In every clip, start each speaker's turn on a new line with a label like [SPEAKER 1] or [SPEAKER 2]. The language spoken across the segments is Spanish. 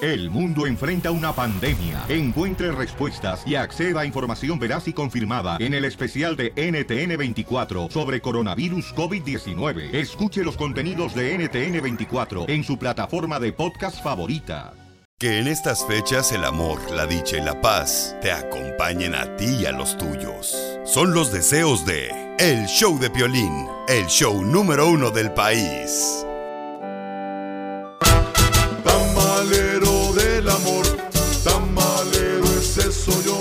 [SPEAKER 1] El mundo enfrenta una pandemia. Encuentre respuestas y acceda a información veraz y confirmada en el especial de NTN24 sobre coronavirus COVID-19. Escuche los contenidos de NTN24 en su plataforma de podcast favorita.
[SPEAKER 2] Que en estas fechas el amor, la dicha y la paz te acompañen a ti y a los tuyos. Son los deseos de El Show de Piolín, el show número uno del país.
[SPEAKER 3] Tamalero del amor, tamalero ese soy yo.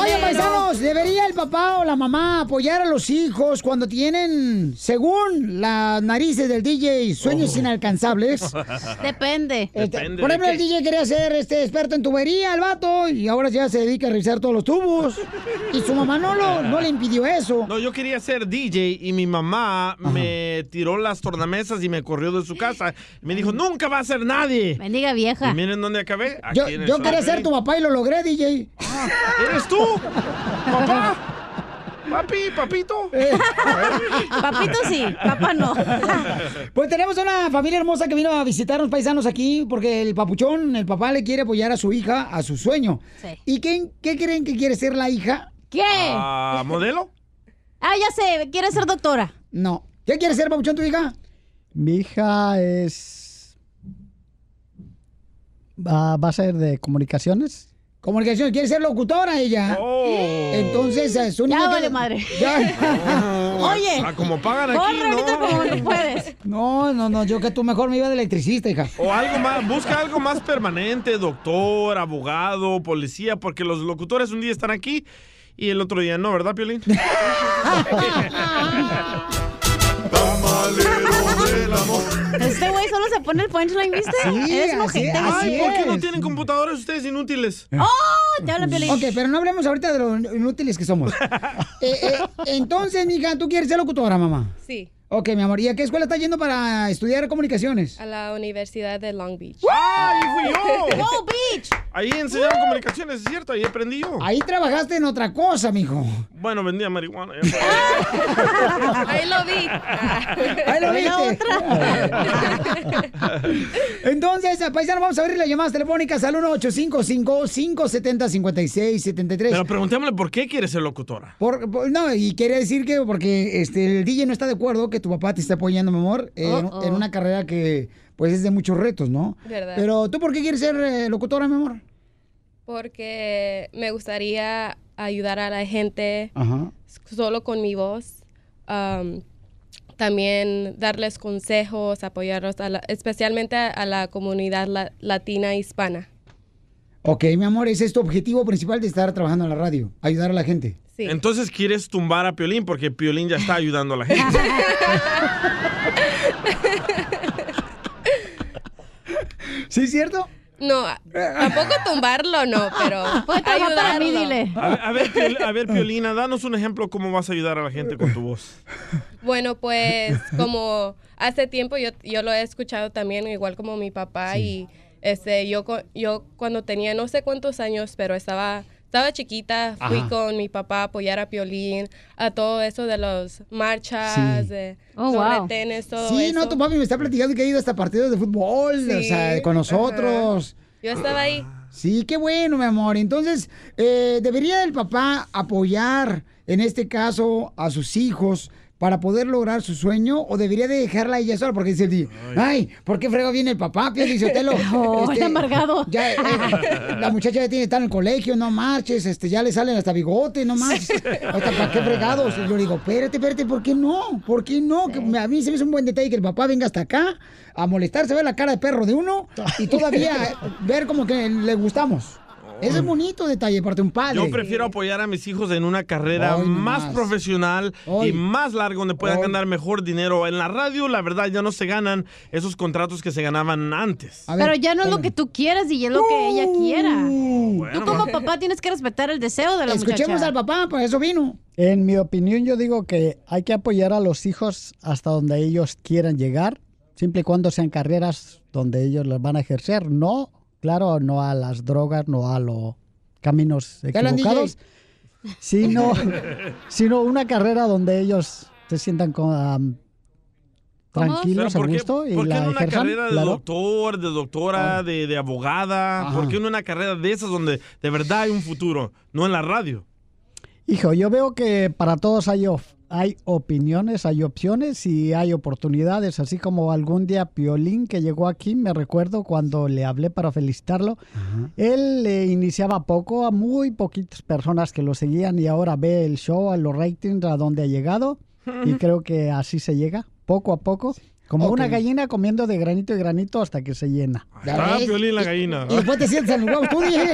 [SPEAKER 4] Oye, paisanos, ¿debería el papá o la mamá apoyar a los hijos cuando tienen, según las narices del DJ, sueños inalcanzables?
[SPEAKER 5] Oh. Depende.
[SPEAKER 4] Este,
[SPEAKER 5] Depende
[SPEAKER 4] por
[SPEAKER 5] de
[SPEAKER 4] ejemplo, el
[SPEAKER 5] qué.
[SPEAKER 4] DJ quería ser este experto en tubería, el vato, y ahora ya se dedica a revisar todos los tubos. Y su mamá no, lo, no le impidió eso.
[SPEAKER 6] No, yo quería ser DJ y mi mamá me tiró las tornamesas y me corrió de su casa. Y me dijo, nunca va a ser nadie.
[SPEAKER 5] Bendiga vieja.
[SPEAKER 6] Y miren dónde acabé. Aquí
[SPEAKER 4] Yo,
[SPEAKER 6] en el
[SPEAKER 4] yo
[SPEAKER 6] show
[SPEAKER 4] quería
[SPEAKER 6] de
[SPEAKER 4] ser
[SPEAKER 6] Piolín.
[SPEAKER 4] tu papá y lo logré, DJ.
[SPEAKER 6] Ah, ¿Eres tú? ¿Papá? Papi, papito.
[SPEAKER 4] Eh.
[SPEAKER 5] Papito sí, papá no.
[SPEAKER 4] Pues tenemos una familia hermosa que vino a visitarnos paisanos aquí porque el papuchón, el papá le quiere apoyar a su hija a su sueño. ¿Y quién, qué creen que quiere ser la hija?
[SPEAKER 5] ¿Qué?
[SPEAKER 6] Ah, ¿Modelo?
[SPEAKER 5] Ah, ya sé, quiere ser doctora.
[SPEAKER 4] No. ¿Qué quiere ser papuchón tu hija? Mi hija es...
[SPEAKER 7] Va, va a ser de comunicaciones.
[SPEAKER 4] Comunicación, quiere ser locutora ella.
[SPEAKER 6] Oh.
[SPEAKER 4] Entonces eh, es una...
[SPEAKER 5] Ya vale madre.
[SPEAKER 4] Ya.
[SPEAKER 5] Oye.
[SPEAKER 6] Ah, como pagan aquí,
[SPEAKER 5] Corre ahorita
[SPEAKER 6] ¿no?
[SPEAKER 5] como puedes.
[SPEAKER 4] No, no, no, yo que tú mejor me iba de electricista, hija.
[SPEAKER 6] O algo más, busca algo más permanente, doctor, abogado, policía, porque los locutores un día están aquí y el otro día no, ¿verdad, Piolín?
[SPEAKER 5] Este güey solo se pone el punchline, ¿viste?
[SPEAKER 6] Sí,
[SPEAKER 5] Eres
[SPEAKER 6] así-
[SPEAKER 5] mojete.
[SPEAKER 6] Ay, ¿por qué no tienen computadores ustedes inútiles?
[SPEAKER 5] ¡Oh! Te habla Piolín.
[SPEAKER 4] Ok, pero no hablemos ahorita de lo inútiles que somos. Eh, eh, entonces, mija, ¿tú quieres ser locutora, mamá?
[SPEAKER 8] Sí,
[SPEAKER 4] Ok, mi amor, ¿y a qué escuela estás yendo para estudiar comunicaciones?
[SPEAKER 8] a la Universidad de Long Beach.
[SPEAKER 6] ¡Ay, fui yo!
[SPEAKER 5] ¡Go Beach!
[SPEAKER 6] Ahí enseñaron
[SPEAKER 4] Uh.
[SPEAKER 6] comunicaciones, es cierto, ahí aprendí yo.
[SPEAKER 4] Ahí trabajaste en otra cosa, mijo.
[SPEAKER 6] Bueno, vendía marihuana.
[SPEAKER 8] Ahí lo vi.
[SPEAKER 4] Ahí lo viste. Entonces, paisano, vamos a abrir las llamadas telefónicas al 1-855-570-5673.
[SPEAKER 6] Pero preguntémosle por qué quiere ser locutora.
[SPEAKER 4] Por- por- no, y quería decir que porque este, el DJ no está de acuerdo que tu papá te está apoyando, mi amor, en,
[SPEAKER 8] Uh-oh.
[SPEAKER 4] en una carrera que pues es de muchos retos, ¿no?
[SPEAKER 8] ¿Verdad?
[SPEAKER 4] Pero tú, ¿por qué quieres ser eh, locutora, mi amor?
[SPEAKER 8] Porque me gustaría ayudar a la gente
[SPEAKER 4] Ajá.
[SPEAKER 8] solo con mi voz. Um, también darles consejos, apoyarlos, a la- especialmente a, a la comunidad la- latina hispana.
[SPEAKER 4] Ok, mi amor, ese es tu objetivo principal de estar trabajando en la radio, ayudar a la gente.
[SPEAKER 6] Entonces quieres tumbar a Piolín porque Piolín ya está ayudando a la gente.
[SPEAKER 4] ¿Sí es cierto?
[SPEAKER 8] No, tampoco tumbarlo, no, pero
[SPEAKER 5] Puede trabajar Pues, para mí,
[SPEAKER 8] ayudarlo.
[SPEAKER 5] dile.
[SPEAKER 6] A, a ver, Piol- a ver, Piolina, danos un ejemplo cómo vas a ayudar a la gente con tu voz.
[SPEAKER 8] Bueno, pues como hace tiempo yo, yo lo he escuchado también, igual como mi papá, y este, yo, cu- yo cuando tenía no sé cuántos años, pero estaba, estaba chiquita, fui
[SPEAKER 9] Ajá.
[SPEAKER 8] con mi papá a apoyar a Piolín, a todo eso de las marchas, de
[SPEAKER 4] Oh,
[SPEAKER 8] los
[SPEAKER 4] wow.
[SPEAKER 8] retenes, todo
[SPEAKER 4] sí,
[SPEAKER 8] eso.
[SPEAKER 4] no, tu papi me está platicando que ha ido hasta partidos de fútbol, o
[SPEAKER 8] Sí,
[SPEAKER 4] sea, con nosotros.
[SPEAKER 8] Yo estaba ahí.
[SPEAKER 4] Sí, qué bueno, mi amor. Entonces, eh, ¿debería el papá apoyar, en este caso, a sus hijos para poder lograr su sueño o debería de dejarla a ella sola? Porque dice el día, ay, ¿por qué frego viene el papá? Pio Lizotelo?
[SPEAKER 5] Oh, el amargado.
[SPEAKER 4] Ya, eh, la muchacha ya tiene está en el colegio, no marches, este, ya le salen hasta bigote, no marches. Hasta para qué fregados. Y yo le digo, espérate, espérate, ¿por qué no? ¿Por qué no? Que me- a mí se me hizo un buen detalle que el papá venga hasta acá a molestarse, ver la cara de perro de uno y todavía ver como que le gustamos. Ese es bonito detalle parte de un padre.
[SPEAKER 6] Yo prefiero apoyar a mis hijos en una carrera
[SPEAKER 4] Hoy
[SPEAKER 6] más
[SPEAKER 4] nomás.
[SPEAKER 6] profesional
[SPEAKER 4] Hoy.
[SPEAKER 6] y más larga donde puedan
[SPEAKER 4] Hoy.
[SPEAKER 6] ganar mejor dinero. En la radio, la verdad, ya no se ganan esos contratos que se ganaban antes.
[SPEAKER 5] Pero ya no es lo que tú quieras y es lo que ella quiera.
[SPEAKER 6] Bueno,
[SPEAKER 5] tú como papá tienes que respetar el deseo de la muchacha.
[SPEAKER 4] papá, por eso vino.
[SPEAKER 7] En mi opinión, yo digo que hay que apoyar a los hijos hasta donde ellos quieran llegar, siempre y cuando sean carreras donde ellos las van a ejercer. No, claro, no a las drogas, no a los caminos
[SPEAKER 4] hablan,
[SPEAKER 7] equivocados, sino, sino una carrera donde ellos se sientan con, am, tranquilos, a
[SPEAKER 6] ¿por qué,
[SPEAKER 7] gusto y
[SPEAKER 6] por qué
[SPEAKER 7] la
[SPEAKER 6] en una
[SPEAKER 7] ejerzan,
[SPEAKER 6] carrera de
[SPEAKER 7] claro.
[SPEAKER 6] doctor, de doctora, de, de abogada?
[SPEAKER 7] Ajá.
[SPEAKER 6] ¿Por qué en una carrera de esas donde de verdad hay un futuro? No en la radio.
[SPEAKER 7] Hijo, yo veo que para todos hay, of- hay opiniones, hay opciones y hay oportunidades, así como algún día Piolín que llegó aquí, me recuerdo cuando le hablé para felicitarlo, él eh, iniciaba poco, a muy poquitas personas que lo seguían y ahora ve el show, a los ratings, a donde ha llegado y creo que así se llega, poco a poco, como
[SPEAKER 4] Ok. Ah,
[SPEAKER 7] una gallina comiendo de granito y granito hasta que se llena.
[SPEAKER 4] Ya
[SPEAKER 6] Está
[SPEAKER 4] ves.
[SPEAKER 6] Piolín la gallina.
[SPEAKER 4] Y después te sientes en los huevos, tú dije.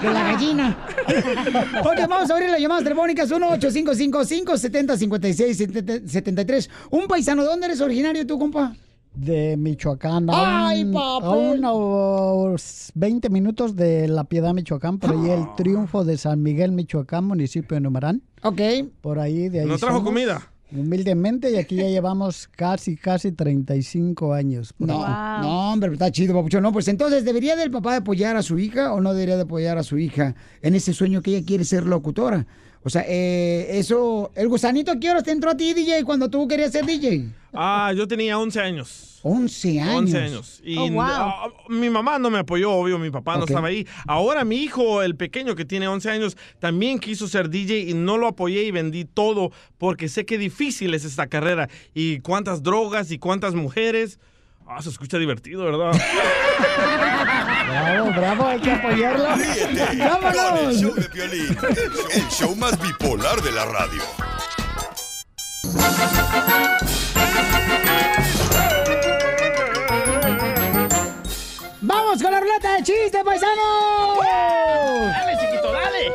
[SPEAKER 4] De la gallina. Ok, vamos a abrir las llamadas telefónicas 1-855-570-5673. Un paisano, ¿de ¿dónde eres originario tú, compa?
[SPEAKER 7] de Michoacán. A,
[SPEAKER 4] ¡Ay,
[SPEAKER 7] un-
[SPEAKER 4] papel!
[SPEAKER 7] a unos 20 minutos de La Piedad, Michoacán, por ahí el triunfo de San Miguel, Michoacán, municipio de Numarán.
[SPEAKER 4] Ok.
[SPEAKER 7] Por ahí de ahí.
[SPEAKER 6] ¿No trajo
[SPEAKER 7] somos,
[SPEAKER 6] comida?
[SPEAKER 7] Humildemente, y aquí ya llevamos casi, casi 35 años. por aquí.
[SPEAKER 4] No,
[SPEAKER 5] Wow.
[SPEAKER 4] no, hombre, está chido, papuchón. No, pues entonces, ¿debería del papá apoyar a su hija o no debería de apoyar a su hija en ese sueño que ella quiere ser locutora? O sea, eh, eso, el gusanito ¿a qué horas te entró a ti, DJ, cuando tú querías ser DJ.
[SPEAKER 6] Ah, yo tenía 11 años.
[SPEAKER 4] 11 años.
[SPEAKER 6] 11 años. Y
[SPEAKER 5] Oh, wow.
[SPEAKER 6] ah, ah, mi mamá no me apoyó, obvio, mi papá no
[SPEAKER 4] Ok.
[SPEAKER 6] estaba ahí. Ahora mi hijo, el pequeño que tiene 11 años, también quiso ser DJ y no lo apoyé y vendí todo porque sé qué difícil es esta carrera y cuántas drogas y cuántas mujeres. Ah, se escucha divertido, ¿verdad?
[SPEAKER 7] Bravo, bravo, hay que apoyarlo.
[SPEAKER 2] Ríete con el show de Piolín, el show más bipolar de la radio.
[SPEAKER 4] ¡Vamos con la ruleta de chistes, paisano!
[SPEAKER 6] dale, chiquito, dale.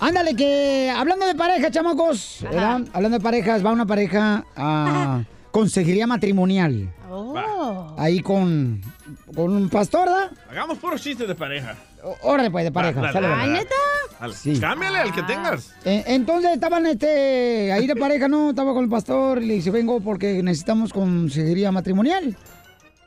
[SPEAKER 4] Ándale, que hablando de pareja, chamacos, ¿verdad? hablando de parejas, va una pareja a consejería matrimonial.
[SPEAKER 5] Oh.
[SPEAKER 4] Ahí con, con un pastor, ¿verdad?
[SPEAKER 6] Hagamos puros chistes de pareja.
[SPEAKER 4] O- Órale, pues, de pareja.
[SPEAKER 6] dale,
[SPEAKER 4] sale,
[SPEAKER 6] dale.
[SPEAKER 4] va.
[SPEAKER 5] Ay, neta. Ah.
[SPEAKER 6] Dale.
[SPEAKER 4] Sí.
[SPEAKER 6] Cámbiale al que tengas.
[SPEAKER 4] Eh, Entonces estaban este, ahí de pareja, ¿no? Estaba con el pastor y le dice, vengo porque necesitamos consejería matrimonial.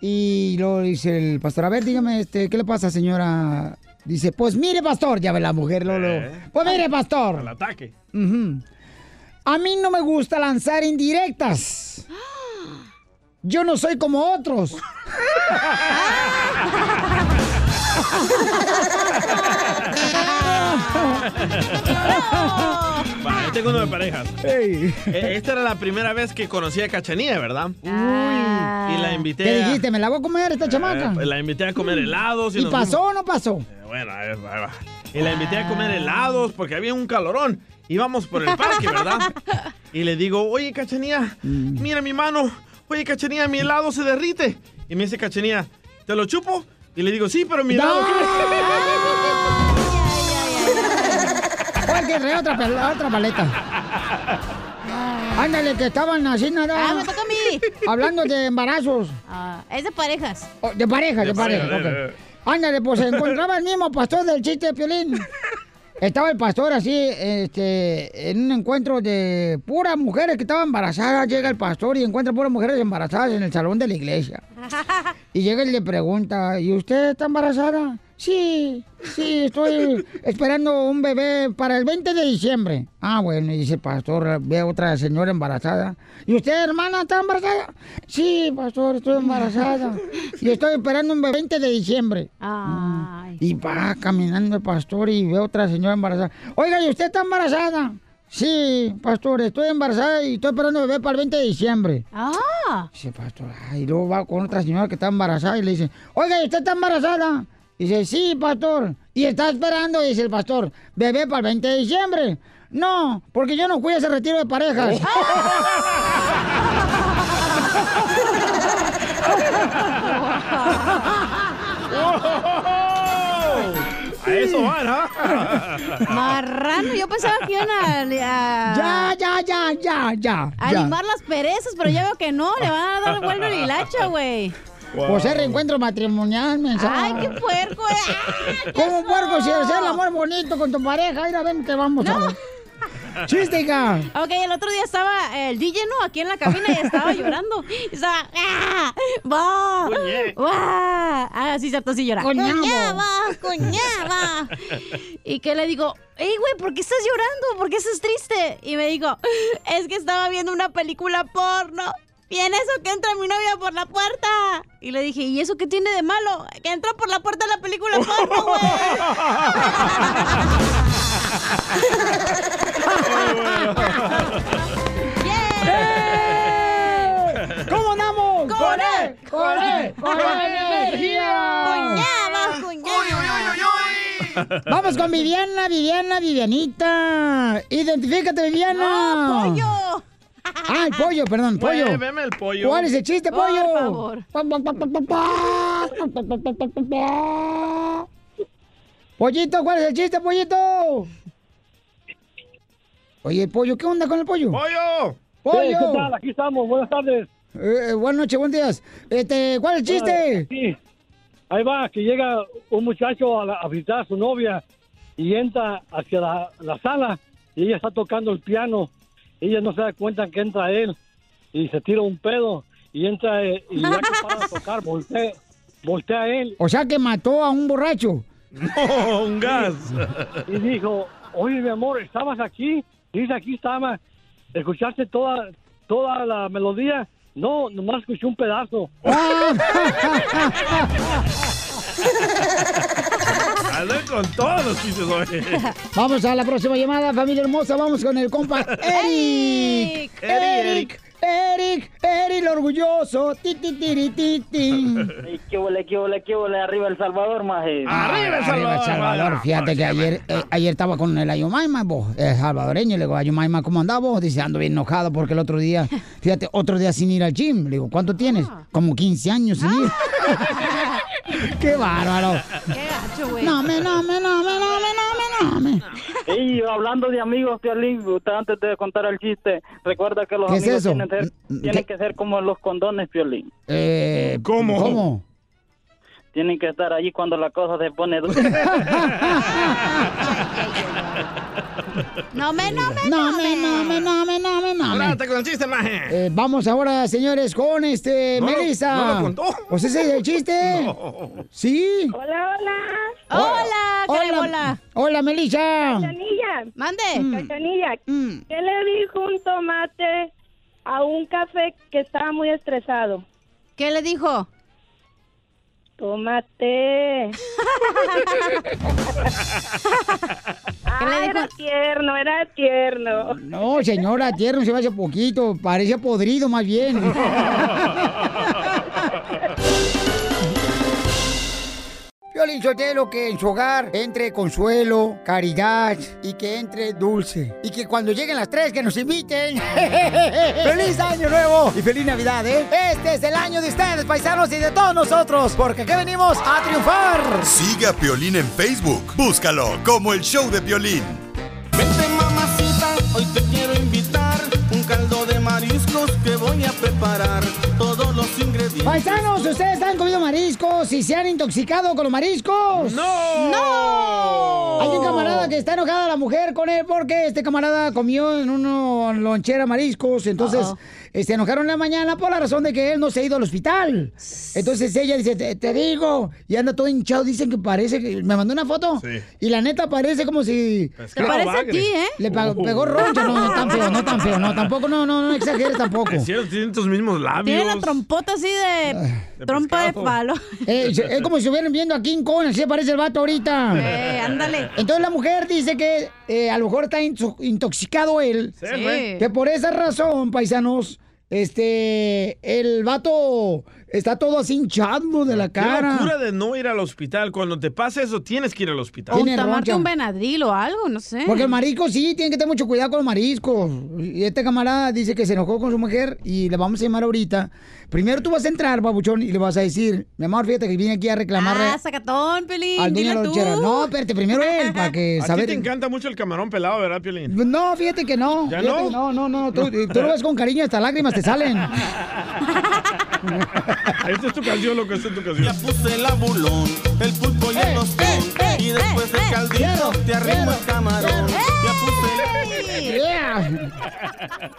[SPEAKER 4] Y luego dice el pastor, a ver, dígame, este, ¿qué le pasa, señora? Dice, pues mire, pastor, ya ve la mujer, Lolo.
[SPEAKER 6] Eh.
[SPEAKER 4] Pues mire, pastor.
[SPEAKER 6] Al ataque.
[SPEAKER 4] Ujú. A mí no me gusta lanzar indirectas. Yo no soy como otros.
[SPEAKER 6] Va, yo tengo uno de parejas. Eh, Esta era la primera vez que conocí a Cachanía, ¿verdad? Y la invité
[SPEAKER 4] ¿Qué
[SPEAKER 6] a-
[SPEAKER 4] dijiste? ¿Me la voy a comer esta chamaca?
[SPEAKER 6] Eh, la invité a comer helados.
[SPEAKER 4] Mm. ¿Y
[SPEAKER 6] nos
[SPEAKER 4] pasó Ah. o no pasó?
[SPEAKER 6] fuimos- Eh, Bueno, ahí va, ahí va. Y la invité a comer helados porque había un calorón. Íbamos por el parque, ¿verdad? Y le digo, oye, Cachanía,
[SPEAKER 4] Mm.
[SPEAKER 6] mira mi mano. Oye, Cachanía, mi helado se derrite. Y me dice Cachanía, ¿te lo chupo? Y le digo, sí, pero mi helado...
[SPEAKER 4] Oye, trae eh, otra, pel- otra paleta. Ándale, que estaban así
[SPEAKER 5] Ah, me
[SPEAKER 4] nada.
[SPEAKER 5] toca a mí.
[SPEAKER 4] Hablando de embarazos.
[SPEAKER 5] Ah, es de parejas.
[SPEAKER 4] O- De pareja, de,
[SPEAKER 6] De
[SPEAKER 4] pareja.
[SPEAKER 6] pareja,
[SPEAKER 4] ok.
[SPEAKER 6] de- de-
[SPEAKER 4] Ándale, pues se encontraba el mismo pastor del chiste de Piolín. Estaba el pastor así, este, en un encuentro de puras mujeres que estaban embarazadas. Llega el pastor y encuentra puras mujeres embarazadas en el salón de la iglesia. Y llega y le pregunta, ¿y usted está embarazada? Sí, sí, estoy esperando un bebé para el 20 de diciembre. Ah, bueno, y dice el pastor, ve a otra señora embarazada. ¿Y usted, hermana, está embarazada? Sí, pastor, estoy embarazada. Y estoy esperando un bebé 20 de diciembre.
[SPEAKER 5] Ay.
[SPEAKER 4] Y va caminando el pastor y ve otra señora embarazada. Oiga, ¿y usted está embarazada? Sí, pastor, estoy embarazada y estoy esperando bebé para el 20 de diciembre.
[SPEAKER 5] Ah.
[SPEAKER 4] Dice, pastor, ay, y luego va con otra señora que está embarazada y le dice, oiga, ¿y usted está embarazada? Dice, sí, pastor. Y está esperando, dice el pastor, bebé para el 20 de diciembre. No, porque yo no fui a ese retiro de parejas.
[SPEAKER 6] A eso van, ¿ah?
[SPEAKER 5] Marrano. Yo pensaba que iban a, a-
[SPEAKER 4] Ya, ya, ya, ya, Ah, ya.
[SPEAKER 5] a
[SPEAKER 4] ya.
[SPEAKER 5] animar las perezas, pero ya veo que no. Le van a dar vuelta el hilacha, güey.
[SPEAKER 4] Pues el reencuentro matrimonial, mensaje.
[SPEAKER 5] Ay, qué puerco. eh.
[SPEAKER 4] ¿Cómo puerco si hacer el amor bonito con tu pareja? Mira, ven que vamos a... ¡Chiste, hija!
[SPEAKER 5] Ok, el otro día estaba el DJ, ¿no? Aquí en la cabina y estaba llorando. Y estaba... ¡Ah! ¡Bah!
[SPEAKER 6] Oye.
[SPEAKER 5] ¡Bah! llora. Ah, sí, cierto, sí llora.
[SPEAKER 4] Coñabo.
[SPEAKER 5] Coñaba, coñaba. Y que le digo, hey, güey, ¿por qué estás llorando? ¿Por qué estás triste? Y me dijo, es que estaba viendo una película porno. Y en eso que entra mi novia por la puerta. Y le dije, ¿y eso qué tiene de malo? Que entra por la puerta la película
[SPEAKER 4] Oh.
[SPEAKER 5] porno, güey.
[SPEAKER 4] ¿Cómo andamos?
[SPEAKER 5] ¡Con él!
[SPEAKER 4] ¡Con él! ¡Con energía!
[SPEAKER 5] ¡Cuñaba, cuñaba!
[SPEAKER 4] Vamos con Viviana, Viviana, Vivianita. Identifícate, Viviana.
[SPEAKER 5] ¡Pollo!
[SPEAKER 4] Ah, el pollo, perdón, pollo.
[SPEAKER 6] Güey, veme el pollo.
[SPEAKER 4] ¿Cuál es el chiste,
[SPEAKER 5] Por
[SPEAKER 4] pollo?
[SPEAKER 5] favor.
[SPEAKER 4] Pa, pa, pa, pa, pa, pa. Pollito, ¿cuál es el chiste, pollito? Oye, pollo, ¿qué onda con el pollo?
[SPEAKER 6] ¡Pollo!
[SPEAKER 10] Eh, ¿Qué
[SPEAKER 4] ¡Pollo!
[SPEAKER 10] tal? Aquí estamos, buenas tardes.
[SPEAKER 4] Eh, eh, buenas noches, buenos días. Este, ¿cuál es el chiste?
[SPEAKER 10] Sí. Ahí va, que llega un muchacho a, la- a visitar a su novia y entra hacia la, la sala y ella está tocando el piano. Ella no se da cuenta que entra él y se tira un pedo y entra eh, y ya que para de tocar, voltea, voltea a él
[SPEAKER 4] O sea que mató a un borracho.
[SPEAKER 6] ¡No, un gas!
[SPEAKER 10] y dijo, oye mi amor, ¿estabas aquí? Dice, aquí estaba. ¿Escuchaste toda, toda la melodía? No, nomás escuché un pedazo.
[SPEAKER 6] Ando con todos los chistes hoy.
[SPEAKER 4] Vamos a la próxima llamada, familia hermosa. Vamos con el compa Eric.
[SPEAKER 6] Eric. Eric,
[SPEAKER 4] Eric, Eric, Eric, el orgulloso. Ti, ti, tiri, ti, ti.
[SPEAKER 11] Ey, ¿Qué huele, qué huele, qué huele? Arriba El Salvador, maje.
[SPEAKER 6] ¡Arriba, El
[SPEAKER 4] Arriba,
[SPEAKER 6] Salvador!
[SPEAKER 4] El Salvador. Fíjate que ayer, eh, ayer estaba con el Ayomaima, vos, el salvadoreño. Le digo, Ayomaima, ¿cómo andaba vos? Dice, ando bien enojado porque el otro día, fíjate, otro día sin ir al gym. Le digo, ¿cuánto tienes? Como 15 años sin ir. ¡Qué bárbaro!
[SPEAKER 5] ¡Qué gacho, güey!
[SPEAKER 4] No, me, no, me, no, me, no, me, no, me, no.
[SPEAKER 11] Y hablando de amigos, Piolín, usted antes de contar el chiste, recuerda que los
[SPEAKER 4] ¿Qué es
[SPEAKER 11] amigos
[SPEAKER 4] eso?
[SPEAKER 11] tienen, ser-
[SPEAKER 4] Mm,
[SPEAKER 11] tienen
[SPEAKER 4] ¿qué?
[SPEAKER 11] que ser como los condones, Piolín.
[SPEAKER 4] Eh,
[SPEAKER 6] ¿Cómo?
[SPEAKER 4] ¿Cómo?
[SPEAKER 11] Tienen que estar allí cuando la cosa se pone dura.
[SPEAKER 5] No me, no me,
[SPEAKER 4] No, me, no, me, no, me, no, me, no, me.
[SPEAKER 6] ¡Adelante con el chiste, maje!
[SPEAKER 4] Eh, vamos ahora, señores, con este,
[SPEAKER 6] No lo-
[SPEAKER 4] Melissa.
[SPEAKER 6] no lo contó.
[SPEAKER 4] Pues ese es el chiste.
[SPEAKER 6] No.
[SPEAKER 4] Sí.
[SPEAKER 12] Hola, hola.
[SPEAKER 5] ¡Hola,
[SPEAKER 4] Hola,
[SPEAKER 5] Carebola!
[SPEAKER 4] hola, Melissa.
[SPEAKER 12] Cachanilla,
[SPEAKER 5] ¡Mande!
[SPEAKER 12] Cachanilla,
[SPEAKER 5] Mm.
[SPEAKER 12] ¿qué le dijo un tomate a un café que estaba muy estresado?
[SPEAKER 5] ¿Qué le dijo?
[SPEAKER 12] Tomate.
[SPEAKER 5] ¿Qué le
[SPEAKER 12] Ah,
[SPEAKER 5] dijo?
[SPEAKER 12] era tierno, era tierno.
[SPEAKER 4] No, señora, tierno se va hace poquito. Parece podrido más bien. Violín Sotelo, que en su hogar entre consuelo, caridad y que entre dulce. Y que cuando lleguen las tres, que nos inviten. ¡Feliz Año Nuevo! Y feliz Navidad, ¿eh? Este es el año de ustedes, paisanos, y de todos nosotros, porque aquí venimos a triunfar.
[SPEAKER 2] Siga a Piolín en Facebook. Búscalo como el show de Piolín.
[SPEAKER 13] Vente mamacita, hoy te quiero invitar un caldo de mariscos que voy a preparar. Todos los ingredientes.
[SPEAKER 4] Paisanos, ¿ustedes han comido mariscos y se han intoxicado con los mariscos?
[SPEAKER 6] ¡No!
[SPEAKER 4] Hay un camarada que está enojada la mujer con él porque este camarada comió en una lonchera mariscos, entonces
[SPEAKER 5] Uh-oh.
[SPEAKER 4] eh, se enojaron en la mañana por la razón de que él no se ha ido al hospital. Entonces ella dice, te, te digo, y anda todo hinchado, dicen que parece que me mandó una foto
[SPEAKER 6] Sí.
[SPEAKER 4] y la neta parece como si
[SPEAKER 5] Te
[SPEAKER 6] Pescado
[SPEAKER 5] parece a
[SPEAKER 6] bagre.
[SPEAKER 5] ti, ¿eh?
[SPEAKER 4] le pa- pegó roncha, no, no tan feo, no tan feo, no, tampoco, no, no, no exageres tampoco.
[SPEAKER 6] Ah, Es cierto, tienen tus mismos labios.
[SPEAKER 5] Tiene la trompota así de,
[SPEAKER 6] De
[SPEAKER 5] trompa de
[SPEAKER 6] pescado.
[SPEAKER 5] palo.
[SPEAKER 4] Eh, se- es como si estuvieran viendo a King Kong, así parece el vato ahorita.
[SPEAKER 5] Eh, ándale.
[SPEAKER 4] Entonces la mujer dice que eh, a lo mejor está inso- intoxicado él.
[SPEAKER 6] Sí, güey.
[SPEAKER 4] Que por esa razón, paisanos, este, el vato está todo así hinchado de la
[SPEAKER 6] Qué
[SPEAKER 4] cara.
[SPEAKER 6] locura de no ir al hospital. Cuando te pasa eso, tienes que ir al hospital.
[SPEAKER 5] O
[SPEAKER 4] Tiene
[SPEAKER 5] tomarte
[SPEAKER 4] roncha.
[SPEAKER 5] un Benadryl o algo, no sé.
[SPEAKER 4] Porque el marisco sí, tiene que tener mucho cuidado con los mariscos. Y este camarada dice que se enojó con su mujer y le vamos a llamar ahorita. Primero tú vas a entrar, babuchón, y le vas a decir, mi amor, fíjate que vine aquí a reclamarle
[SPEAKER 5] Ah, sacatón, Pelín,
[SPEAKER 4] al dueño
[SPEAKER 5] dile
[SPEAKER 4] de la
[SPEAKER 5] tú.
[SPEAKER 4] lonchera. No, espérate, primero él, para que
[SPEAKER 6] a
[SPEAKER 4] saber.
[SPEAKER 6] ti te encanta mucho el camarón pelado, ¿verdad, Piolín?
[SPEAKER 4] No, fíjate que no.
[SPEAKER 6] ¿Ya
[SPEAKER 4] fíjate
[SPEAKER 6] no?
[SPEAKER 4] que no, no, no. Tú, tú lo ves con cariño, hasta lágrimas te salen.
[SPEAKER 6] Esta es tu canción, loco, esta es tu canción.
[SPEAKER 13] puse el abulón, el pulpo y
[SPEAKER 4] Eh,
[SPEAKER 13] el tostón. y después Pues el caldito, te arrimo el camarón.
[SPEAKER 4] eh,
[SPEAKER 13] Ya puse el...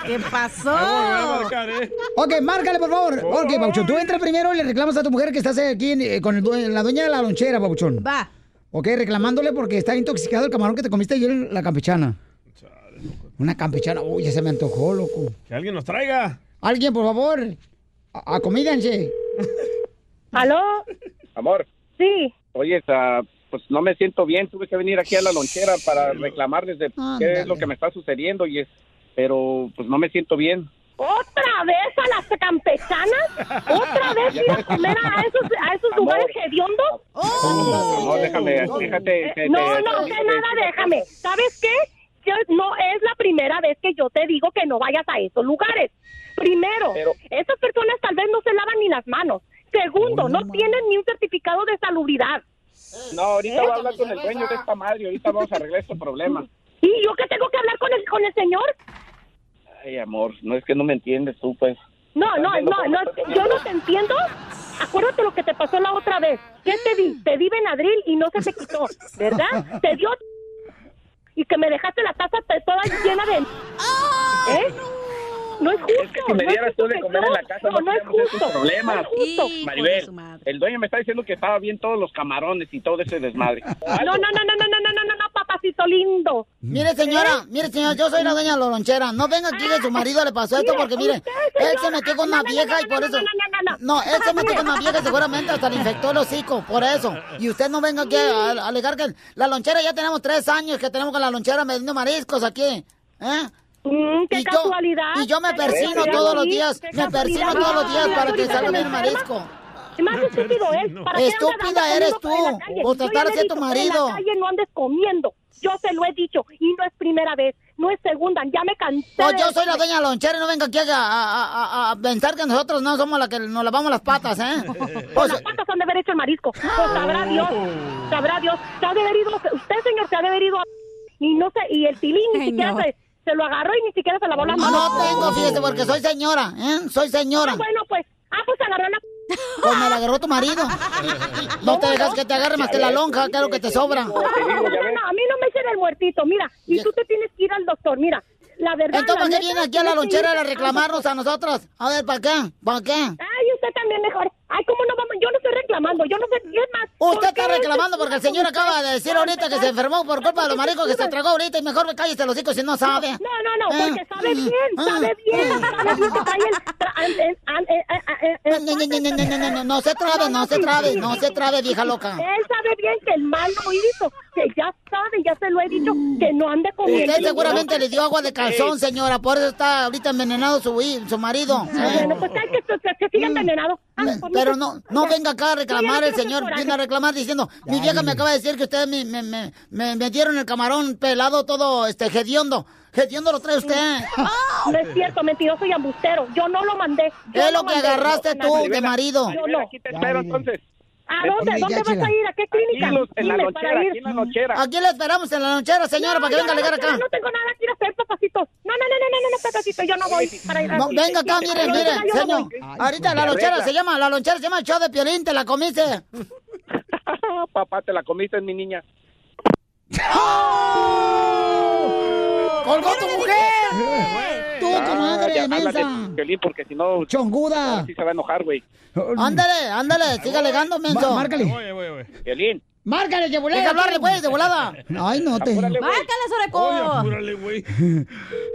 [SPEAKER 5] ¿Qué pasó?
[SPEAKER 13] ¿eh?
[SPEAKER 4] Ok, márcale, por favor. Ok, Pauchón, tú entra primero y le reclamas a tu mujer que estás aquí en- eh, con el due- la dueña de la lonchera, Pauchón.
[SPEAKER 5] Va.
[SPEAKER 4] Ok, reclamándole porque está intoxicado el camarón que te comiste ayer en la campechana. Una campechana, uy, ya se me antojó, loco.
[SPEAKER 6] Que alguien nos traiga.
[SPEAKER 4] Alguien, por favor, a- acomídense.
[SPEAKER 12] ¿Aló?
[SPEAKER 14] Amor.
[SPEAKER 12] Sí.
[SPEAKER 14] Oye, ah, pues no me siento bien. Tuve que venir aquí a la lonchera para reclamarles de qué
[SPEAKER 12] Ándale.
[SPEAKER 14] es lo que me está sucediendo. Y es, pero pues no me siento bien.
[SPEAKER 12] ¿Otra vez a las campechanas? ¿Otra vez ir a comer a esos, a esos lugares hediondos?
[SPEAKER 5] Oh,
[SPEAKER 14] no, déjame, déjate. te-
[SPEAKER 12] No,
[SPEAKER 14] te-
[SPEAKER 12] no,
[SPEAKER 14] te-
[SPEAKER 12] que nada, déjame. ¿Sabes qué? Yo, no es la primera vez que yo te digo que no vayas a esos lugares. Primero, esas personas tal vez no se lavan ni las manos. Segundo, no tienen ni un certificado de salubridad.
[SPEAKER 14] No, ahorita voy a hablar con el dueño de esta madre. Ahorita vamos a arreglar este problema.
[SPEAKER 12] ¿Y yo qué tengo que hablar con el, con el señor?
[SPEAKER 14] Ay, amor, no es que no me entiendes tú, pues.
[SPEAKER 12] No, no, no, no, yo no te entiendo. Acuérdate lo que te pasó la otra vez. ¿Qué te di? Te di Benadryl y no se te quitó, ¿verdad? Te dio y que me dejaste la taza te- toda llena de... ¿Eh? No es justo.
[SPEAKER 14] Si me
[SPEAKER 12] no es
[SPEAKER 14] dieras tú
[SPEAKER 12] justo
[SPEAKER 14] de
[SPEAKER 12] que
[SPEAKER 14] comer
[SPEAKER 12] yo-
[SPEAKER 14] en la casa, no,
[SPEAKER 12] Pues no es
[SPEAKER 14] teníamos estos
[SPEAKER 12] justo,
[SPEAKER 14] problemas.
[SPEAKER 12] no es justo.
[SPEAKER 14] Maribel, el dueño me está diciendo que estaba bien todos los camarones y todo ese desmadre.
[SPEAKER 12] No, no, no, no, no, no, no, no, no, no, papacito lindo. ¿Eh?
[SPEAKER 4] Mire, señora, mire, señora, yo soy la dueña de la lonchera. No venga aquí que su marido le pasó esto
[SPEAKER 12] Mire,
[SPEAKER 4] porque, mire,
[SPEAKER 12] usted,
[SPEAKER 4] él
[SPEAKER 12] señora.
[SPEAKER 4] se metió con una vieja y por eso... No, él se metió con una vieja y seguramente hasta le infectó el hocico, por eso. Y usted no venga aquí a, a alegar que la lonchera ya tenemos tres años que tenemos con la lonchera vendiendo mariscos aquí. ¿Eh?
[SPEAKER 12] Mm, qué
[SPEAKER 4] y yo,
[SPEAKER 12] casualidad.
[SPEAKER 4] Y yo me
[SPEAKER 12] Qué
[SPEAKER 4] persino
[SPEAKER 12] casualidad,
[SPEAKER 4] todos los
[SPEAKER 12] Luis,
[SPEAKER 4] días,
[SPEAKER 12] qué
[SPEAKER 4] me persino
[SPEAKER 12] casualidad.
[SPEAKER 4] todos los días para que
[SPEAKER 12] Ahorita
[SPEAKER 4] salga
[SPEAKER 12] que me
[SPEAKER 4] bien el
[SPEAKER 12] enferma,
[SPEAKER 4] marisco.
[SPEAKER 12] Más estúpido él. ¿para qué anda
[SPEAKER 4] Estúpida
[SPEAKER 12] dando
[SPEAKER 4] eres
[SPEAKER 12] conmigo en
[SPEAKER 4] tú,
[SPEAKER 12] la calle?
[SPEAKER 4] por
[SPEAKER 12] Yo ya
[SPEAKER 4] tratar
[SPEAKER 12] le
[SPEAKER 4] así
[SPEAKER 12] he
[SPEAKER 4] a
[SPEAKER 12] dicho
[SPEAKER 4] tu
[SPEAKER 12] que En
[SPEAKER 4] marido.
[SPEAKER 12] la calle no andes comiendo. Yo se lo he dicho y no es primera vez. No es segunda. Ya me cansé.
[SPEAKER 4] Pues
[SPEAKER 12] de
[SPEAKER 4] yo soy la
[SPEAKER 12] decirle.
[SPEAKER 4] dueña de la lonchera y no venga aquí a, a- a- a pensar que nosotros no somos la que nos lavamos las patas, ¿eh? Ah,
[SPEAKER 12] Con las patas han de haber hecho el marisco. Pues sabrá Dios. Sabrá Dios. Se ha de haber ido. Usted, señor, se ha de haber ido a. Y no sé. Y el tilín ni siquiera
[SPEAKER 4] no.
[SPEAKER 12] se, se lo agarró y ni siquiera se lavó las
[SPEAKER 4] No,
[SPEAKER 12] manos.
[SPEAKER 4] no tengo, fíjese, porque soy señora, ¿eh? Soy señora.
[SPEAKER 12] Ah, bueno, pues. Ah, pues agarró la.
[SPEAKER 4] Pues me la agarró tu marido. No te dejas que te agarre más que la lonja, que es lo que te sobra.
[SPEAKER 12] No, no, no, no, no, a mí no me echen el muertito, mira, y tú te tienes que ir al doctor, mira, la verdad...
[SPEAKER 4] Entonces,
[SPEAKER 12] la
[SPEAKER 4] ¿para qué
[SPEAKER 12] neta,
[SPEAKER 4] viene aquí a la
[SPEAKER 12] tienes que
[SPEAKER 4] lonchera
[SPEAKER 12] irte
[SPEAKER 4] a
[SPEAKER 12] al
[SPEAKER 4] reclamarnos
[SPEAKER 12] doctor.
[SPEAKER 4] a nosotras? A ver, ¿para qué? ¿Para qué?
[SPEAKER 12] Ay, usted también mejor. Ay, ¿cómo no vamos? Yo no estoy reclamando, yo no sé, es más...
[SPEAKER 4] Usted está reclamando porque el señor acaba de decir ahorita que se enfermó por culpa de los mariscos que se tragó ahorita y mejor cállese los hocico si no sabe. Eh,
[SPEAKER 12] No, no, no, porque sabe bien, sabe bien, sabe bien que trae el... tra- an- en- an- en- en- en-
[SPEAKER 4] No, no, no, no, no, no, no, no se trabe, no se trabe, no se trabe, vieja loca.
[SPEAKER 12] Él sabe bien que el mal lo hizo, que ya sabe, ya se lo he dicho, que no ande con Eh.
[SPEAKER 4] Usted seguramente le dio agua de calzón, señora, por eso está ahorita envenenado su, hi- su marido. ¿eh?
[SPEAKER 12] Bueno, pues hay que, que, que siga envenenado. Ah,
[SPEAKER 4] Pero no, no venga acá a reclamar el señor, viene a reclamar diciendo, mi vieja me acaba de decir que ustedes me, me, me, me metieron el camarón pelado todo este hediondo. Hediondo lo trae usted.
[SPEAKER 12] Oh, No es cierto, mentiroso y ambustero. Yo no lo mandé. Yo
[SPEAKER 4] Es
[SPEAKER 12] no
[SPEAKER 4] lo que
[SPEAKER 12] mandé.
[SPEAKER 4] agarraste tú de marido.
[SPEAKER 12] Yo no.
[SPEAKER 14] Aquí te espero entonces.
[SPEAKER 12] ¿A dónde?
[SPEAKER 4] Ya,
[SPEAKER 12] ¿Dónde vas
[SPEAKER 4] Chela.
[SPEAKER 12] a ir? ¿A qué clínica?
[SPEAKER 14] Aquí los- en la
[SPEAKER 12] Dime,
[SPEAKER 14] lonchera,
[SPEAKER 12] para ir.
[SPEAKER 14] aquí en la lonchera.
[SPEAKER 4] Aquí la esperamos en la lonchera, señora,
[SPEAKER 12] No,
[SPEAKER 4] para que
[SPEAKER 12] yo
[SPEAKER 4] venga a
[SPEAKER 12] no
[SPEAKER 4] alegar
[SPEAKER 12] tengo-
[SPEAKER 4] acá.
[SPEAKER 12] No tengo nada que ir a hacer, papacito. No, no, no, no, no, no, no, papacito. Yo no voy para ir a
[SPEAKER 4] No, venga acá, mire,
[SPEAKER 12] Yo
[SPEAKER 4] mire,
[SPEAKER 12] no voy.
[SPEAKER 4] señor. Ahorita la
[SPEAKER 14] Te
[SPEAKER 4] lonchera
[SPEAKER 14] arregla.
[SPEAKER 4] se llama, la lonchera se llama el show de Piolín, te la comiste.
[SPEAKER 14] Ah, papá, te la comiste, mi niña.
[SPEAKER 4] ¡Oh! ¡Colgó tu mujer! ¡Tú,
[SPEAKER 14] Ah,
[SPEAKER 4] comadre,
[SPEAKER 14] ya, háblale,
[SPEAKER 4] mensa!
[SPEAKER 14] Piolín, porque si no...
[SPEAKER 4] ¡Chonguda!
[SPEAKER 14] Sí se va a enojar, güey.
[SPEAKER 4] Ándale, ándale, siga alegando, menso.
[SPEAKER 14] Ma-
[SPEAKER 4] Márcale.
[SPEAKER 14] Piolín.
[SPEAKER 4] Márcale, que volé.
[SPEAKER 14] Deja hablarle,
[SPEAKER 4] pues, de volada. Ay, no te.
[SPEAKER 14] Apúrale, güey.
[SPEAKER 5] Oye,
[SPEAKER 6] apúrale, güey.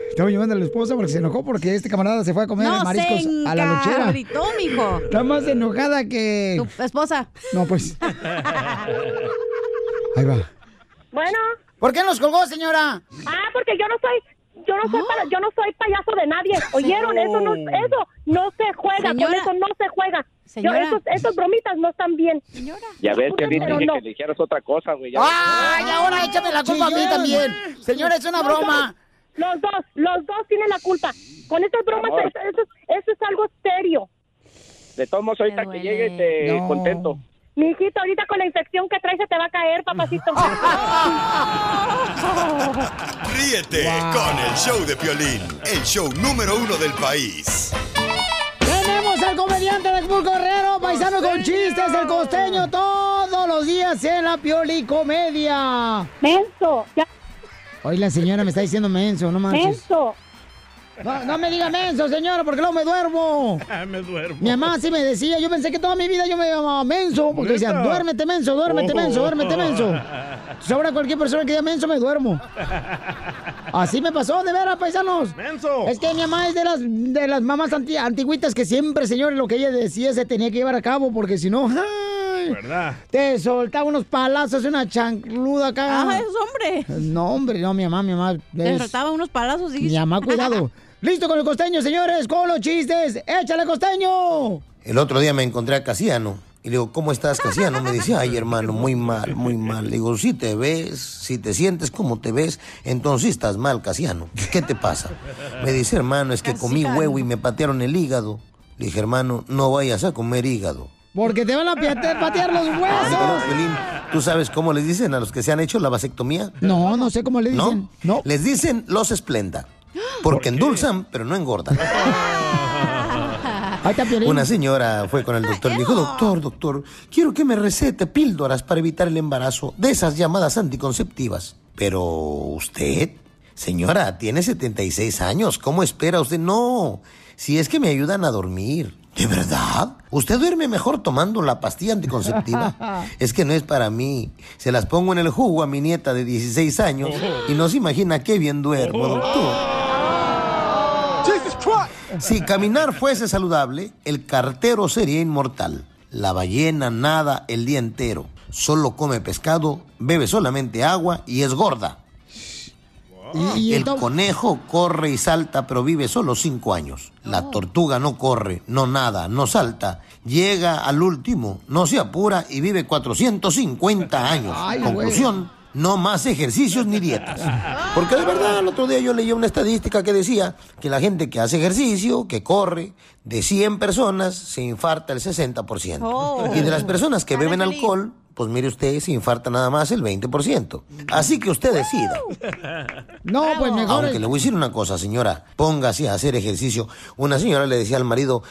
[SPEAKER 4] Estaba llevando a la esposa porque se enojó porque este camarada se fue a comer
[SPEAKER 5] No,
[SPEAKER 4] mariscos
[SPEAKER 5] se
[SPEAKER 4] a la lonchera.
[SPEAKER 5] encabrito, mijo.
[SPEAKER 4] Está más enojada que.
[SPEAKER 5] Tu esposa.
[SPEAKER 4] No, pues. Ahí va.
[SPEAKER 12] Bueno.
[SPEAKER 4] ¿Por qué nos colgó, Oh, señora? Ah.
[SPEAKER 12] Ah, porque yo no soy, yo no soy, para- yo no soy payaso de nadie. ¿Oyeron? Eso no, eso no se juega. Con
[SPEAKER 5] Señora.
[SPEAKER 12] eso no se juega. Yo,
[SPEAKER 5] Señora.
[SPEAKER 12] esos, esos bromitas no están bien.
[SPEAKER 14] Ya ves, Piolín, te
[SPEAKER 12] Pero
[SPEAKER 14] dije
[SPEAKER 12] no.
[SPEAKER 14] que le dijeras otra cosa, güey. ya ves.
[SPEAKER 4] ¡Ay, ahora échame la culpa a mí
[SPEAKER 12] Chillón.
[SPEAKER 4] también! Señora, es una
[SPEAKER 12] Ah. Los
[SPEAKER 4] broma.
[SPEAKER 12] dos, Los dos, los dos tienen la culpa. Con estas bromas,
[SPEAKER 14] Amor.
[SPEAKER 12] eso, eso- eso es algo serio.
[SPEAKER 14] De todos modos, ahorita que llegue te
[SPEAKER 12] No.
[SPEAKER 14] contento.
[SPEAKER 12] Mi hijito, ahorita con la infección que trae se te va a caer, papacito.
[SPEAKER 2] Ríete con el show de Piolín, el show número uno del país.
[SPEAKER 4] Tenemos a el comediante de Acapulco Guerrero, paisano con chistes, el costeño, todos los días en la Pioli Comedia. Menso, ya. Hoy la señora me está diciendo menso, no manches.
[SPEAKER 6] ¿Eh?
[SPEAKER 12] Menso.
[SPEAKER 4] No, no me diga menso, señora, porque luego me duermo.
[SPEAKER 13] Ah,
[SPEAKER 6] me duermo.
[SPEAKER 4] Mi mamá sí me decía, yo pensé que toda mi vida yo me llamaba menso,
[SPEAKER 6] ¿Neta?
[SPEAKER 4] porque decían, duérmete menso, duérmete
[SPEAKER 6] Oh.
[SPEAKER 4] menso, duérmete menso. Entonces, ahora cualquier persona que diga menso me duermo. Así me pasó, de veras, paisanos.
[SPEAKER 6] ¡Menso!
[SPEAKER 4] Es que mi mamá es de las, de las mamás anti- antigüitas que siempre, señores, lo que ella decía se tenía que llevar a cabo, porque si no... ¡ay!
[SPEAKER 13] Ah.
[SPEAKER 6] ¿Verdad?
[SPEAKER 4] Te soltaba unos palazos, una chancluda acá.
[SPEAKER 5] Ah, esos hombres.
[SPEAKER 4] No, hombre, no, mi mamá, mi mamá.
[SPEAKER 5] Te
[SPEAKER 4] es-
[SPEAKER 5] soltaba unos palazos,
[SPEAKER 4] Mi
[SPEAKER 5] dijiste.
[SPEAKER 4] mamá, cuidado. Listo con el costeño, señores, con los chistes. ¡Échale, costeño!
[SPEAKER 15] El otro día me encontré a Casiano y le digo, ¿cómo estás, Casiano? Me decía, ay, hermano, muy mal, muy mal. Le digo, si te ves, si te sientes como te ves, entonces estás mal, Casiano. ¿Qué te pasa? Me dice, hermano, es que comí huevo y me patearon el hígado. Le dije, hermano, no vayas a comer hígado.
[SPEAKER 4] Porque te van a piate- patear los
[SPEAKER 15] Le digo,
[SPEAKER 4] huesos.
[SPEAKER 15] "No, Piolín, ¿tú sabes cómo les dicen a los que se han hecho la vasectomía?
[SPEAKER 4] No, no sé cómo le dicen.
[SPEAKER 15] ¿No? no. Les dicen los esplenda. Porque endulzan, pero no engordan. Una señora fue con el doctor y dijo, doctor, doctor, quiero que me recete píldoras para evitar el embarazo de esas llamadas anticonceptivas. Pero usted, señora, tiene 76 años, ¿cómo espera usted? No, si es que me ayudan a dormir. ¿De verdad? ¿Usted duerme mejor tomando la pastilla anticonceptiva? Es que no es para mí. Se las pongo en el jugo a mi nieta de 16 años y no se imagina qué bien duermo, doctor. Si caminar fuese saludable, el cartero sería inmortal. La ballena nada el día entero. Solo come pescado, bebe solamente agua y es gorda.
[SPEAKER 4] Y
[SPEAKER 15] Ah. el
[SPEAKER 4] entonces-
[SPEAKER 15] conejo corre y salta, pero vive solo cinco años. La tortuga no corre, no nada, no salta. Llega al último, no se apura y vive 450 años.
[SPEAKER 4] güey.
[SPEAKER 15] Conclusión, no más ejercicios ni dietas. Porque de verdad, el otro día yo leí una estadística que decía que la gente que hace ejercicio, que corre, de 100 personas se infarta el 60%.
[SPEAKER 16] Oh.
[SPEAKER 15] Y de las personas que beben alcohol, pues mire usted, se infarta nada más el 20%. Así que usted decida.
[SPEAKER 4] No,
[SPEAKER 13] Ah,
[SPEAKER 4] pues mejor.
[SPEAKER 15] Aunque le voy a decir una cosa, señora, póngase a hacer ejercicio. Una señora le decía al marido,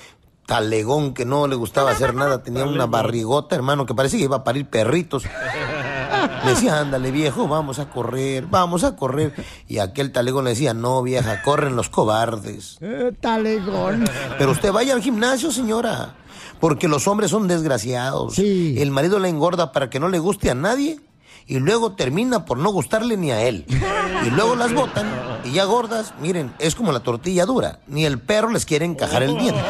[SPEAKER 15] talegón, que no le gustaba hacer nada, tenía una barrigota, hermano, que parecía que iba a parir perritos. Le decía, ándale viejo, vamos a correr, vamos a correr. Y aquel talegón le decía, no vieja, corren los cobardes.
[SPEAKER 4] Eh, talegón.
[SPEAKER 15] Pero usted vaya al gimnasio, señora. Porque los hombres son desgraciados. El marido la engorda para que no le guste a nadie y luego termina por no gustarle ni a él. Y luego las botan y ya gordas, miren, es como la tortilla dura. Ni el perro les quiere encajar el diente.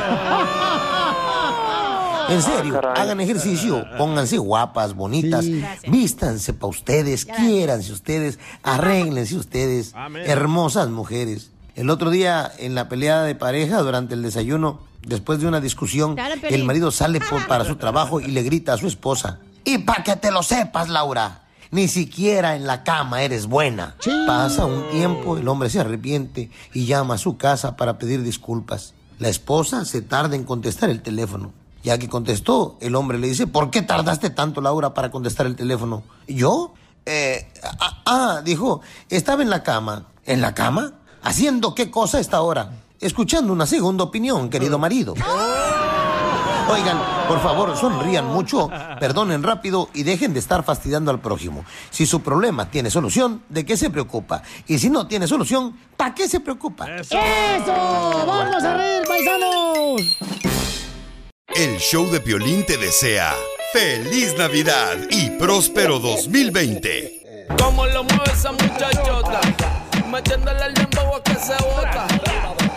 [SPEAKER 15] En serio, hagan ejercicio, pónganse guapas, bonitas, vístanse para ustedes, quiéranse ustedes, arréglense ustedes, hermosas mujeres. El otro día, en la pelea de pareja, durante el desayuno, después de una discusión,
[SPEAKER 16] Dale, Piolín.
[SPEAKER 15] el marido sale por- para su trabajo y le grita a su esposa, y para que te lo sepas, Laura, ni siquiera en la cama eres buena. Pasa un tiempo, el hombre se arrepiente y llama a su casa para pedir disculpas. La esposa se tarda en contestar el teléfono. Ya que contestó, el hombre le dice, ¿por qué tardaste tanto, Laura, para contestar el teléfono? ¿Yo? Eh, ah, ah, dijo, estaba en la cama. ¿En la cama? ¿Haciendo qué cosa a esta hora? Escuchando una segunda opinión, querido marido. Oigan, por favor, sonrían mucho, perdonen rápido y dejen de estar fastidiando al prójimo. Si su problema tiene solución, ¿de qué se preocupa? Y si no tiene solución, ¿para qué se preocupa?
[SPEAKER 4] ¡Eso! ¡Vamos a reír, paisanos!
[SPEAKER 2] El show de Piolín te desea feliz Navidad y próspero 2020.
[SPEAKER 13] Como lo mueve esa muchachota, metiéndole el dembow a que se bota.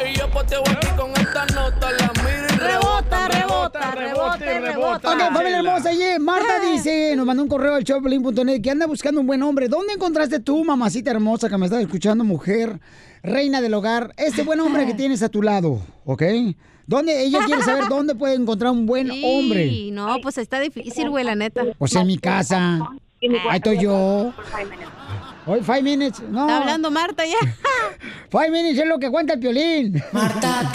[SPEAKER 13] Y yo poteo aquí con esta nota, la miro y rebota, rebota, rebota,
[SPEAKER 4] Ok, familia hermosa, oye, Marta
[SPEAKER 5] Eh.
[SPEAKER 4] dice, nos mandó un correo al showpelín.net que anda buscando un buen hombre. ¿Dónde encontraste tú, mamacita hermosa, que me estás escuchando, mujer, reina del hogar, este buen hombre que tienes a tu lado, ok? ¿Dónde, ella quiere saber dónde puede encontrar un buen hombre?
[SPEAKER 5] Sí, no, pues está difícil, güey, la neta.
[SPEAKER 4] O sea, en mi casa, ahí estoy yo. Hoy, five minutes, no.
[SPEAKER 5] Está hablando Marta ya.
[SPEAKER 4] Five minutes es lo que cuenta el piolín. Marta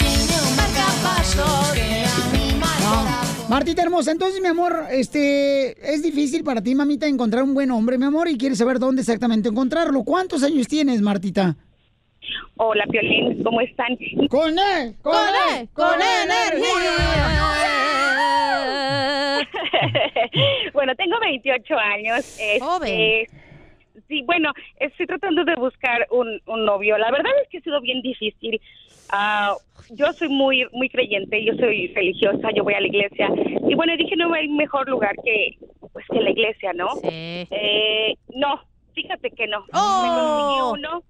[SPEAKER 4] Martita hermosa, entonces mi amor, este, es difícil para ti, mamita, encontrar un buen hombre, mi amor, y quieres saber dónde exactamente encontrarlo. ¿Cuántos años tienes, Martita?
[SPEAKER 16] Hola, Piolín, ¿cómo están?
[SPEAKER 4] ¡Con E, él!
[SPEAKER 5] ¡Con él! ¡Con E. energía!
[SPEAKER 16] bueno, tengo 28 años. este,
[SPEAKER 5] Joven.
[SPEAKER 16] Sí, bueno, estoy tratando de buscar un, un novio. La verdad es que ha sido bien difícil. Ah, yo soy muy muy creyente, yo soy religiosa, yo voy a la iglesia. Y bueno, dije, no hay mejor lugar que pues que la iglesia, ¿no? Eh, no, fíjate que no.
[SPEAKER 5] Oh.
[SPEAKER 16] Me conseguí uno.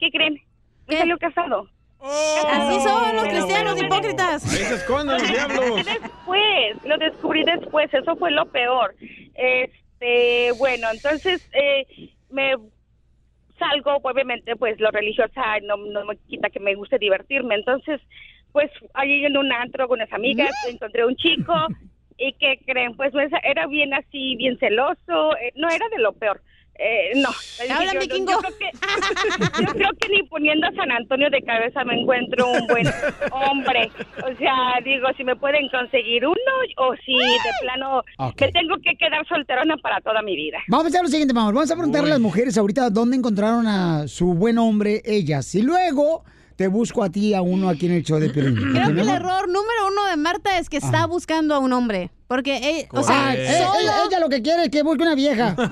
[SPEAKER 16] ¿Qué creen? Me salió casado.
[SPEAKER 5] Así son los cristianos
[SPEAKER 6] Ahí
[SPEAKER 5] hipócritas.
[SPEAKER 6] se esconden los diablos.
[SPEAKER 16] Después, lo descubrí después, eso fue lo peor. Este, bueno, entonces eh, me salgo, obviamente, pues lo religiosa no, no me quita que me guste divertirme. Entonces, pues allí en un antro con unas amigas encontré un chico y que creen, pues pues, era bien así, bien celoso, eh, no era de lo peor. Eh, no, Dije,
[SPEAKER 5] Háblame,
[SPEAKER 16] yo,
[SPEAKER 5] Kingo.
[SPEAKER 16] yo creo que, yo creo que ni poniendo a San Antonio de cabeza me encuentro un buen hombre. O sea, digo, si me pueden conseguir uno o si de plano
[SPEAKER 4] Ok.
[SPEAKER 16] me tengo que quedar solterona para toda mi vida.
[SPEAKER 4] Vamos a hacer lo siguiente, vamos. Vamos a preguntar a las mujeres ahorita dónde encontraron a su buen hombre ellas. Y luego te busco a ti a uno aquí en el show de Piolín.
[SPEAKER 5] Creo que el error número uno de Marta es que está buscando a un hombre. Porque, eh, o sea,
[SPEAKER 4] Ah, eh,
[SPEAKER 5] solo-
[SPEAKER 4] ella, ella lo que quiere es que busque una vieja.
[SPEAKER 16] Creo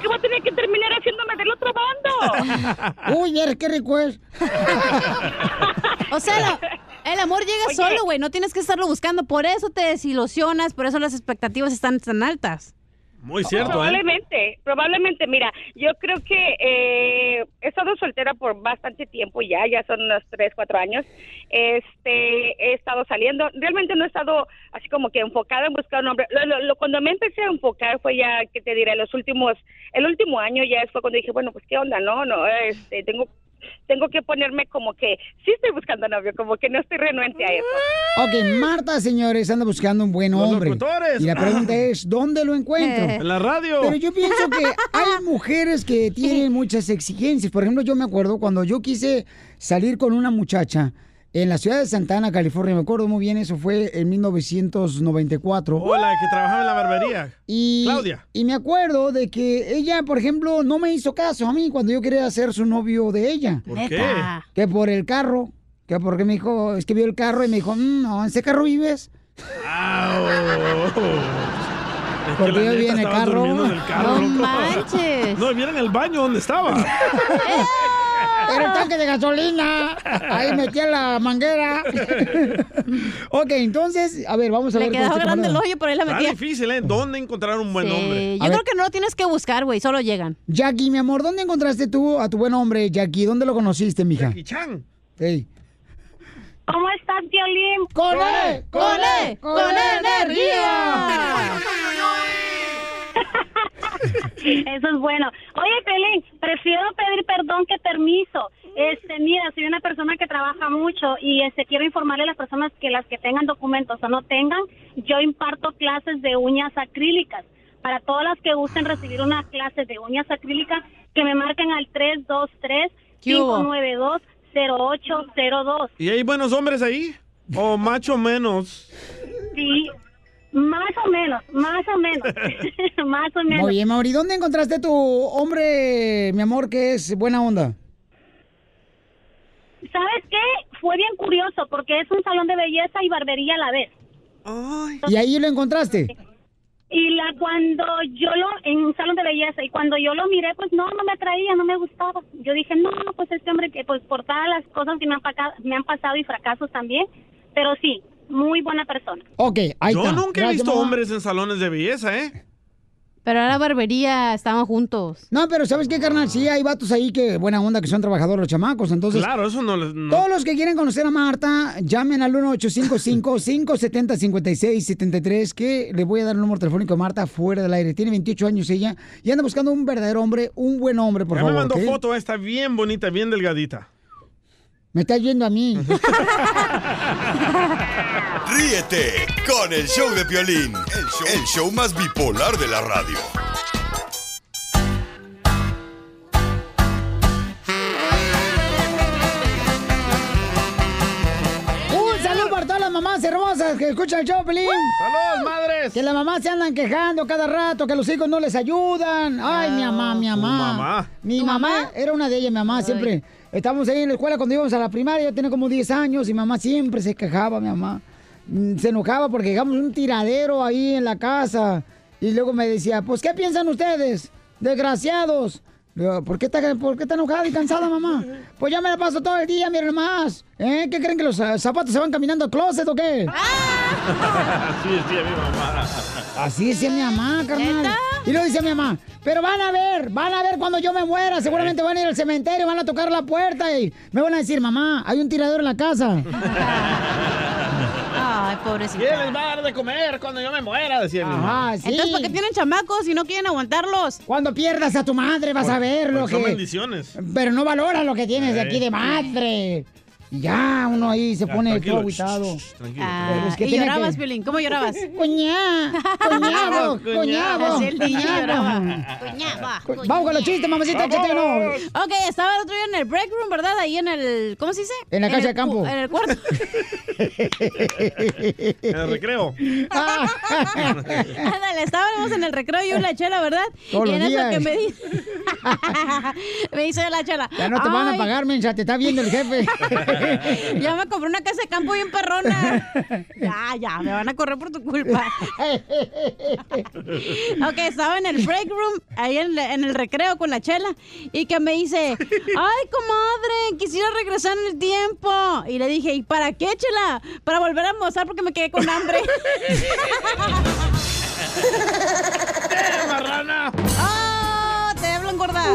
[SPEAKER 16] que voy a tener que terminar haciéndome del otro bando.
[SPEAKER 4] Uy, ver qué rico es.
[SPEAKER 5] O sea, la- el amor llega solo, güey. No tienes que estarlo buscando. Por eso te desilusionas, por eso las expectativas están tan altas.
[SPEAKER 6] Muy cierto, ¿eh?
[SPEAKER 16] Probablemente, probablemente. Mira, yo creo que eh, he estado soltera por bastante tiempo ya, ya son unos 3, 4 años. Este, he estado saliendo. Realmente no he estado así como que enfocada en buscar un hombre. Lo- lo- lo- cuando me empecé a enfocar fue ya, que te diré, los últimos, el último año ya fue cuando dije, bueno, pues qué onda, no, no, este, tengo tengo que ponerme como que sí estoy buscando novio, como que no estoy renuente a eso.
[SPEAKER 4] Ok, Marta, señores, anda buscando un buen hombre.
[SPEAKER 6] locutores.
[SPEAKER 4] Y la pregunta es, ¿dónde lo encuentro?
[SPEAKER 6] En la radio.
[SPEAKER 4] Pero yo pienso que hay mujeres que tienen muchas exigencias. Por ejemplo, yo me acuerdo cuando yo quise salir con una muchacha en la ciudad de Santana, California. Me acuerdo muy bien, eso fue en 1994.
[SPEAKER 6] Hola, que trabajaba en la barbería.
[SPEAKER 4] Y,
[SPEAKER 6] Claudia.
[SPEAKER 4] Y me acuerdo de que ella, por ejemplo, no me hizo caso a mí cuando yo quería ser su novio de ella.
[SPEAKER 6] ¿Por qué? Neta.
[SPEAKER 4] Que por el carro. Que porque me dijo, es que vio el carro y me dijo, "Mm, no, ¿en ese carro vives?
[SPEAKER 6] Es
[SPEAKER 4] Porque yo
[SPEAKER 6] neta
[SPEAKER 4] vi en el
[SPEAKER 6] estaba
[SPEAKER 4] carro.
[SPEAKER 6] durmiendo en el carro,
[SPEAKER 4] No
[SPEAKER 6] loco.
[SPEAKER 4] manches.
[SPEAKER 6] No, vieron el baño donde
[SPEAKER 5] Eh,
[SPEAKER 6] estaba.
[SPEAKER 4] Era el tanque de gasolina. Ahí metía la manguera. ok, entonces, a ver, vamos a
[SPEAKER 5] Le
[SPEAKER 4] ver.
[SPEAKER 5] quedaba grande el hoyo, por ahí la
[SPEAKER 6] Está
[SPEAKER 5] metía.
[SPEAKER 6] difícil, ¿eh? ¿Dónde encontrar un buen
[SPEAKER 5] Sí,
[SPEAKER 6] hombre?
[SPEAKER 5] Yo creo que no lo tienes que buscar, güey. Solo llegan.
[SPEAKER 4] Jackie, mi amor, ¿dónde encontraste tú a tu buen hombre, Jackie? ¿Dónde lo conociste, mija?
[SPEAKER 6] Jackie Chan.
[SPEAKER 4] Ey.
[SPEAKER 12] ¿Cómo estás, Piolín?
[SPEAKER 4] ¡Con E, él!
[SPEAKER 5] ¡Con
[SPEAKER 17] E,
[SPEAKER 13] E,
[SPEAKER 5] él! ¡Con energía!
[SPEAKER 12] Eso es bueno. Oye, Pelín, prefiero pedir perdón que permiso. Este, mira, soy una persona que trabaja mucho y este, quiero informarle a las personas que las que tengan documentos o no tengan, yo imparto clases de uñas acrílicas. Para todas las que gusten recibir una clase de uñas acrílicas, que me marquen al 323-592-0802.
[SPEAKER 6] ¿Y hay buenos hombres ahí? ¿O macho menos?
[SPEAKER 12] Sí, más o menos, más o menos, más o menos.
[SPEAKER 4] Muy bien, Mauri, ¿dónde encontraste tu hombre, mi amor, que es buena onda?
[SPEAKER 12] ¿Sabes qué? Fue bien curioso porque es un salón de belleza y barbería a la vez.
[SPEAKER 4] Y ahí lo encontraste.
[SPEAKER 12] Y la cuando yo lo en un salón de belleza y cuando yo lo miré, pues no, no me atraía, no me gustaba. Yo dije, "No, pues este hombre que pues por todas las cosas que me han, paca- me han pasado y fracasos también, pero sí, muy buena persona."
[SPEAKER 4] Ok, ahí
[SPEAKER 6] Yo
[SPEAKER 4] está.
[SPEAKER 6] nunca he
[SPEAKER 4] Gracias,
[SPEAKER 6] visto
[SPEAKER 4] mamá.
[SPEAKER 6] hombres en salones de belleza, ¿eh?
[SPEAKER 4] Pero a la barbería estaban juntos. No, pero ¿sabes qué, carnal? Sí, hay vatos ahí que buena onda, que son trabajadores los chamacos. Entonces,
[SPEAKER 6] Claro, eso no les... no-
[SPEAKER 4] todos los que quieren conocer a Marta, llamen al 1-855-570-5673, que le voy a dar el número telefónico a Marta fuera del aire. Tiene 28 años ella y anda buscando un verdadero hombre, un buen hombre, por
[SPEAKER 6] ya me
[SPEAKER 4] favor.
[SPEAKER 6] mandó
[SPEAKER 4] ¿ok?
[SPEAKER 6] foto, eh, está bien bonita, bien delgadita.
[SPEAKER 4] Me estás viendo a mí.
[SPEAKER 2] Ríete con el show de Piolín, el show, el show más bipolar de la radio.
[SPEAKER 4] Un saludo para todas las mamás hermosas las que escuchan el show, Pelín.
[SPEAKER 6] ¡Saludos, madres!
[SPEAKER 4] Que las mamás se andan quejando cada rato, que los hijos no les ayudan. Ay, mi mamá, mi mamá.
[SPEAKER 6] Ah, mamá.
[SPEAKER 4] Mi mamá, era una de ellas, mi mamá, siempre. Estábamos ahí en la escuela cuando íbamos a la primaria, yo tenía como 10 años y mi mamá siempre se quejaba, mi mamá. Mm, Se enojaba porque llegamos un tiradero ahí en la casa. Y luego me decía, pues, ¿qué piensan ustedes? Desgraciados. Le digo, ¿Por qué, está, ¿Por qué está enojada y cansada, mamá? Pues ya me la paso todo el día, miren más. ¿Eh? ¿Qué creen que los eh, zapatos se van caminando al closet o qué?
[SPEAKER 6] Así decía mi mamá.
[SPEAKER 4] Así decía mi mamá, carnal. Y lo dice mi mamá. Pero van a ver, van a ver cuando yo me muera. Seguramente van a ir al cementerio, van a tocar la puerta y me van a decir, mamá, hay un tirador en la casa.
[SPEAKER 5] Ay, pobrecito.
[SPEAKER 6] ¿Quién les va a dar de comer cuando yo me muera? Decía mi mamá.
[SPEAKER 5] Ah, Entonces, ¿para qué tienen chamacos si no quieren aguantarlos?
[SPEAKER 4] Ah, Cuando pierdas a tu madre vas a ver
[SPEAKER 6] Porque
[SPEAKER 4] lo
[SPEAKER 6] Pues Son
[SPEAKER 4] que...
[SPEAKER 6] bendiciones.
[SPEAKER 4] Pero no valora lo que tienes de
[SPEAKER 6] Sí.
[SPEAKER 4] aquí de madre. Y Ya, uno ahí se
[SPEAKER 6] Eh. Ya,
[SPEAKER 4] pone
[SPEAKER 6] tranquilo,
[SPEAKER 4] todo aguitado.
[SPEAKER 6] ch, ch, ch, tranquilo,
[SPEAKER 5] Ah,
[SPEAKER 6] tranquilo.
[SPEAKER 4] Es que
[SPEAKER 5] y
[SPEAKER 4] tiene
[SPEAKER 5] llorabas,
[SPEAKER 4] que-
[SPEAKER 5] Piolín, ¿cómo llorabas?
[SPEAKER 4] Coñá, coñabo, coñabo,
[SPEAKER 5] Así el niño lloraba.
[SPEAKER 4] coñabo.
[SPEAKER 5] Coñaba,
[SPEAKER 4] Co- vamos
[SPEAKER 5] coñaba.
[SPEAKER 4] con los chistes, mamacita, échate uno.
[SPEAKER 5] Ok, estaba el otro día en el break room, ¿verdad? Ahí en el, ¿cómo se dice?
[SPEAKER 4] En la
[SPEAKER 5] el
[SPEAKER 4] casa de
[SPEAKER 5] cu-
[SPEAKER 4] campo.
[SPEAKER 5] En el cuarto.
[SPEAKER 6] En el recreo.
[SPEAKER 4] Ah.
[SPEAKER 5] Ándale, estábamos en el recreo y yo y la chela, ¿verdad?
[SPEAKER 4] Todos
[SPEAKER 5] y
[SPEAKER 4] los
[SPEAKER 5] en eso
[SPEAKER 4] días.
[SPEAKER 5] que me dice... me dice la chela.
[SPEAKER 4] Ya no te van a
[SPEAKER 5] "Ay,
[SPEAKER 4] pagar, mensa, te está viendo el jefe.
[SPEAKER 5] Ya me compré una casa de campo bien perrona. Ya, ya, me van a correr por tu culpa. ok, estaba en el break room, ahí en, la- en el recreo con la chela, y que me dice, ay, comadre, quisiera regresar en el tiempo. Y le dije, ¿y para qué, chela? Para volver a almorzar porque me quedé con hambre.
[SPEAKER 6] marrana!
[SPEAKER 5] ¡Oh, te hablo engordar!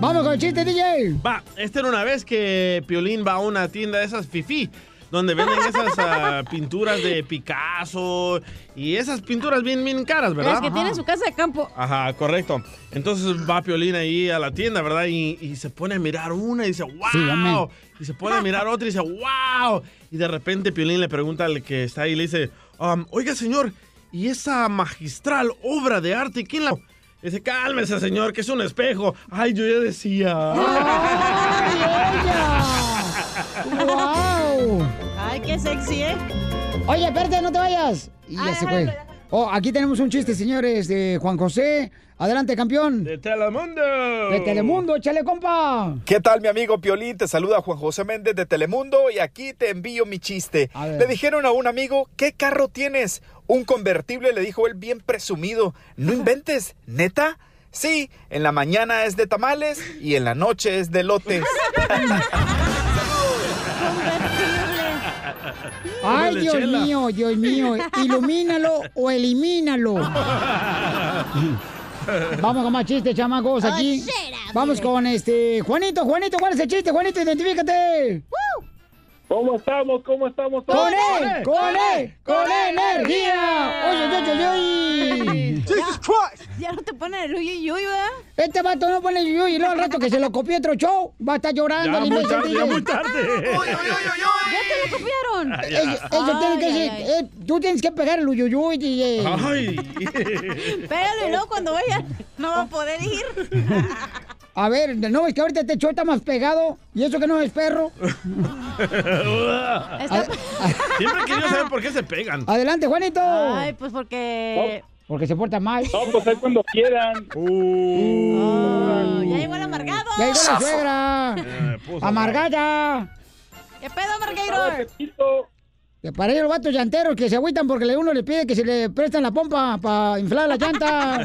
[SPEAKER 4] Vamos con el chiste, DJ.
[SPEAKER 6] Va, esta era una vez que Piolín va a una tienda de esas fifi, donde venden esas ah, pinturas de Picasso y esas pinturas bien, bien caras, ¿verdad?
[SPEAKER 5] Las que tienen su casa de campo.
[SPEAKER 6] Ajá, correcto. Entonces va Piolín ahí a la tienda, ¿verdad? Y, y se pone a mirar una y dice, wow. y se pone a mirar otra y dice, wow. Y de repente Piolín le pregunta al que está ahí, le dice, "Um, oiga señor, ¿y esa magistral obra de arte, quién la... Dice, cálmese señor, que es un espejo. Ay, yo ya decía.
[SPEAKER 4] ¡Wow!
[SPEAKER 5] Ay, qué sexy, ¿eh?
[SPEAKER 4] Oye, espérate, no te vayas. Y
[SPEAKER 5] Ah,
[SPEAKER 4] ya se fue. Oh, aquí tenemos un chiste, señores, de Juan José. Adelante, campeón.
[SPEAKER 6] De Telemundo.
[SPEAKER 4] De Telemundo, échale, compa.
[SPEAKER 1] ¿Qué tal, mi amigo Piolín? Te saluda Juan José Méndez de Telemundo y aquí te envío mi chiste.
[SPEAKER 4] ver.
[SPEAKER 1] Le dijeron a un amigo, ¿qué carro tienes? Un convertible, le dijo él bien presumido. No inventes, ¿neta? Sí, en la mañana es de tamales y en la noche es de lotes.
[SPEAKER 4] Ay,
[SPEAKER 1] Ándale,
[SPEAKER 4] Dios
[SPEAKER 1] Chela.
[SPEAKER 4] mío, Dios mío. Ilumínalo o elimínalo. Vamos con más chistes, chamacos,
[SPEAKER 5] Oh,
[SPEAKER 4] aquí. Vamos con este. Juanito, Juanito, ¿cuál es el chiste? Juanito, identifícate.
[SPEAKER 18] ¿Cómo estamos? ¿Cómo estamos todos?
[SPEAKER 4] ¡Con él!
[SPEAKER 5] E,
[SPEAKER 4] ¡Con él! ¡Con energía! ¡Oye, oye, oye, oye!
[SPEAKER 5] ¡Jesus Ya no te ponen el uy, uy, uy, ¿verdad?
[SPEAKER 4] Este vato no pone yuyu y luego al rato que se lo copió otro show va a estar llorando.
[SPEAKER 6] Ya,
[SPEAKER 4] el
[SPEAKER 6] muy
[SPEAKER 4] imbécil
[SPEAKER 6] tarde, ya
[SPEAKER 4] DJ.
[SPEAKER 6] muy tarde.
[SPEAKER 5] ¡Ya te lo copiaron!
[SPEAKER 6] Ah, ya.
[SPEAKER 4] Ellos, ellos tienen que decir, eh, tú tienes que pegar el uyuyuy, DJ.
[SPEAKER 6] Ay.
[SPEAKER 5] Pégalo y luego cuando vaya no va a poder ir.
[SPEAKER 4] A ver, no, es que ahorita este show está más pegado y eso que no es perro.
[SPEAKER 6] Siempre he querido saber por qué se pegan.
[SPEAKER 4] Adelante, Juanito.
[SPEAKER 5] Ay, pues porque...
[SPEAKER 4] Porque se porta mal.
[SPEAKER 18] No, pues ahí cuando quieran.
[SPEAKER 4] Uh.
[SPEAKER 5] Oh, ya llegó el amargado.
[SPEAKER 4] Ya llegó la suegra.
[SPEAKER 18] Eh, pues,
[SPEAKER 4] Amargada.
[SPEAKER 5] ¿Qué pedo, Margueiro?
[SPEAKER 4] Que para ellos los vatos llanteros que se agüitan porque le- uno le pide que se le prestan la pompa para inflar la llanta.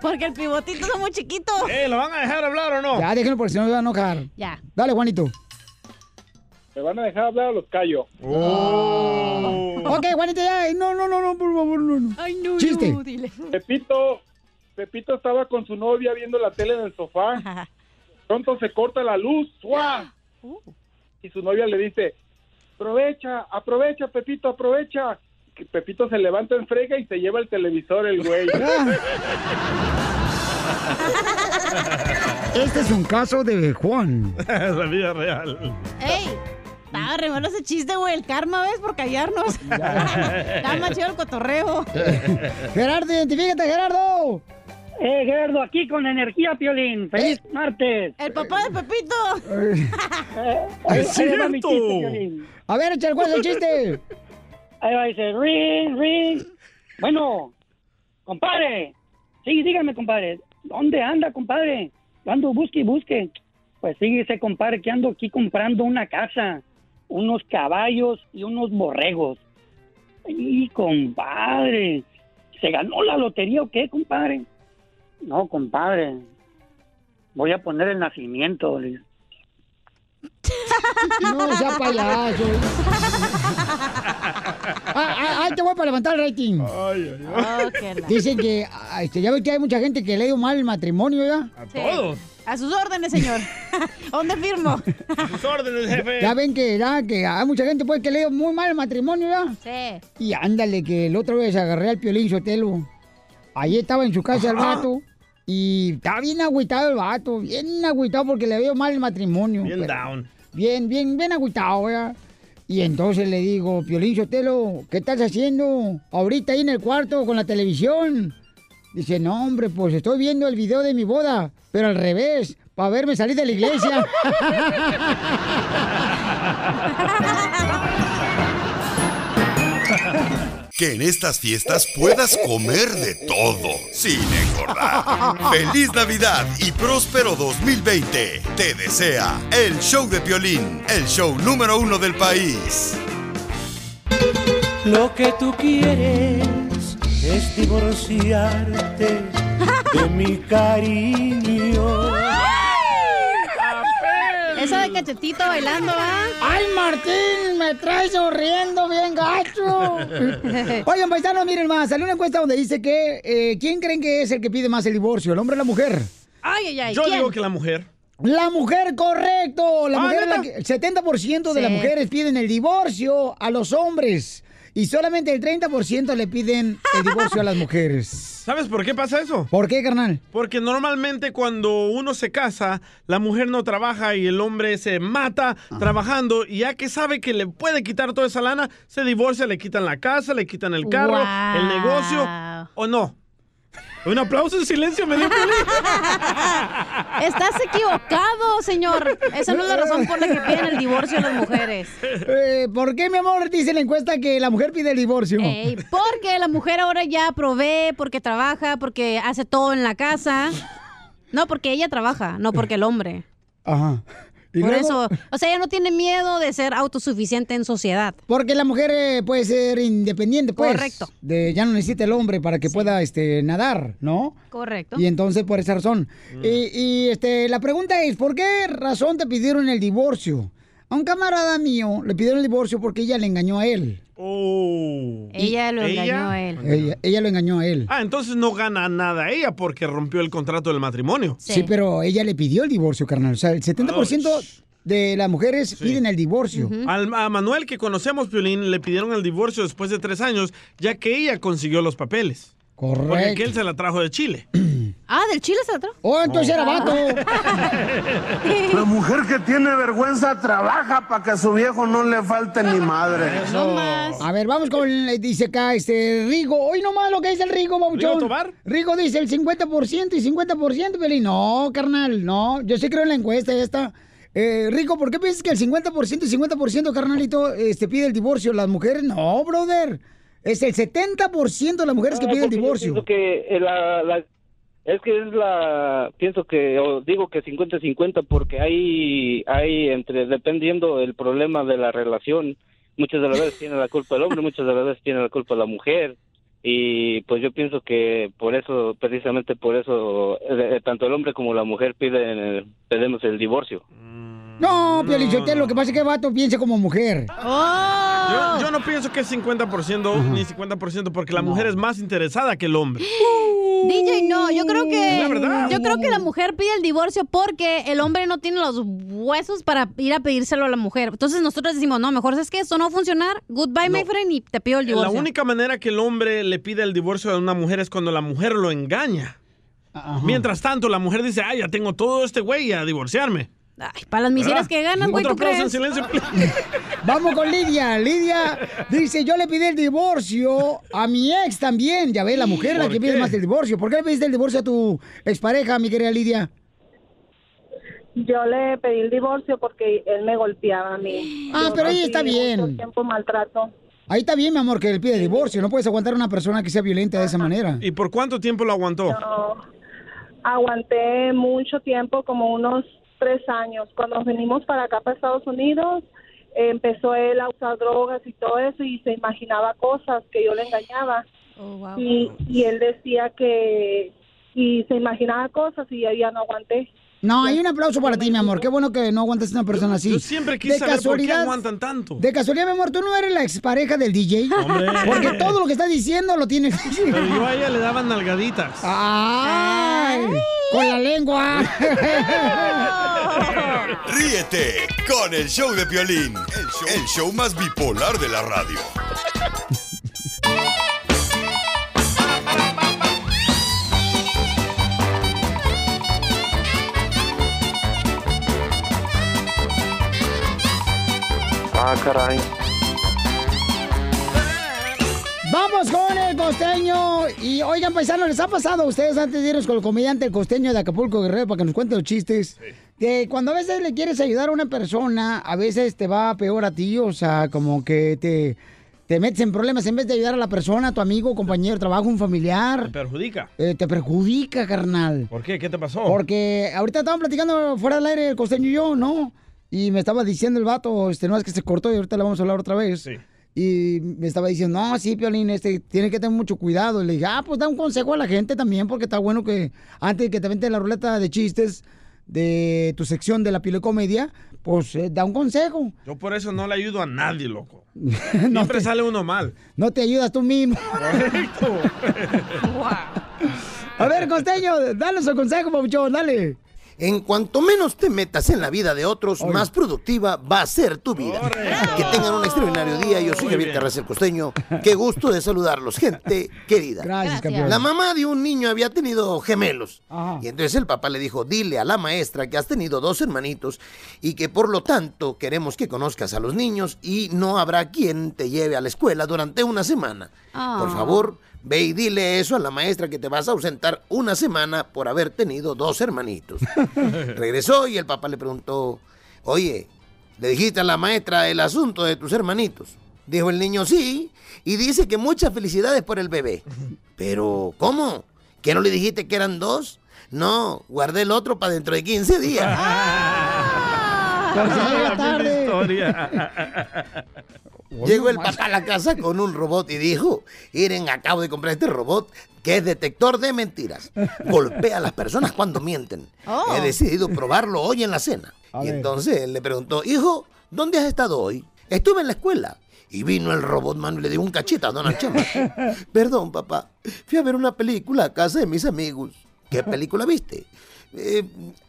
[SPEAKER 5] Porque el pivotito es muy chiquito.
[SPEAKER 6] Eh, ¿lo van a dejar hablar o no?
[SPEAKER 4] Ya, déjenlo porque si no se va a enojar.
[SPEAKER 5] Ya.
[SPEAKER 4] Dale, Juanito.
[SPEAKER 18] Me van a dejar hablar a los callos. Oh.
[SPEAKER 4] Ok, Juanito, ya. No, no, no, no, por favor, no, no.
[SPEAKER 5] Oh. Ay, no,
[SPEAKER 4] Chiste.
[SPEAKER 18] Pepito, Pepito estaba con su novia viendo la tele en el sofá. Pronto se corta la luz. ¡Guau!
[SPEAKER 4] Uh.
[SPEAKER 18] Y su novia le dice, aprovecha, aprovecha, Pepito, aprovecha. Que Pepito se levanta en frega y se lleva el televisor el güey.
[SPEAKER 4] Este es un caso de Juan.
[SPEAKER 6] Es la vida real.
[SPEAKER 5] ¡Ey! Estaba re bueno ese chiste, güey. El karma, ¿ves? Por callarnos. Está más chido el cotorreo.
[SPEAKER 4] Gerardo, identifícate, Gerardo.
[SPEAKER 19] Eh, Gerardo, aquí con energía, Piolín. ¡Feliz martes!
[SPEAKER 5] ¡El papá de Pepito!
[SPEAKER 19] Ahí-
[SPEAKER 4] ¡Es
[SPEAKER 19] ahí va
[SPEAKER 4] cierto!
[SPEAKER 19] mi chiste, Piolín.
[SPEAKER 4] A ver, echa el cuento, el chiste.
[SPEAKER 19] Ahí va, dice, ring, ring. Bueno, compadre. Sí, dígame, compadre. ¿Dónde anda, compadre? Yo ando, busque y busque. Pues fíjese, compadre, que ando aquí comprando una casa, unos caballos y unos borregos. Y, compadre, ¿se ganó la lotería o qué, compadre? No, compadre. Voy a poner el nacimiento. le digo.
[SPEAKER 4] No, sea payaso. Ah, ah, ah, te voy para levantar el rating.
[SPEAKER 5] ay. Oh, qué la-
[SPEAKER 4] Dicen que ah, este, ya ve que hay mucha gente que le dio mal el matrimonio, ¿verdad?
[SPEAKER 5] Sí. A sus órdenes, señor. ¿Dónde firmo? A
[SPEAKER 6] sus órdenes,
[SPEAKER 4] Ya ven que, ya, que hay mucha gente pues, que le dio muy mal el matrimonio, ¿verdad?
[SPEAKER 5] Sí.
[SPEAKER 4] Y ándale, que el otra vez agarré al Piolín Sotelo. Ahí estaba en su casa el vato. Y estaba bien agüitado el vato. Bien agüitado porque le veo mal el matrimonio.
[SPEAKER 6] Bien
[SPEAKER 4] pero-
[SPEAKER 6] down.
[SPEAKER 4] Bien, bien, bien agüitado, ¿verdad? Y entonces le digo, Piolín Sotelo, ¿qué estás haciendo ahorita ahí en el cuarto con la televisión? Dice, no, hombre, pues estoy viendo el video de mi boda, pero al revés, para verme salir de la iglesia.
[SPEAKER 2] Que en estas fiestas puedas comer de todo, sin engordar. Feliz Navidad y próspero 2020. Te desea el show de Piolín, el show número uno del país.
[SPEAKER 13] Lo que tú quieres es divorciarte de mi cariño.
[SPEAKER 5] Esa de cachetito bailando, ¿ah?
[SPEAKER 4] ¡Ay, Martín! ¡Me traes sonriendo bien gacho! Oigan, paisanos, miren más. Salió una encuesta donde dice que... eh, ¿Quién creen que es el que pide más el divorcio? ¿El hombre o la mujer?
[SPEAKER 5] Ay, ay, ay.
[SPEAKER 6] Yo
[SPEAKER 5] ¿quién?
[SPEAKER 6] digo que la mujer.
[SPEAKER 4] ¡La mujer, correcto! La
[SPEAKER 6] Ah,
[SPEAKER 4] mujer es la
[SPEAKER 6] ¿neta?
[SPEAKER 4] que- el 70% de las
[SPEAKER 5] Sí.
[SPEAKER 4] mujeres piden el divorcio a los hombres. Y solamente el 30% le piden el divorcio a las mujeres.
[SPEAKER 6] ¿Sabes por qué pasa eso?
[SPEAKER 4] ¿Por qué, carnal?
[SPEAKER 6] Porque normalmente cuando uno se casa, la mujer no trabaja y el hombre se mata trabajando y ya que sabe que le puede quitar toda esa lana, se divorcia, le quitan la casa, le quitan el carro,
[SPEAKER 5] Wow.
[SPEAKER 6] el negocio o no. Un aplauso en silencio me dio
[SPEAKER 5] Estás equivocado, señor. Esa no es la razón por la que piden el divorcio a las mujeres.
[SPEAKER 4] Eh, ¿Por qué, mi amor, dice la encuesta que la mujer pide el divorcio?
[SPEAKER 5] Ey, porque la mujer ahora ya provee, porque trabaja, porque hace todo en la casa. No, porque ella trabaja, no porque el hombre.
[SPEAKER 4] Ajá. ¿Y
[SPEAKER 5] Por
[SPEAKER 4] luego?
[SPEAKER 5] eso, o sea, ella no tiene miedo de ser autosuficiente en sociedad.
[SPEAKER 4] Porque la mujer eh, puede ser independiente, pues.
[SPEAKER 5] Correcto.
[SPEAKER 4] De, ya no necesita el hombre para que pueda este, nadar, ¿no?
[SPEAKER 5] Correcto.
[SPEAKER 4] Y entonces, por esa razón.
[SPEAKER 5] Mm.
[SPEAKER 4] Y, y, este, la pregunta es, ¿por qué razón te pidieron el divorcio? A un camarada mío le pidieron el divorcio porque ella le engañó a él.
[SPEAKER 5] Oh. Ella lo
[SPEAKER 6] ¿Ella?
[SPEAKER 5] engañó a él.
[SPEAKER 4] Ella, ella lo engañó a él.
[SPEAKER 6] Ah, entonces no gana nada ella porque rompió el contrato del matrimonio.
[SPEAKER 4] Sí. pero ella le pidió el divorcio, carnal. O sea, el 70% de las mujeres piden el divorcio.
[SPEAKER 6] Al- a Manuel que conocemos, Piolín, le pidieron el divorcio después de tres años, ya que ella consiguió los papeles.
[SPEAKER 4] Correcto.
[SPEAKER 6] Porque aquel se la trajo de Chile.
[SPEAKER 5] Ah, del chile se la trajo.
[SPEAKER 4] Oh, entonces era vato.
[SPEAKER 18] La mujer que tiene vergüenza trabaja para que a su viejo no le falte ni madre.
[SPEAKER 4] A ver, vamos con, eh, dice acá, este, Rigo. Hoy nomás lo que dice el Rigo, babuchón.
[SPEAKER 18] ¿Rigo Tobar?
[SPEAKER 4] Rigo dice el 50% y 50%, Pelín. No, carnal, no. Yo sí creo en la encuesta esta. Eh, Rigo, ¿por qué piensas que el 50% y 50%, carnalito, este, pide el divorcio? ¿Las mujeres? No, brother. Es el 70% de las mujeres que
[SPEAKER 14] Ah,
[SPEAKER 4] piden el
[SPEAKER 14] porque yo
[SPEAKER 4] divorcio.
[SPEAKER 14] pienso que eh, la, la- es que es la pienso que o digo que 50-50 porque hay hay entre dependiendo del problema de la relación, muchas de las veces tiene la culpa el hombre, muchas de las veces tiene la culpa la mujer y pues yo pienso que por eso precisamente por eso eh, eh, tanto el hombre como la mujer piden eh, pedimos el divorcio.
[SPEAKER 4] No, Piolín, Sotelo, lo que pasa es que el vato piensa como mujer.
[SPEAKER 6] Yo, yo no pienso que es 50% ni 50% porque la mujer es más interesada que el hombre.
[SPEAKER 5] DJ, no, yo creo que.
[SPEAKER 6] La verdad.
[SPEAKER 5] Yo creo que la mujer pide el divorcio porque el hombre no tiene los huesos para ir a pedírselo a la mujer. Entonces nosotros decimos, no, mejor es que esto no va a funcionar. Goodbye, my friend, y te pido el
[SPEAKER 6] La
[SPEAKER 5] divorcio.
[SPEAKER 6] única manera que el hombre le pide el divorcio a una mujer es cuando la mujer lo engaña. Mientras tanto, la mujer dice, ah, ya tengo todo este güey a divorciarme.
[SPEAKER 5] Ay, para las miserias
[SPEAKER 6] ¿Verdad?
[SPEAKER 5] que ganas, güey,
[SPEAKER 6] Otro
[SPEAKER 5] ¿tú
[SPEAKER 6] aplauso en
[SPEAKER 5] crees?
[SPEAKER 6] silencio.
[SPEAKER 4] Vamos con Lidia. Lidia dice, yo le pedí el divorcio a mi ex también. Ya ve, la mujer la
[SPEAKER 17] ¿Por
[SPEAKER 4] que pide
[SPEAKER 17] qué?
[SPEAKER 4] más el divorcio. ¿Por qué le pediste el divorcio a tu expareja, mi querida Lidia?
[SPEAKER 17] Yo le pedí el divorcio porque él me golpeaba a mí.
[SPEAKER 4] Ah,
[SPEAKER 17] Yo
[SPEAKER 4] pero ahí
[SPEAKER 17] recibí
[SPEAKER 4] está
[SPEAKER 17] Mucho
[SPEAKER 4] bien.
[SPEAKER 17] tiempo maltrato.
[SPEAKER 4] Ahí está bien, mi amor, que le pide divorcio. No puedes aguantar a una persona que sea violenta de esa manera.
[SPEAKER 6] ¿Y por cuánto tiempo lo aguantó?
[SPEAKER 17] No, aguanté mucho tiempo, como unos tres años. Cuando nos venimos para acá, para Estados Unidos, eh, empezó él a usar drogas y todo eso y se imaginaba cosas que yo le engañaba.
[SPEAKER 4] Oh,
[SPEAKER 17] y, y él decía que... Y se imaginaba Ah, cosas y yo ya no aguanté.
[SPEAKER 4] No, hay un aplauso para ti, mi amor. Qué bueno que no aguantas a una persona así.
[SPEAKER 6] Yo siempre quise saber por qué aguantan tanto.
[SPEAKER 4] De casualidad, mi amor, tú no eres la expareja del DJ. Porque todo lo que estás diciendo lo tienes.
[SPEAKER 6] Pero yo a ella le daban nalgaditas.
[SPEAKER 4] Ah. ¡Ay! Con la lengua.
[SPEAKER 2] Ríete con el show de Piolín, el show, el show más bipolar de la radio.
[SPEAKER 3] Ah, caray.
[SPEAKER 4] Vamos con el costeño. Y oigan, paisanos, ¿les ha pasado a ustedes antes de irnos con el comediante, el costeño de Acapulco Guerrero, para que nos cuente los chistes? Que cuando a veces le quieres ayudar a una persona, a veces te va peor a ti, o sea, como que te, te metes en problemas en vez de ayudar a la persona, a tu amigo, compañero, de trabajo, un familiar.
[SPEAKER 6] Me perjudica.
[SPEAKER 4] eh, te perjudica, carnal.
[SPEAKER 6] ¿Por qué? ¿Qué te pasó?
[SPEAKER 4] Porque ahorita estaban platicando fuera del aire el costeño y yo, ¿no? Y me estaba diciendo el vato, este, no es que se cortó y ahorita le vamos a hablar otra vez. Y me estaba diciendo, no, sí, Piolín, este, tiene que tener mucho cuidado. Y le dije, ah, pues da un consejo a la gente también, porque está bueno que antes de que te vente la ruleta de chistes de tu sección de la pilecomedia, pues eh, da un consejo.
[SPEAKER 6] Yo por eso no le ayudo a nadie, loco. Siempre sale uno mal.
[SPEAKER 4] No te ayudas tú mismo.
[SPEAKER 6] Correcto.
[SPEAKER 4] A ver, costeño, danos un consejo, papuchón, dale.
[SPEAKER 15] En cuanto menos te metas en la vida de otros, más productiva va a ser tu vida. Que tengan un extraordinario día. Yo soy Javier Carrasco el Costeño. Qué gusto de saludarlos, gente querida.
[SPEAKER 4] Gracias, campeón.
[SPEAKER 15] La mamá de un niño había tenido gemelos.
[SPEAKER 4] Ah.
[SPEAKER 15] Y entonces el papá le dijo, dile a la maestra que has tenido dos hermanitos y que por lo tanto queremos que conozcas a los niños y no habrá quien te lleve a la escuela durante una semana.
[SPEAKER 20] Ah.
[SPEAKER 15] Por favor, ve y dile eso a la maestra que te vas a ausentar una semana por haber tenido dos hermanitos. Regresó y el papá le preguntó, oye, ¿le dijiste a la maestra el asunto de tus hermanitos? Dijo el niño, sí, y dice que muchas felicidades por el bebé. Pero, ¿cómo? ¿Que no le dijiste que eran dos? No, guardé el otro para dentro de 15 días.
[SPEAKER 20] Ah.
[SPEAKER 4] Por si llega tarde.
[SPEAKER 15] Llegó el papá a la casa con un robot y dijo, Iren, acabo de comprar este robot que es detector de mentiras. Golpea a las personas cuando mienten.
[SPEAKER 20] Oh.
[SPEAKER 15] He decidido probarlo hoy en la cena.
[SPEAKER 20] A
[SPEAKER 15] y
[SPEAKER 20] ver.
[SPEAKER 15] entonces él le preguntó, hijo, ¿dónde has estado hoy? Estuve en la escuela. Y vino el robot, mano, y le dio un cachete a Donald Trump. Perdón, papá, fui a ver una película a casa de mis amigos. ¿Qué película viste? "Eh,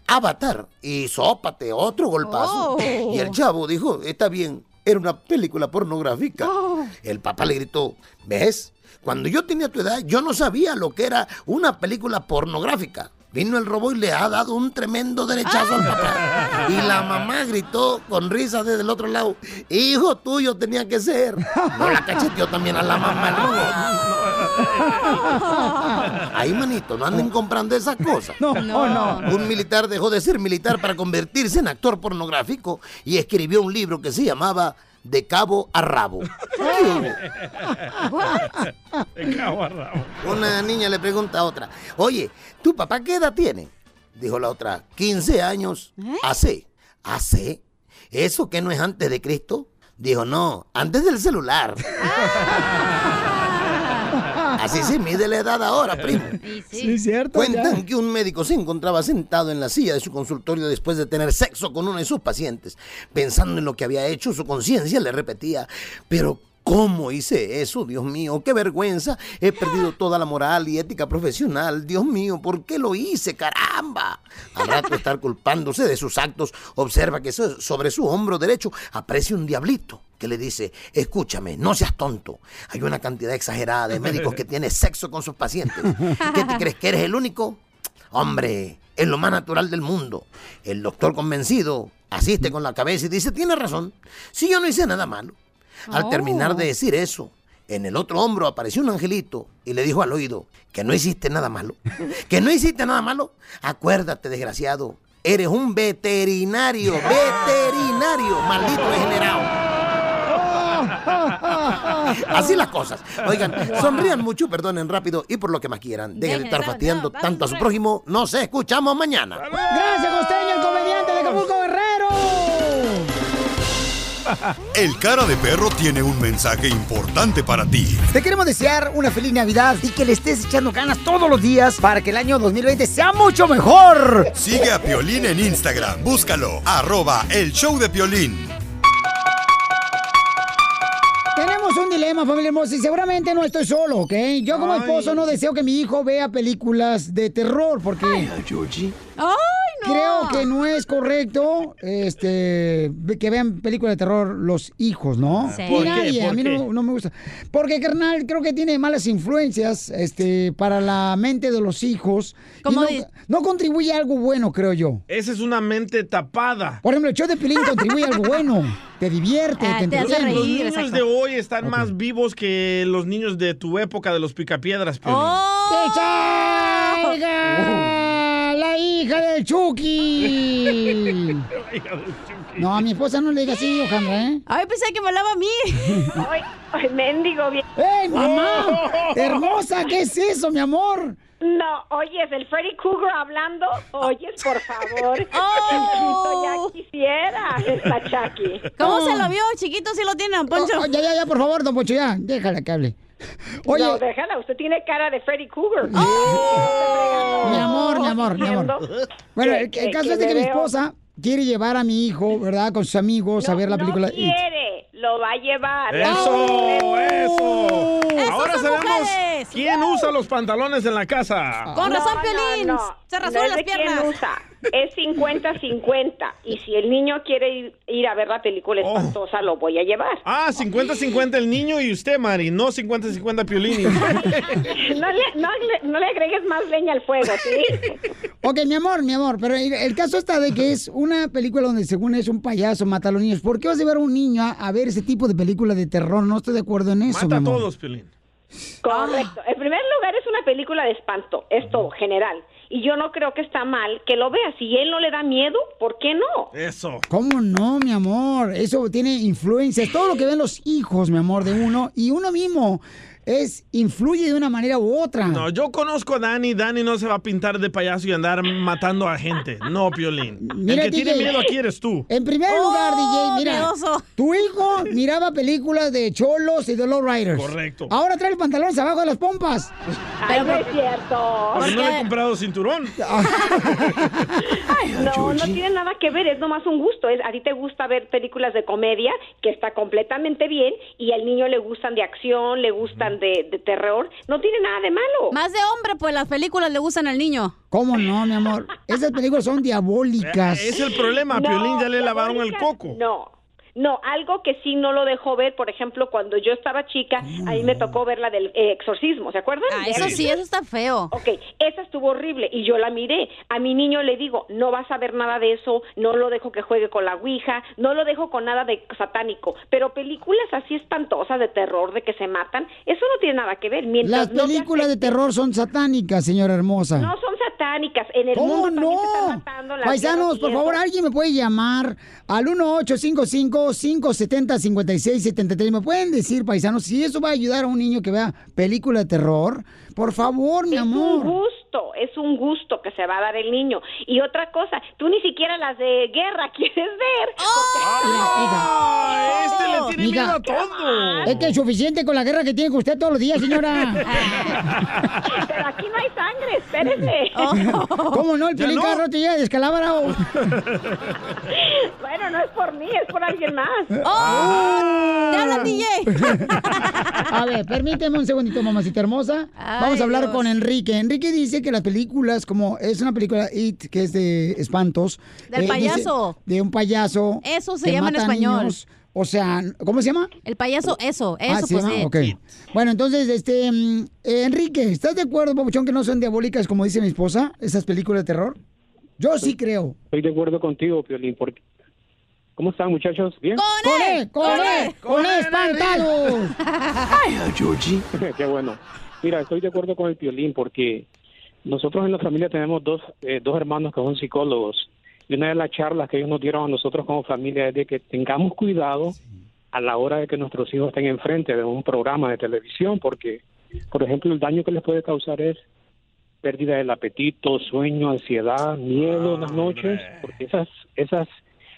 [SPEAKER 15] Avatar. Y sópate, otro golpazo.
[SPEAKER 20] Oh.
[SPEAKER 15] Y el chavo dijo, está bien, era una película pornográfica. El papá le gritó, ¿ves? Cuando yo tenía tu edad, yo no sabía lo que era una película pornográfica. Vino el robot y le ha dado un tremendo derechazo al papá. Y la mamá gritó con risa desde el otro lado, hijo tuyo tenía que ser. No la cacheteó también a la mamá el robot. Ahí, manito, no anden comprando esas cosas.
[SPEAKER 4] No, no.
[SPEAKER 15] Un militar dejó de ser militar para convertirse en actor pornográfico y escribió un libro que se llamaba De Cabo a Rabo.
[SPEAKER 6] Te cago a rabo.
[SPEAKER 15] Una niña le pregunta a otra, oye, ¿tu papá qué edad tiene? Dijo la otra, 15 años. ¿Hace? ¿Hace? ¿Eso que no es antes de Cristo? Dijo, no, antes del celular. Así se mide la edad ahora, primo.
[SPEAKER 4] Sí, cierto.
[SPEAKER 15] Cuentan
[SPEAKER 4] ya.
[SPEAKER 15] que un médico se encontraba sentado en la silla de su consultorio después de tener sexo con uno de sus pacientes. Pensando en lo que había hecho, su conciencia le repetía, pero ¿cómo hice eso? Dios mío, qué vergüenza. He perdido toda la moral y ética profesional. Dios mío, ¿por qué lo hice? Caramba. Al rato estar culpándose de sus actos, observa que so- sobre su hombro derecho aparece un diablito que le dice, escúchame, no seas tonto. Hay una cantidad exagerada de médicos que tienen sexo con sus pacientes. ¿Qué te crees que eres el único? Hombre, es lo más natural del mundo. El doctor convencido asiste con la cabeza y dice, tiene razón, si yo no hice nada malo. Al
[SPEAKER 13] Oh.
[SPEAKER 15] terminar de decir eso, en el otro hombro apareció un angelito y le dijo al oído, que no hiciste nada malo, que no hiciste nada malo. Acuérdate, desgraciado, eres un veterinario, veterinario, maldito degenerado. Así las cosas. Oigan, sonrían mucho, perdonen rápido y por lo que más quieran. Dejen de estar fastidiando tanto a su prójimo. Nos escuchamos mañana.
[SPEAKER 4] Gracias, Costeño, el comediante de Acapulco Guerrero.
[SPEAKER 2] El cara de perro tiene un mensaje importante para ti.
[SPEAKER 4] Te queremos desear una feliz Navidad y que le estés echando ganas todos los días para que el año 2020 sea mucho mejor.
[SPEAKER 2] Sigue a Piolín en Instagram. Búscalo. Arroba el show de Piolín.
[SPEAKER 4] Tenemos un dilema, familia hermosa, y seguramente no estoy solo, ¿ok? Yo como esposo no deseo que mi hijo vea películas de terror porque... Creo que no es correcto este, que vean películas de terror los hijos, ¿no?
[SPEAKER 13] Ah, Sí.
[SPEAKER 4] Ni
[SPEAKER 13] ¿Por qué?
[SPEAKER 4] nadie, a
[SPEAKER 13] ¿Por
[SPEAKER 4] mí no,
[SPEAKER 13] qué?
[SPEAKER 4] no me gusta. Porque, carnal, creo que tiene malas influencias este, para la mente de los hijos. y
[SPEAKER 6] ¿Cómo
[SPEAKER 4] no,
[SPEAKER 6] dices?
[SPEAKER 4] no contribuye a algo bueno, creo yo.
[SPEAKER 6] Esa es una mente tapada.
[SPEAKER 4] Por ejemplo, el show de Pilín contribuye a algo bueno. Te divierte,
[SPEAKER 13] Ah,
[SPEAKER 4] Ah, te entretiene.
[SPEAKER 6] los niños de hoy están más vivos que los niños de tu época de los picapiedras. Piolín.
[SPEAKER 13] Oh,
[SPEAKER 4] ¡Que salga Eh, la hija del Chucky! no, a mi esposa no le diga así, Alejandra, ¿eh?
[SPEAKER 5] Ay, pensé que me hablaba a mí.
[SPEAKER 4] ay, mendigo bien. ¡Ey, ¡Eh, mamá! ¡Hermosa! ¿Qué es eso, mi amor?
[SPEAKER 21] No, oyes, el Freddy Cougar hablando. Oyes, por favor.
[SPEAKER 5] Oh.
[SPEAKER 21] Chiquito, ya quisiera esta Chucky.
[SPEAKER 5] ¿Cómo se
[SPEAKER 21] la
[SPEAKER 5] lo vio, chiquito? Si lo tiene, don Poncho.
[SPEAKER 4] Oh, oh, ya, ya, ya, por favor, don Pocho, ya. Déjala que hable. Oye.
[SPEAKER 21] No, déjala, usted tiene cara de Freddy Oh. Cougar.
[SPEAKER 6] Oh.
[SPEAKER 5] Oh.
[SPEAKER 4] Mi amor, mi amor, mi amor. Bueno, el, el caso es de que mi esposa quiere llevar a mi hijo, ¿verdad? Con sus amigos a ver la película.
[SPEAKER 21] No
[SPEAKER 4] It.
[SPEAKER 21] quiere, lo va a llevar. Oh.
[SPEAKER 6] Oh, ¡Eso!
[SPEAKER 4] Oh.
[SPEAKER 6] ¡Eso!
[SPEAKER 21] ¡Esas
[SPEAKER 6] Ahora
[SPEAKER 21] son
[SPEAKER 6] sabemos
[SPEAKER 21] mujeres!
[SPEAKER 6] quién usa los pantalones en la casa.
[SPEAKER 21] No, no, no.
[SPEAKER 5] Se rasuran
[SPEAKER 21] No es
[SPEAKER 5] las
[SPEAKER 21] de quién
[SPEAKER 5] piernas.
[SPEAKER 21] usa. Es 50-50. Y si el niño quiere ir, ir a ver la película
[SPEAKER 6] Oh.
[SPEAKER 21] espantosa, lo voy a llevar.
[SPEAKER 6] Ah, 50-50 el niño y usted, Mari. No 50-50 Piolín.
[SPEAKER 21] No le, no le- no le agregues más leña al fuego, ¿sí?
[SPEAKER 4] Ok, mi amor, mi amor, pero el, el caso está de que es una película donde según es un payaso mata a los niños. ¿Por qué vas a llevar a un niño a, a ver ese tipo de película de terror? No estoy de acuerdo en eso, mi
[SPEAKER 6] Mata a
[SPEAKER 4] amor.
[SPEAKER 6] todos, Piolín.
[SPEAKER 21] Correcto.
[SPEAKER 4] Ah.
[SPEAKER 21] En primer lugar, es una película de espanto, esto general. Y yo no creo que está mal que lo vea. Si él no le da miedo, ¿por qué no?
[SPEAKER 6] Eso.
[SPEAKER 4] ¿Cómo no, mi amor? Eso tiene influencias. Todo lo que ven los hijos, mi amor, de uno y uno mismo es influye de una manera u otra.
[SPEAKER 6] No, yo conozco a Dani. Dani no se va a pintar de payaso y andar matando a gente. No, Piolín.
[SPEAKER 4] Mira, eh,
[SPEAKER 6] el que tiene
[SPEAKER 4] DJ.
[SPEAKER 6] miedo aquí eres tú.
[SPEAKER 4] En primer
[SPEAKER 6] Oh,
[SPEAKER 4] lugar, DJ, mira,
[SPEAKER 6] miedoso.
[SPEAKER 4] tu hijo miraba películas de cholos y de low riders.
[SPEAKER 6] Correcto.
[SPEAKER 4] Ahora trae el pantalón abajo de las pompas.
[SPEAKER 21] Ay, no es cierto.
[SPEAKER 6] Pero no le he comprado cinturón.
[SPEAKER 4] Ah,
[SPEAKER 21] No, no tiene nada que ver, es nomás un gusto. Es, a ti te gusta ver películas de comedia, que está completamente bien, y al niño le gustan de acción, le gustan de, de terror. No tiene nada de malo.
[SPEAKER 5] Más de hombre, pues las películas le gustan al niño.
[SPEAKER 4] ¿Cómo no, mi amor? Esas películas son diabólicas.
[SPEAKER 6] Eh, es el problema,
[SPEAKER 21] No,
[SPEAKER 6] Piolín ya le
[SPEAKER 21] la
[SPEAKER 6] lavaron el
[SPEAKER 21] única-
[SPEAKER 6] coco.
[SPEAKER 21] No. No, algo que sí no lo dejó ver, por ejemplo, cuando yo estaba chica,
[SPEAKER 6] Mm.
[SPEAKER 21] a mí me tocó ver la del eh, exorcismo, ¿se acuerdan?
[SPEAKER 5] Ah,
[SPEAKER 21] ¿De
[SPEAKER 5] eso sí,
[SPEAKER 21] Amityville?
[SPEAKER 5] eso está feo.
[SPEAKER 21] Ok, esa estuvo horrible y yo la miré. A mi niño le digo, no vas a ver nada de eso, no lo dejo que juegue con la Ouija, no lo dejo con nada de satánico, pero películas así espantosas de terror, de que se matan, eso no tiene nada que ver. Mientras
[SPEAKER 4] Las
[SPEAKER 21] no te
[SPEAKER 4] películas de
[SPEAKER 21] afecte-
[SPEAKER 4] terror son satánicas, señora hermosa.
[SPEAKER 21] No son satánicas, en el
[SPEAKER 4] ¿Cómo
[SPEAKER 21] mundo también
[SPEAKER 4] no?
[SPEAKER 21] se están matando las
[SPEAKER 4] Paisanos,
[SPEAKER 21] viejas
[SPEAKER 4] por
[SPEAKER 21] y
[SPEAKER 4] favor,
[SPEAKER 21] eso.
[SPEAKER 4] alguien me puede llamar al 1-855-570-5673. ¿Me pueden decir, paisanos, si eso va a ayudar a un niño que vea película de terror? Por favor, mi
[SPEAKER 21] Es un
[SPEAKER 4] amor.
[SPEAKER 21] gusto, es un gusto que se va a dar el niño. Y otra cosa, tú ni siquiera las de guerra quieres ver.
[SPEAKER 6] Ah, este le tiene
[SPEAKER 4] Mija,
[SPEAKER 6] miedo a todo.
[SPEAKER 4] Es que es suficiente con la guerra que tiene con usted todos los días, señora.
[SPEAKER 21] Pero aquí no hay sangre, espérense.
[SPEAKER 4] ¿Cómo no? El pelín cada rato ya descalabrado.
[SPEAKER 21] Bueno, no es por mí, es por alguien más.
[SPEAKER 4] Eh, ¡Oh!
[SPEAKER 21] ¡Te hablan, DJ!
[SPEAKER 4] a ver, permíteme un segundito, mamacita hermosa.
[SPEAKER 21] Ay,
[SPEAKER 4] Vamos a hablar
[SPEAKER 21] Dios.
[SPEAKER 4] con Enrique. Enrique dice que las películas, como es una película It, que es de espantos. eh,
[SPEAKER 5] Del
[SPEAKER 4] dice,
[SPEAKER 5] payaso.
[SPEAKER 4] de un payaso.
[SPEAKER 5] Eso se
[SPEAKER 4] que
[SPEAKER 5] llama en
[SPEAKER 4] mata
[SPEAKER 5] español.
[SPEAKER 4] niños. O sea, ¿cómo se llama?
[SPEAKER 5] El payaso, eso,
[SPEAKER 4] Ah,
[SPEAKER 5] eso,
[SPEAKER 4] ¿se
[SPEAKER 5] pues.
[SPEAKER 4] llama?
[SPEAKER 5] eh.
[SPEAKER 4] Ok. Bueno, entonces, este, mm, eh, Enrique, ¿estás de acuerdo, Papuchón, que no son diabólicas como dice mi esposa, esas películas de terror?
[SPEAKER 5] Pues,
[SPEAKER 4] Yo sí creo.
[SPEAKER 22] Estoy de acuerdo contigo, Piolín, porque... ¿Cómo están, muchachos? ¿Bien?
[SPEAKER 4] ¡Con él! ¡Con él! ¡Con él, espantados!
[SPEAKER 22] Qué bueno. Mira, estoy de acuerdo con el Piolín porque nosotros en la familia tenemos dos, eh, dos hermanos que son psicólogos. Y una de las charlas que ellos nos dieron a nosotros como familia es de que tengamos cuidado a la hora de que nuestros hijos estén enfrente de un programa de televisión, porque, por ejemplo, el daño que les puede causar es pérdida del apetito, sueño, ansiedad, miedo en
[SPEAKER 4] Ah,
[SPEAKER 22] las noches, porque esas, esas,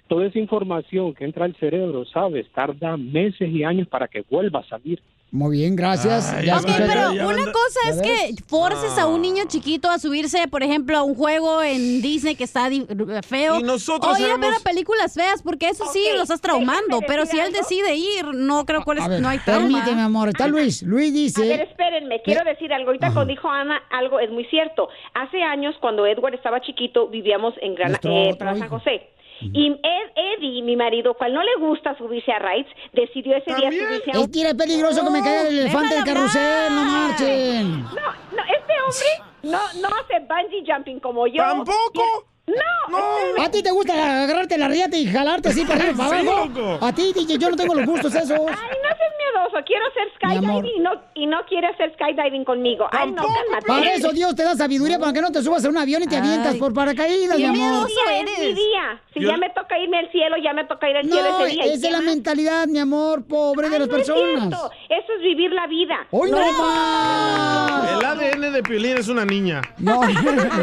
[SPEAKER 22] toda esa información que entra al cerebro, sabes, tarda meses y años para que vuelva a salir.
[SPEAKER 4] Muy bien, gracias. Ya
[SPEAKER 5] ok,
[SPEAKER 4] escuchaste.
[SPEAKER 5] pero una cosa es que forces a un niño chiquito a subirse, por ejemplo, a un juego en Disney que está di- feo.
[SPEAKER 6] Y nosotros
[SPEAKER 5] o ir a ver
[SPEAKER 6] éramos-
[SPEAKER 5] a películas feas, porque eso sí lo estás traumando. Pero si él decide ir, no creo cuál es,
[SPEAKER 4] A ver,
[SPEAKER 5] no hay trauma.
[SPEAKER 4] permíteme, amor. Está Luis. Luis dice...
[SPEAKER 21] A ver, espérenme, quiero decir algo. Ahorita cuando dijo Ana algo es muy cierto. Hace años, cuando Edward estaba chiquito, vivíamos en Gran
[SPEAKER 4] Nuestro
[SPEAKER 21] eh,
[SPEAKER 4] otro
[SPEAKER 21] Plaza
[SPEAKER 4] hijo.
[SPEAKER 21] José. Y Ed- Eddie, mi marido, cual no le gusta subirse a rides, decidió ese día subirse a un...
[SPEAKER 4] Es que era peligroso que me caiga el elefante del carrusel, no marchen.
[SPEAKER 21] No, este hombre no, no hace bungee jumping como yo.
[SPEAKER 4] ¡Tampoco!
[SPEAKER 21] No, este espérenme.
[SPEAKER 4] ¿A ti te gusta agarrarte la riata y jalarte así para arriba para
[SPEAKER 21] Sí,
[SPEAKER 4] abajo?
[SPEAKER 21] loco.
[SPEAKER 4] A ti, DJ, yo no tengo los gustos esos.
[SPEAKER 21] Ay, no seas miedoso. Quiero hacer skydiving y no, y no quiere hacer skydiving conmigo. Ay, no, cálmate.
[SPEAKER 4] Para eso Dios te da sabiduría para que no te subas a un avión y te avientas por paracaídas, mi
[SPEAKER 21] Qué
[SPEAKER 4] amor.
[SPEAKER 21] miedoso es mi día. Si
[SPEAKER 4] Yo-
[SPEAKER 21] ya me toca irme al cielo, ya me toca ir al cielo
[SPEAKER 4] No,
[SPEAKER 21] ese día. ¿Y
[SPEAKER 4] esa
[SPEAKER 21] qué
[SPEAKER 4] es la
[SPEAKER 21] más?
[SPEAKER 4] mentalidad, mi amor, pobre de las
[SPEAKER 21] ¿eh? No es
[SPEAKER 4] personas.
[SPEAKER 21] cierto. Eso es vivir la vida.
[SPEAKER 4] ¡Hoy no
[SPEAKER 6] El ADN de Piolín es una niña.
[SPEAKER 4] No.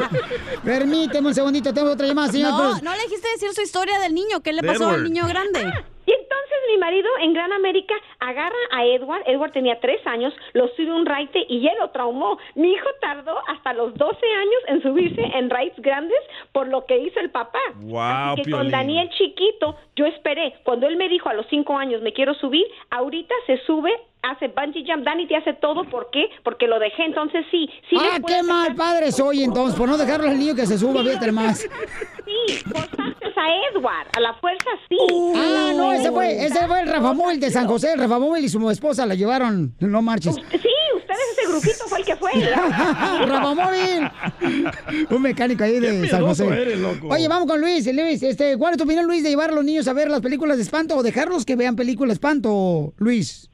[SPEAKER 4] Permíteme un segundito, tengo otra llamada, señor
[SPEAKER 5] No,
[SPEAKER 4] Cruz.
[SPEAKER 5] no le dijiste decir su historia del niño. ¿Qué le
[SPEAKER 4] De
[SPEAKER 5] pasó al
[SPEAKER 4] Edward.
[SPEAKER 5] niño grande?
[SPEAKER 21] Ah, Y entonces mi marido en Gran América agarra a Edward, Edward tenía tres años, lo sube a un raite y él lo traumó. Mi hijo tardó hasta los 12 años en subirse en raids grandes por lo que hizo el papá.
[SPEAKER 6] Wow,
[SPEAKER 13] Ah,
[SPEAKER 21] Así que
[SPEAKER 6] Piolín.
[SPEAKER 21] con Daniel chiquito yo esperé. Cuando él me dijo a los cinco años me quiero subir, ahorita se sube, hace bungee jump, Dani te hace todo. ¿Por qué? Porque lo dejé. Entonces sí, sí le
[SPEAKER 4] Ah,
[SPEAKER 21] puedes
[SPEAKER 4] qué mal padre soy entonces, por no dejarle al niño que se suba, fíjate más.
[SPEAKER 21] Sí, forzaste a Edward, a la fuerza sí.
[SPEAKER 4] Ah, no, ese fue, ese fue el Rafa Móvil de San José, el Rafa Móvil y su esposa la llevaron, no marches.
[SPEAKER 21] Sí, ustedes ese grupito fue el que fue.
[SPEAKER 4] Rafa Móvil, un mecánico ahí de San José.
[SPEAKER 6] miedoso eres, loco.
[SPEAKER 4] Oye, vamos con Luis, Luis, este, ¿cuál es tu opinión, Luis, de llevar a los niños a ver las películas de espanto o dejarlos que vean películas de espanto, Luis?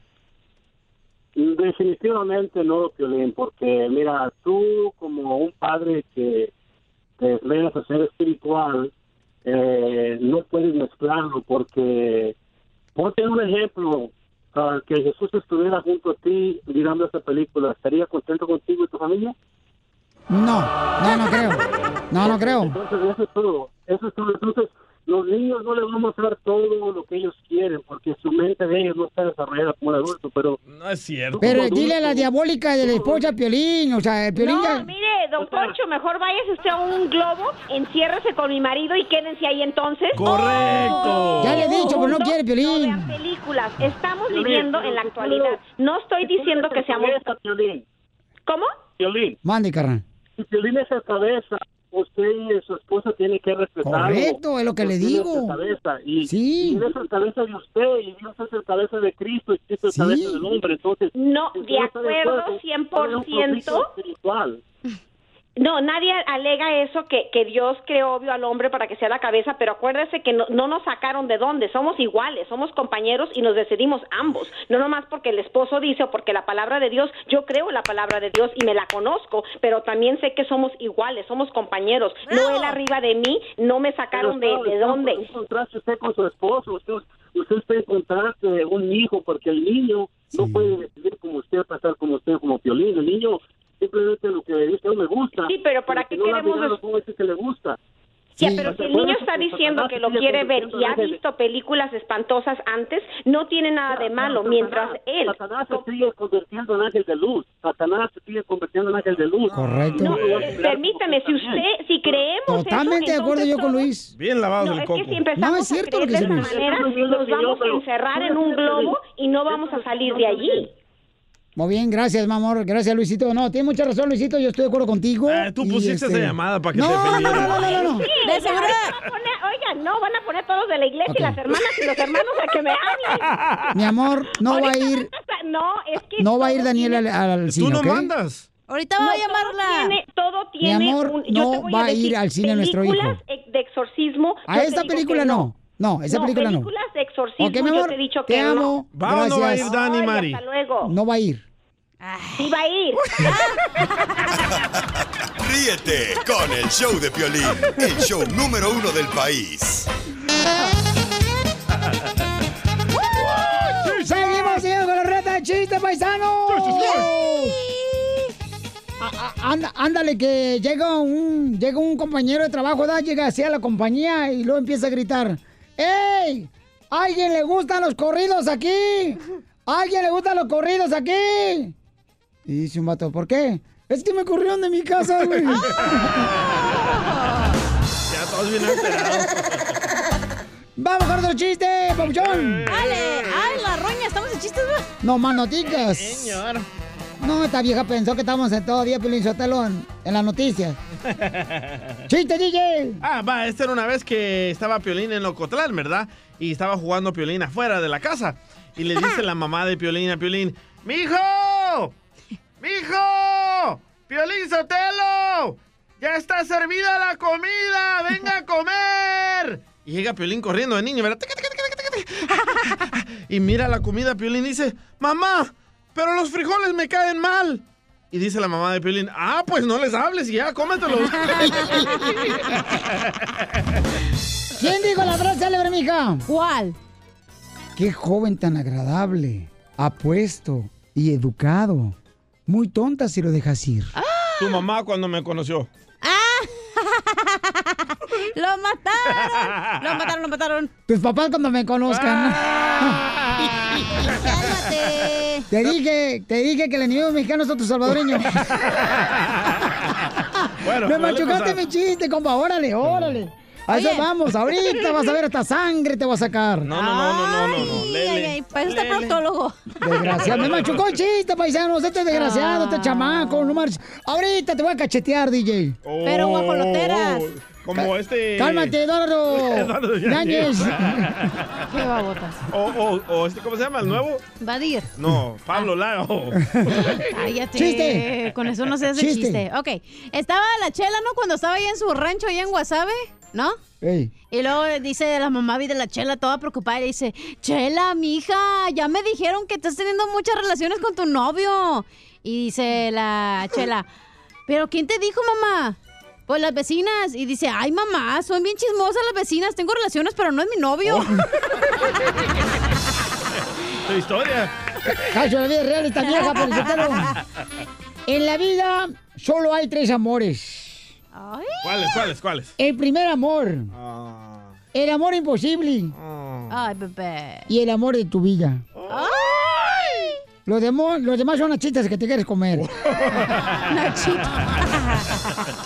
[SPEAKER 22] Definitivamente no, Piolín, porque mira, tú como un padre que te esmeras a ser espiritual, eh, no puedes mezclarlo porque, ponte un ejemplo, ah, que Jesús estuviera junto a ti mirando esta película, ¿estaría contento contigo y tu familia?
[SPEAKER 4] No, no, no creo, no, no creo.
[SPEAKER 22] Entonces, eso es todo. Eso es todo. Entonces, los niños no les vamos a dar todo lo que ellos quieren, porque su mente de ellos no está desarrollada como el adulto, pero...
[SPEAKER 6] No es cierto.
[SPEAKER 4] Pero dile a la diabólica de la esposa a Piolín, o sea, el Piolín ya-
[SPEAKER 21] No, mire, don Poncho, mejor váyase usted a un globo, enciérrese con mi marido y quédense ahí entonces.
[SPEAKER 6] Correcto.
[SPEAKER 4] Ya le he dicho, pero no
[SPEAKER 21] Segundo,
[SPEAKER 4] quiere, Piolín.
[SPEAKER 21] No vean películas. Estamos
[SPEAKER 22] Piolín,
[SPEAKER 21] viviendo en la actualidad. No estoy diciendo que seamos... ¿Cómo?
[SPEAKER 22] Violín,
[SPEAKER 4] Mande, carnal.
[SPEAKER 22] si Violín es la cabeza, usted y su esposa tienen que respetarlo.
[SPEAKER 4] Correcto, es lo que le
[SPEAKER 22] Usted
[SPEAKER 4] digo.
[SPEAKER 22] Es la cabeza, y,
[SPEAKER 4] Sí.
[SPEAKER 22] y Dios es la cabeza de usted, y Dios es la cabeza de Cristo, y Cristo es la
[SPEAKER 4] Sí.
[SPEAKER 22] cabeza del hombre. Entonces,
[SPEAKER 21] No,
[SPEAKER 22] si usted
[SPEAKER 21] de
[SPEAKER 22] no está
[SPEAKER 21] acuerdo,
[SPEAKER 22] es un conflicto
[SPEAKER 21] 100%.
[SPEAKER 22] espiritual.
[SPEAKER 21] No, nadie alega eso, que, que Dios creó obvio al hombre para que sea la cabeza, pero acuérdese que no, no nos sacaron de dónde, somos iguales, somos compañeros y nos decidimos ambos, no nomás porque el esposo dice o porque la palabra de Dios, yo creo la palabra de Dios y me la conozco, pero también sé que somos iguales, somos compañeros, no él arriba de mí, no me sacaron de,
[SPEAKER 22] Pero,
[SPEAKER 21] de
[SPEAKER 22] claro,
[SPEAKER 21] dónde.
[SPEAKER 22] Un contraste usted con su esposo, usted, usted está en contraste de un hijo, porque el niño no puede decidir como usted, pasar como usted, como violín. El niño simplemente lo que dice, no me gusta.
[SPEAKER 21] Sí, pero ¿para
[SPEAKER 22] Lo
[SPEAKER 21] qué
[SPEAKER 22] que no le ha
[SPEAKER 21] queremos
[SPEAKER 22] mirado,
[SPEAKER 21] des-
[SPEAKER 22] ¿cómo dice que le gusta?
[SPEAKER 21] Ya,
[SPEAKER 22] Sí.
[SPEAKER 21] pero si el niño está diciendo que lo quiere ver y ha visto películas espantosas antes, no tiene nada de malo, mientras él...
[SPEAKER 22] Satanás se sigue convirtiendo en ángel de luz. Satanás se sigue convirtiendo en ángel de luz.
[SPEAKER 4] Correcto.
[SPEAKER 21] No, eh, permítame, si usted, si creemos eso,
[SPEAKER 4] Totalmente de acuerdo yo con Luis.
[SPEAKER 6] Bien lavado
[SPEAKER 21] No,
[SPEAKER 6] el
[SPEAKER 21] es
[SPEAKER 6] coco.
[SPEAKER 21] que si empezamos
[SPEAKER 4] No, es cierto
[SPEAKER 21] a
[SPEAKER 4] lo
[SPEAKER 21] creer
[SPEAKER 4] que
[SPEAKER 21] de
[SPEAKER 4] dice
[SPEAKER 21] esa
[SPEAKER 4] Luis.
[SPEAKER 21] manera, nos vamos a encerrar en un globo y no vamos a salir de allí.
[SPEAKER 4] Muy bien, gracias, mi amor. Gracias, Luisito. No, tiene mucha razón, Luisito. Yo estoy de acuerdo contigo.
[SPEAKER 6] Eh, Tú
[SPEAKER 4] Y,
[SPEAKER 6] pusiste
[SPEAKER 4] este,
[SPEAKER 6] esa llamada para que
[SPEAKER 4] no,
[SPEAKER 6] te
[SPEAKER 4] no, no,
[SPEAKER 6] ofendiera.
[SPEAKER 4] no, no, no, no.
[SPEAKER 21] Sí,
[SPEAKER 5] De seguro-
[SPEAKER 21] van a poner- oigan, no, van a poner todos de la iglesia y las hermanas y los hermanos a que me hablen.
[SPEAKER 4] Mi amor, no va a ir,
[SPEAKER 21] No, es que
[SPEAKER 4] no va a ir
[SPEAKER 21] todos
[SPEAKER 4] Daniel al, al
[SPEAKER 21] tienen-
[SPEAKER 4] cine, ¿ok?
[SPEAKER 6] mandas.
[SPEAKER 5] Ahorita va a llamarla.
[SPEAKER 21] todo
[SPEAKER 4] Mi
[SPEAKER 21] tiene
[SPEAKER 4] amor,
[SPEAKER 21] un-
[SPEAKER 4] no
[SPEAKER 21] te voy
[SPEAKER 4] va a
[SPEAKER 21] decir,
[SPEAKER 4] ir al cine nuestro hijo.
[SPEAKER 21] películas ex- de exorcismo.
[SPEAKER 4] A
[SPEAKER 21] yo te
[SPEAKER 4] esta
[SPEAKER 21] digo que
[SPEAKER 4] película no. No, esa película no.
[SPEAKER 21] películas de exorcismo
[SPEAKER 4] Ok, mi amor,
[SPEAKER 21] yo te he dicho
[SPEAKER 4] te
[SPEAKER 21] que no.
[SPEAKER 4] amo.
[SPEAKER 6] ¿Va o no va a ir
[SPEAKER 4] Gracias.
[SPEAKER 6] Dani
[SPEAKER 21] Ay,
[SPEAKER 6] Mari?
[SPEAKER 21] hasta luego.
[SPEAKER 4] No va a ir.
[SPEAKER 21] Sí va a ir.
[SPEAKER 2] Ríete con el show de Piolín, el show número uno del país.
[SPEAKER 4] ¡Seguimos, señores, con la reta de chiste, paisano! A- a- anda- Ándale, que llega un, llega un compañero de trabajo, ¿da? llega así a la compañía y luego empieza a gritar. ¡Ey! ¿A ¿Alguien le gustan los corridos aquí? ¿A ¿Alguien le gustan los corridos aquí? Y dice un vato, ¿por qué? Es que me corrieron de mi casa, güey.
[SPEAKER 6] Ya todos bien alterados.
[SPEAKER 4] ¡Vamos con otro chiste, papuchón!
[SPEAKER 5] ¡Ale!
[SPEAKER 6] Eh.
[SPEAKER 5] ¡Ay, la roña! ¿Estamos en chistes, va?
[SPEAKER 4] No más noticias. No, esta vieja pensó que estábamos en todavía Piolín Sotelo en, en las noticias. ¡Chiste, DJ!
[SPEAKER 6] Ah, va, esta era una vez que estaba Piolín en Ocotlán, ¿verdad? Y estaba jugando Piolín afuera de la casa. Y le dice la mamá de Piolín a Piolín, ¡Mijo! ¡Mijo! ¡Piolín Sotelo! ¡Ya está servida la comida! ¡Venga a comer! Y llega Piolín corriendo de niño, ¿verdad? Tic, tic, tic, tic, tic. Y mira la comida, Piolín dice, ¡Mamá! ¡Pero los frijoles me caen mal! Y dice la mamá de Piolín, ¡Ah, pues no les hables y ya, cómetelos!
[SPEAKER 4] ¿Quién dijo la frase célebre, mija?
[SPEAKER 5] ¿Cuál?
[SPEAKER 4] Qué joven tan agradable, apuesto y educado. Muy tonta si lo dejas ir.
[SPEAKER 6] Tu mamá cuando me conoció.
[SPEAKER 5] ¡Lo mataron! ¡Lo mataron, lo mataron!
[SPEAKER 4] Tus papás cuando me conozcan.
[SPEAKER 5] ¡Cálmate!
[SPEAKER 4] Te dije, te dije que el enemigo mexicano son tus salvadoreños.
[SPEAKER 6] Bueno,
[SPEAKER 4] Me
[SPEAKER 6] suele
[SPEAKER 4] machucaste
[SPEAKER 6] pasar.
[SPEAKER 4] mi chiste, compa. Órale, órale. A eso
[SPEAKER 5] Oye.
[SPEAKER 4] vamos, ahorita vas a ver hasta sangre te va a sacar.
[SPEAKER 6] No, no, no, no, no, no, no.
[SPEAKER 5] Ay,
[SPEAKER 6] Lele.
[SPEAKER 5] ay, ay, pues, este para eso está proctólogo.
[SPEAKER 4] Desgraciado, me machucó el chiste, paisanos. Este desgraciado, este chamaco, no marches. Ahorita te voy a cachetear, Oh. DJ.
[SPEAKER 5] Pero guajoloteras.
[SPEAKER 6] Como este.
[SPEAKER 4] Cálmate, Eduardo.
[SPEAKER 6] Oh, Eduardo
[SPEAKER 4] Yáñez.
[SPEAKER 5] ¡Qué babotas!
[SPEAKER 6] O, o, o este, ¿cómo se llama? ¿El nuevo?
[SPEAKER 5] Vadir.
[SPEAKER 6] No, Pablo Lao.
[SPEAKER 5] Cállate.
[SPEAKER 6] Chiste.
[SPEAKER 5] Con eso no se hace
[SPEAKER 6] Chiste.
[SPEAKER 5] chiste. Ok. Estaba la chela, ¿no? Cuando estaba ahí en su rancho, ahí en Guasave, ¿no?
[SPEAKER 4] Ey.
[SPEAKER 5] Y luego dice la mamá vi de la chela toda preocupada y le dice, chela, mija, ya me dijeron que estás teniendo muchas relaciones con tu novio. Y dice la chela, pero ¿quién te dijo, mamá? Pues las vecinas. Y dice, ay, mamá, son bien chismosas las vecinas, tengo relaciones, pero no es mi novio.
[SPEAKER 6] Tu historia.
[SPEAKER 4] Cacho, la vida real esta vieja, por En la vida solo hay tres amores.
[SPEAKER 6] ¿Cuáles, cuáles, cuáles?
[SPEAKER 4] El primer amor.
[SPEAKER 5] Ah.
[SPEAKER 4] El amor imposible.
[SPEAKER 5] Ay, bebé.
[SPEAKER 4] Y el amor de tu vida.
[SPEAKER 5] Ay.
[SPEAKER 4] Los, demo- los demás son las chistes que te quieres comer.
[SPEAKER 5] Oh.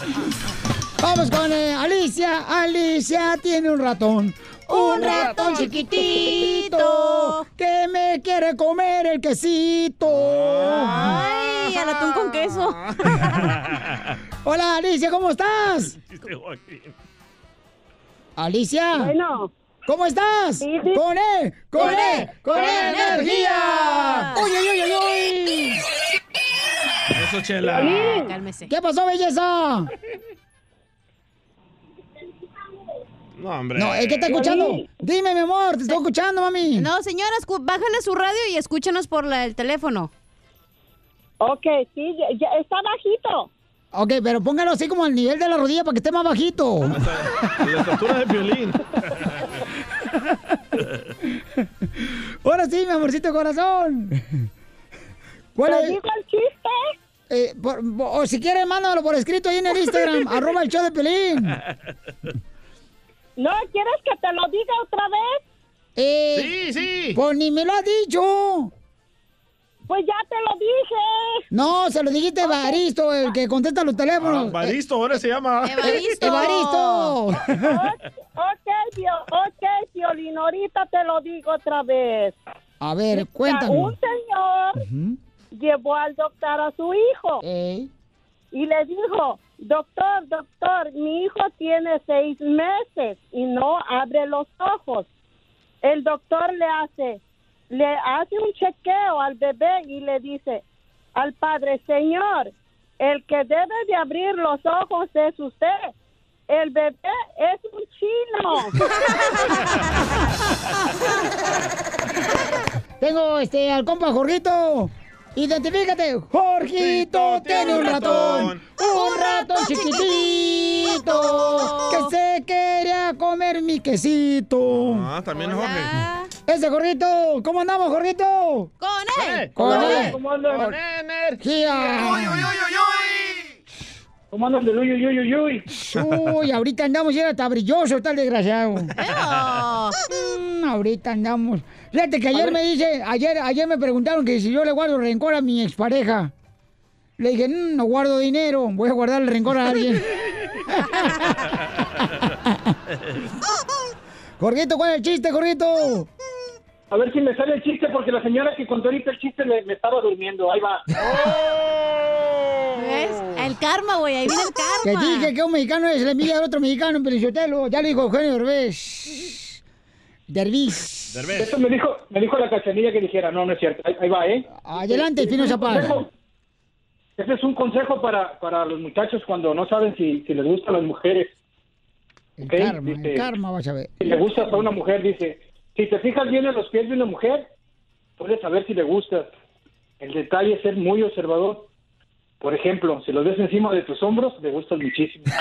[SPEAKER 4] Vamos con eh, Alicia. Alicia tiene un ratón. Un ratón chiquitito que me quiere comer el quesito.
[SPEAKER 5] Ay, el ratón con queso.
[SPEAKER 4] Hola Alicia, ¿cómo estás? Alicia.
[SPEAKER 12] Bueno.
[SPEAKER 4] ¿Cómo estás? Con él, con él, con,
[SPEAKER 12] Con
[SPEAKER 4] energía.
[SPEAKER 12] energía.
[SPEAKER 4] Uy, uy, uy, uy, uy.
[SPEAKER 6] Eso, chela.
[SPEAKER 4] Piolín.
[SPEAKER 5] Cálmese.
[SPEAKER 4] ¿Qué pasó, belleza?
[SPEAKER 6] No, hombre.
[SPEAKER 4] No, es que está escuchando. Dime, mi amor, te estoy escuchando, mami.
[SPEAKER 5] No, señoras, cu- bájenle su radio y escúchenos por la- el teléfono.
[SPEAKER 12] Ok, sí, ya, ya está bajito.
[SPEAKER 4] Ok, pero póngalo así como al nivel de la rodilla para que esté más bajito.
[SPEAKER 6] La estatura de violín.
[SPEAKER 4] Ahora sí, mi amorcito corazón.
[SPEAKER 12] ¿Te digo el chiste?
[SPEAKER 4] Eh, por- o si quieres, mándalo por escrito ahí en el Instagram, arroba el show de Pelín.
[SPEAKER 12] ¿No quieres que te lo diga otra vez?
[SPEAKER 4] Eh,
[SPEAKER 12] Sí, sí.
[SPEAKER 4] Pues ni me lo ha dicho.
[SPEAKER 12] Pues ya te lo dije.
[SPEAKER 4] No, se lo dijiste a Evaristo, el que contesta los teléfonos.
[SPEAKER 6] Ah, Evaristo, ahora se llama.
[SPEAKER 12] Evaristo.
[SPEAKER 4] Evaristo.
[SPEAKER 12] Ok, Pio, ok, Piolín, ahorita te lo digo otra vez.
[SPEAKER 4] A ver, cuéntame.
[SPEAKER 12] Un señor llevó al doctor a su hijo y le dijo, doctor, doctor, mi hijo tiene seis meses y no abre los ojos. El doctor le hace, le hace un chequeo al bebé y le dice al padre, señor,
[SPEAKER 23] El que debe de abrir los ojos es usted. El bebé es un chino.
[SPEAKER 4] Tengo este al compa Jorgito. Identifícate. Jorgito tiene un ratón. Un ratón chiquitito. Que se quería comer mi quesito.
[SPEAKER 6] Ah, también Jorge.
[SPEAKER 4] Ese Jorgito. ¿Cómo andamos, Jorgito?
[SPEAKER 5] ¡Con él!
[SPEAKER 4] Con él.
[SPEAKER 14] Eh, ¿Cómo andas?
[SPEAKER 4] Con energía.
[SPEAKER 14] Uy, uy, ¿Cómo andas de uy, uy, uy, uy, uy?
[SPEAKER 4] Uy, ahorita andamos y era hasta brilloso, tal desgraciado.
[SPEAKER 14] Eo.
[SPEAKER 4] Mm, ahorita andamos. Fíjate que ayer me dice, ayer, ayer me preguntaron que si yo le guardo rencor a mi expareja. Le dije, "Mm, no guardo dinero, voy a guardar el rencor a alguien. Jorgito, ¿cuál es el chiste, Jorgito?
[SPEAKER 14] A ver si me sale el chiste, porque la señora que contó ahorita el chiste me, me estaba durmiendo. Ahí va.
[SPEAKER 5] ¿Ves? El karma, güey. Ahí viene el
[SPEAKER 4] Te
[SPEAKER 5] karma.
[SPEAKER 4] dije que un mexicano es la envidia del otro mexicano, Pelichotelo. Ya lo dijo Eugenio Derbez. Derbez.
[SPEAKER 14] Eso me dijo, me dijo la cachanilla que dijera, no, no es cierto. Ahí, ahí va, ¿eh?
[SPEAKER 4] Adelante,
[SPEAKER 14] Ese es
[SPEAKER 4] Espinosa
[SPEAKER 14] un
[SPEAKER 4] Paz.
[SPEAKER 14] consejo- Ese es un consejo para, para los muchachos cuando no saben si, si les gustan las mujeres.
[SPEAKER 4] El
[SPEAKER 14] ¿Ok?
[SPEAKER 4] karma, el
[SPEAKER 14] Dice,
[SPEAKER 4] karma, vas a ver.
[SPEAKER 14] Si le gustas a una mujer, dice, si te fijas bien en los pies de una mujer, puedes saber si le gustas. El detalle es ser muy observador. Por ejemplo, si los ves encima de tus hombros, le gustas muchísimo.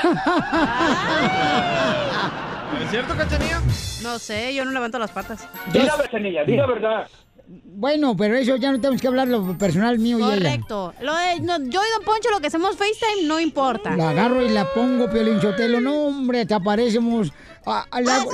[SPEAKER 6] ¿Es cierto, Cachanilla?
[SPEAKER 5] No sé, yo no levanto las patas.
[SPEAKER 14] Di la cachanilla, di la verdad.
[SPEAKER 4] Bueno, pero eso ya no tenemos que hablar lo personal mío y ella.
[SPEAKER 5] Correcto. Lo de- no, yo y Don Poncho, lo que hacemos FaceTime, no importa.
[SPEAKER 4] La agarro y la pongo, Piolín Sotelo. No, hombre, te aparecemos. Ah, ah, la-
[SPEAKER 5] ¿Has, has,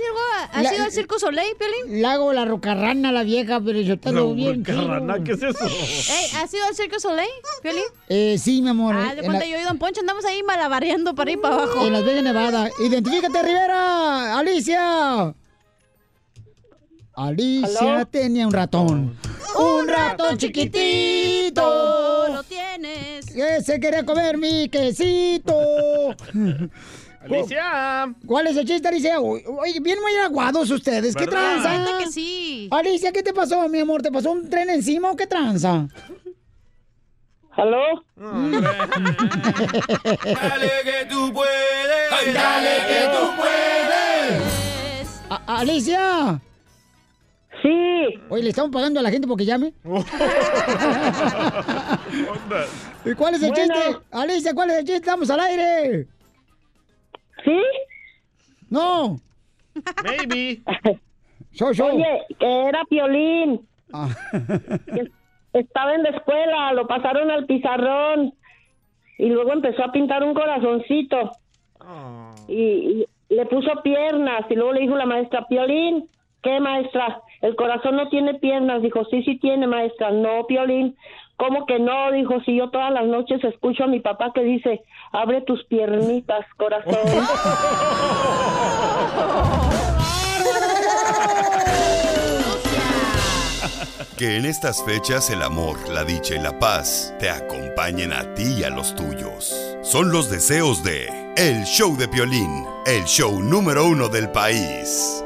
[SPEAKER 5] ido, has
[SPEAKER 4] la-
[SPEAKER 5] ido al Circo Soleil, Piolín?
[SPEAKER 4] la hago la rocarrana, la vieja, Piolín Sotelo.
[SPEAKER 6] La
[SPEAKER 4] bien chido.
[SPEAKER 6] rocarrana, ¿qué es eso?
[SPEAKER 5] Ey, ¿Has ido al Circo Soleil, Piolín?
[SPEAKER 4] Eh, sí, mi amor.
[SPEAKER 5] Ah, de
[SPEAKER 4] en
[SPEAKER 5] cuenta
[SPEAKER 4] la- Uh,
[SPEAKER 5] yo y Don Poncho andamos ahí malabareando para ir para abajo.
[SPEAKER 4] En Las Vegas, Nevada. Identifícate, Rivera. Alicia. Alicia
[SPEAKER 5] ¿Aló?
[SPEAKER 4] tenía un ratón. Un ratón chiquitito.
[SPEAKER 5] Lo tienes.
[SPEAKER 4] Que se quería comer mi quesito.
[SPEAKER 6] Alicia.
[SPEAKER 4] ¿Cuál es el chiste, Alicia? O- Oye, bien muy aguados ustedes. ¿Qué
[SPEAKER 5] ¿Verdad?
[SPEAKER 4] tranza?
[SPEAKER 5] Neta que sí.
[SPEAKER 4] Alicia, ¿qué te pasó, mi amor? ¿Te pasó un tren encima o qué tranza?
[SPEAKER 12] ¿Aló?
[SPEAKER 14] Dale
[SPEAKER 12] que tú puedes.
[SPEAKER 14] dale que tú
[SPEAKER 4] puedes. Alicia.
[SPEAKER 12] Sí.
[SPEAKER 4] Oye, le estamos pagando a la gente porque llame. ¿Y cuál es el
[SPEAKER 14] Bueno.
[SPEAKER 4] chiste? Alicia, ¿cuál es el chiste? Estamos al aire.
[SPEAKER 12] ¿Sí?
[SPEAKER 4] No.
[SPEAKER 6] Maybe.
[SPEAKER 4] Yo, yo.
[SPEAKER 12] Oye, que era Piolín. Estaba en la escuela, lo pasaron al pizarrón y luego empezó a pintar un corazoncito. Y, y le puso piernas y luego le dijo la maestra, Piolín, ¿qué maestra? El corazón no tiene piernas. Dijo, sí, sí tiene maestra. No, Piolín, ¿cómo que no? Dijo, si yo todas las noches escucho a mi papá que dice, abre tus piernitas, corazón.
[SPEAKER 2] Que en estas fechas el amor, la dicha y la paz te acompañen a ti y a los tuyos. Son los deseos de El Show de Piolín, el show número uno del país.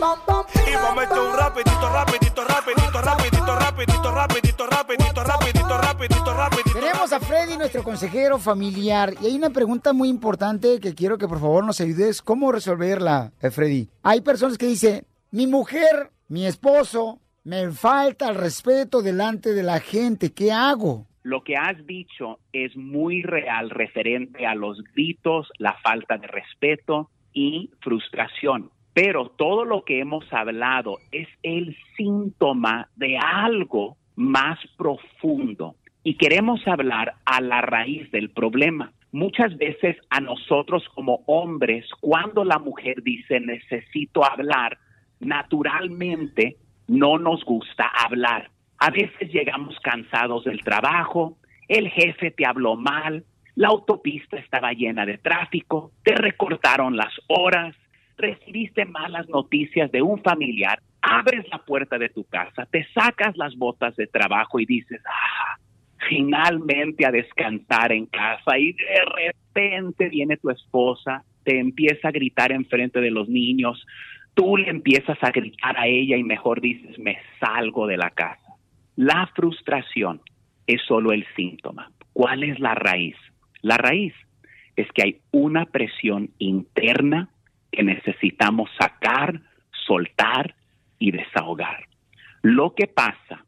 [SPEAKER 12] Y momento un rapidito, rapidito, rapidito, rapidito, rapidito, rapidito, rapidito, rapidito, rapidito, rapidito.
[SPEAKER 4] Tenemos a Freddy, nuestro consejero familiar, y hay una pregunta muy importante que quiero que por favor nos ayudes cómo resolverla, eh, Freddy. Hay personas que dicen, mi mujer, mi esposo, me falta el respeto delante de la gente, ¿qué hago?
[SPEAKER 24] Lo que has dicho es muy real referente a los gritos, la falta de respeto y frustración. Pero todo lo que hemos hablado es el síntoma de algo más profundo. Y queremos hablar a la raíz del problema. Muchas veces a nosotros como hombres, cuando la mujer dice necesito hablar, naturalmente no nos gusta hablar. A veces llegamos cansados del trabajo, el jefe te habló mal, la autopista estaba llena de tráfico, te recortaron las horas, recibiste malas noticias de un familiar, abres la puerta de tu casa, te sacas las botas de trabajo y dices, ah, finalmente a descansar en casa y de repente viene tu esposa, te empieza a gritar enfrente de los niños, tú le empiezas a gritar a ella y mejor dices, me salgo de la casa. La frustración es solo el síntoma. ¿Cuál es la raíz? La raíz es que hay una presión interna que necesitamos sacar, soltar y desahogar. Lo que pasa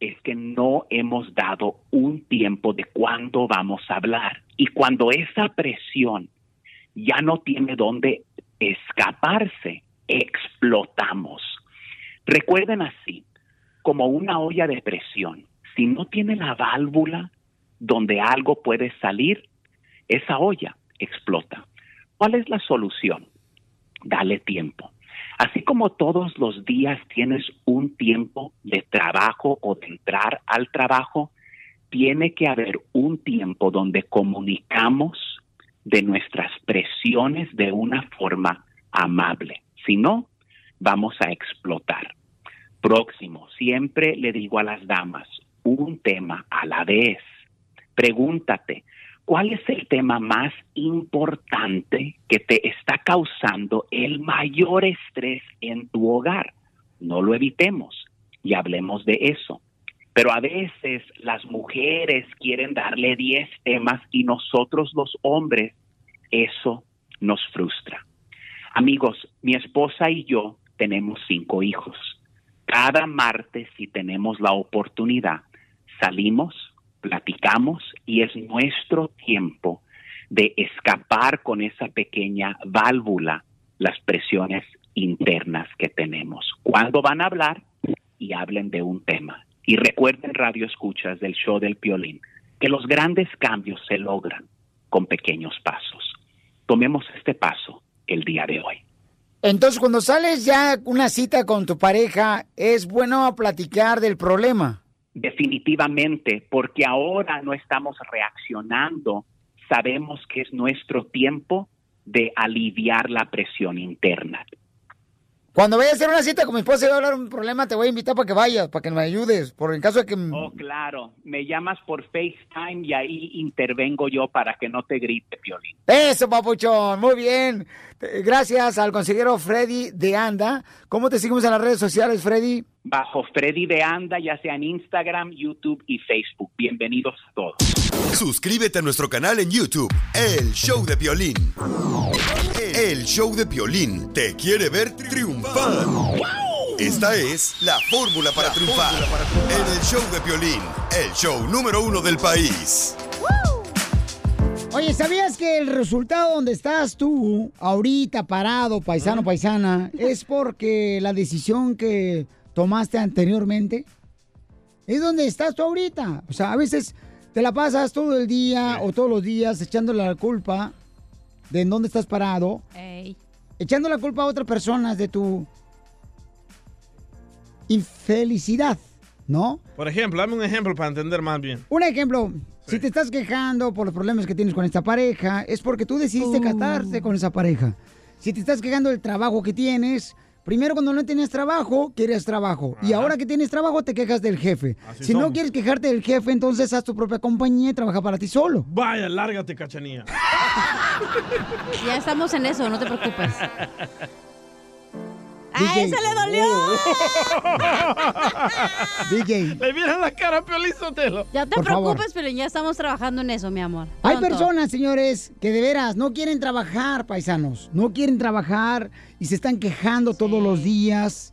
[SPEAKER 24] es que no hemos dado un tiempo de cuándo vamos a hablar. Y cuando esa presión ya no tiene dónde escaparse, explotamos. Recuerden así, como una olla de presión, si no tiene la válvula donde algo puede salir, esa olla explota. ¿Cuál es la solución? Dale tiempo. Así como todos los días tienes un tiempo de trabajo o de entrar al trabajo, tiene que haber un tiempo donde comunicamos de nuestras presiones de una forma amable. Si no, vamos a explotar. Próximo, siempre le digo a las damas, un tema a la vez. Pregúntate, ¿cuál es el tema más importante que te está causando el mayor estrés en tu hogar? No lo evitemos y hablemos de eso. Pero a veces las mujeres quieren darle 10 temas y nosotros los hombres, eso nos frustra. Amigos, mi esposa y yo tenemos cinco hijos. Cada martes, si tenemos la oportunidad, salimos, platicamos y es nuestro tiempo de escapar con esa pequeña válvula las presiones internas que tenemos. Cuando van a hablar y hablen de un tema. Y recuerden, radio escuchas del show del Piolín, que los grandes cambios se logran con pequeños pasos. Tomemos este paso el día de hoy.
[SPEAKER 4] Entonces, cuando sales ya una cita con tu pareja, es bueno platicar del problema.
[SPEAKER 24] Definitivamente, porque ahora no estamos reaccionando, sabemos que es nuestro tiempo de aliviar la presión interna.
[SPEAKER 4] Cuando vaya a hacer una cita con mi esposa y voy a hablar un problema, te voy a invitar para que vayas, para que me ayudes, por el caso de que...
[SPEAKER 24] Oh, claro, me llamas por FaceTime y ahí intervengo yo para que no te grite, Piolín.
[SPEAKER 4] Eso, papuchón, muy bien. Eh, Gracias al consejero Freddy de Anda. ¿Cómo te seguimos en las redes sociales, Freddy?
[SPEAKER 24] Bajo Freddy de Anda, ya sea en Instagram, YouTube y Facebook. Bienvenidos a todos.
[SPEAKER 2] Suscríbete a nuestro canal en YouTube, El Show de Piolín. El Show de Piolín te quiere ver triunfar. Esta es la fórmula para triunfar. En El Show de Piolín, el show número uno del país.
[SPEAKER 4] Oye, ¿sabías que el resultado donde estás tú, ahorita parado, paisano, paisana, es porque la decisión que tomaste anteriormente es donde estás tú ahorita? O sea, a veces te la pasas todo el día o todos los días echándole la culpa de en dónde estás parado, echando la culpa a otras personas de tu infelicidad, ¿no?
[SPEAKER 6] Por ejemplo, dame un ejemplo para entender más bien.
[SPEAKER 4] Un ejemplo, si te estás quejando por los problemas que tienes con esta pareja, es porque tú
[SPEAKER 6] Uh.
[SPEAKER 4] decidiste casarte con esa pareja. Si te estás quejando del trabajo que tienes, primero cuando no tenías trabajo, querías trabajo. Y ahora que tienes trabajo, te quejas del jefe.
[SPEAKER 6] Así
[SPEAKER 4] si no
[SPEAKER 6] somos.
[SPEAKER 4] quieres quejarte del jefe, entonces haz tu propia compañía y trabaja para ti solo.
[SPEAKER 6] Vaya, lárgate, cachanía.
[SPEAKER 5] Ya estamos en eso, no te preocupes.
[SPEAKER 6] ¡Ah,
[SPEAKER 5] ¡Ay, se le dolió!
[SPEAKER 4] DJ.
[SPEAKER 6] Le vieron la cara, Piolín Sotelo.
[SPEAKER 5] Ya te
[SPEAKER 4] Por favor. Ah.
[SPEAKER 5] preocupes, pero ya estamos trabajando en eso, mi amor.
[SPEAKER 4] Hay
[SPEAKER 5] Pronto.
[SPEAKER 4] personas, señores, que de veras no quieren trabajar, paisanos. No quieren trabajar y se están quejando todos los días.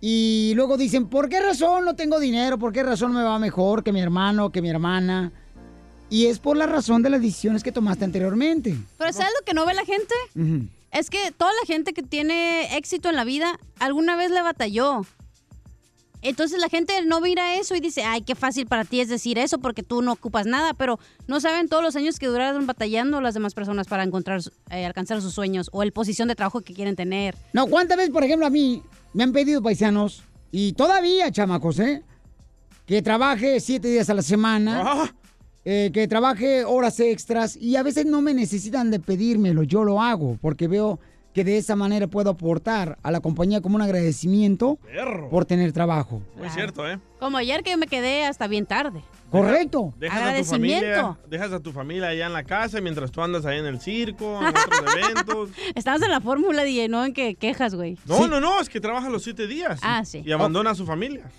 [SPEAKER 4] Y luego dicen, ¿por qué razón no tengo dinero? ¿Por qué razón me va mejor que mi hermano, que mi hermana? Y es por la razón de las decisiones que tomaste anteriormente.
[SPEAKER 5] Pero ¿sabes lo que no ve la gente?
[SPEAKER 4] Ujú.
[SPEAKER 5] Es que toda la gente que tiene éxito en la vida alguna vez le batalló. Entonces la gente no mira eso y dice, ay, qué fácil para ti es decir eso porque tú no ocupas nada, pero no saben todos los años que duraron batallando las demás personas para encontrar, su- eh, alcanzar sus sueños o el posición de trabajo que quieren tener.
[SPEAKER 4] No, ¿cuántas veces, por ejemplo, a mí me han pedido paisanos, y todavía, chamacos, ¿eh? Que trabaje siete días a la
[SPEAKER 6] Ah.
[SPEAKER 4] semana, eh, que trabaje horas extras, y a veces no me necesitan de pedírmelo, yo lo hago, porque veo que de esa manera puedo aportar a la compañía como un agradecimiento
[SPEAKER 6] Perro.
[SPEAKER 4] por tener trabajo.
[SPEAKER 6] Muy cierto, ¿eh?
[SPEAKER 5] Como ayer que me quedé hasta bien tarde.
[SPEAKER 4] Correcto.
[SPEAKER 6] Dejas a tu
[SPEAKER 5] Agradecimiento.
[SPEAKER 6] familia, dejas a tu familia allá en la casa mientras tú andas allá en el circo, en otros eventos.
[SPEAKER 5] Estabas en la fórmula, DJ, no en que quejas, güey.
[SPEAKER 6] No, no, no, es que trabaja los siete días.
[SPEAKER 5] Ah, sí.
[SPEAKER 6] Y abandona a su familia.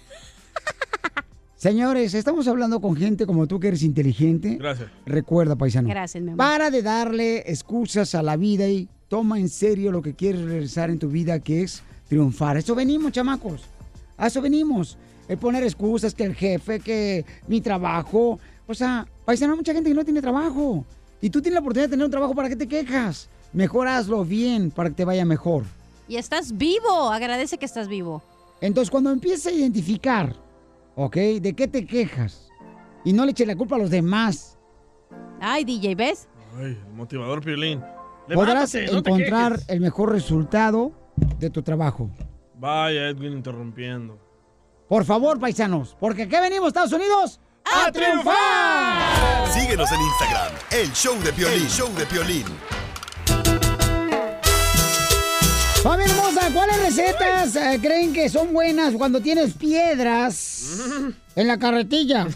[SPEAKER 4] Señores, estamos hablando con gente como tú que eres inteligente.
[SPEAKER 6] Gracias.
[SPEAKER 4] Recuerda, paisano.
[SPEAKER 5] Gracias, mi amor.
[SPEAKER 4] Para de darle excusas a la vida y toma en serio lo que quieres realizar en tu vida, que es triunfar. A eso venimos, chamacos. A eso venimos. El poner excusas, que el jefe, que mi trabajo. O sea, paisano, hay mucha gente que no tiene trabajo. Y tú tienes la oportunidad de tener un trabajo, ¿para qué te quejas? Mejor hazlo bien para que te vaya mejor.
[SPEAKER 5] Y estás vivo, agradece que estás vivo.
[SPEAKER 4] Entonces, cuando empieces a identificar, ¿ok? ¿De qué te quejas? Y no le eches la culpa a los demás.
[SPEAKER 5] Ay, DJ, ¿ves?
[SPEAKER 6] Ay, el motivador Piolín.
[SPEAKER 4] Podrás
[SPEAKER 6] Levántate, ¿eh? no te
[SPEAKER 4] encontrar
[SPEAKER 6] quejes.
[SPEAKER 4] el mejor resultado de tu trabajo.
[SPEAKER 6] Vaya, Edwin interrumpiendo.
[SPEAKER 4] Por favor, paisanos, porque aquí venimos, Estados Unidos, a, triunfar.
[SPEAKER 2] Síguenos en Instagram, el show de Piolín. El show de Piolín.
[SPEAKER 4] Familia hermosa, ¿cuáles recetas eh, creen que son buenas cuando tienes piedras
[SPEAKER 6] Mm.
[SPEAKER 4] en la carretilla?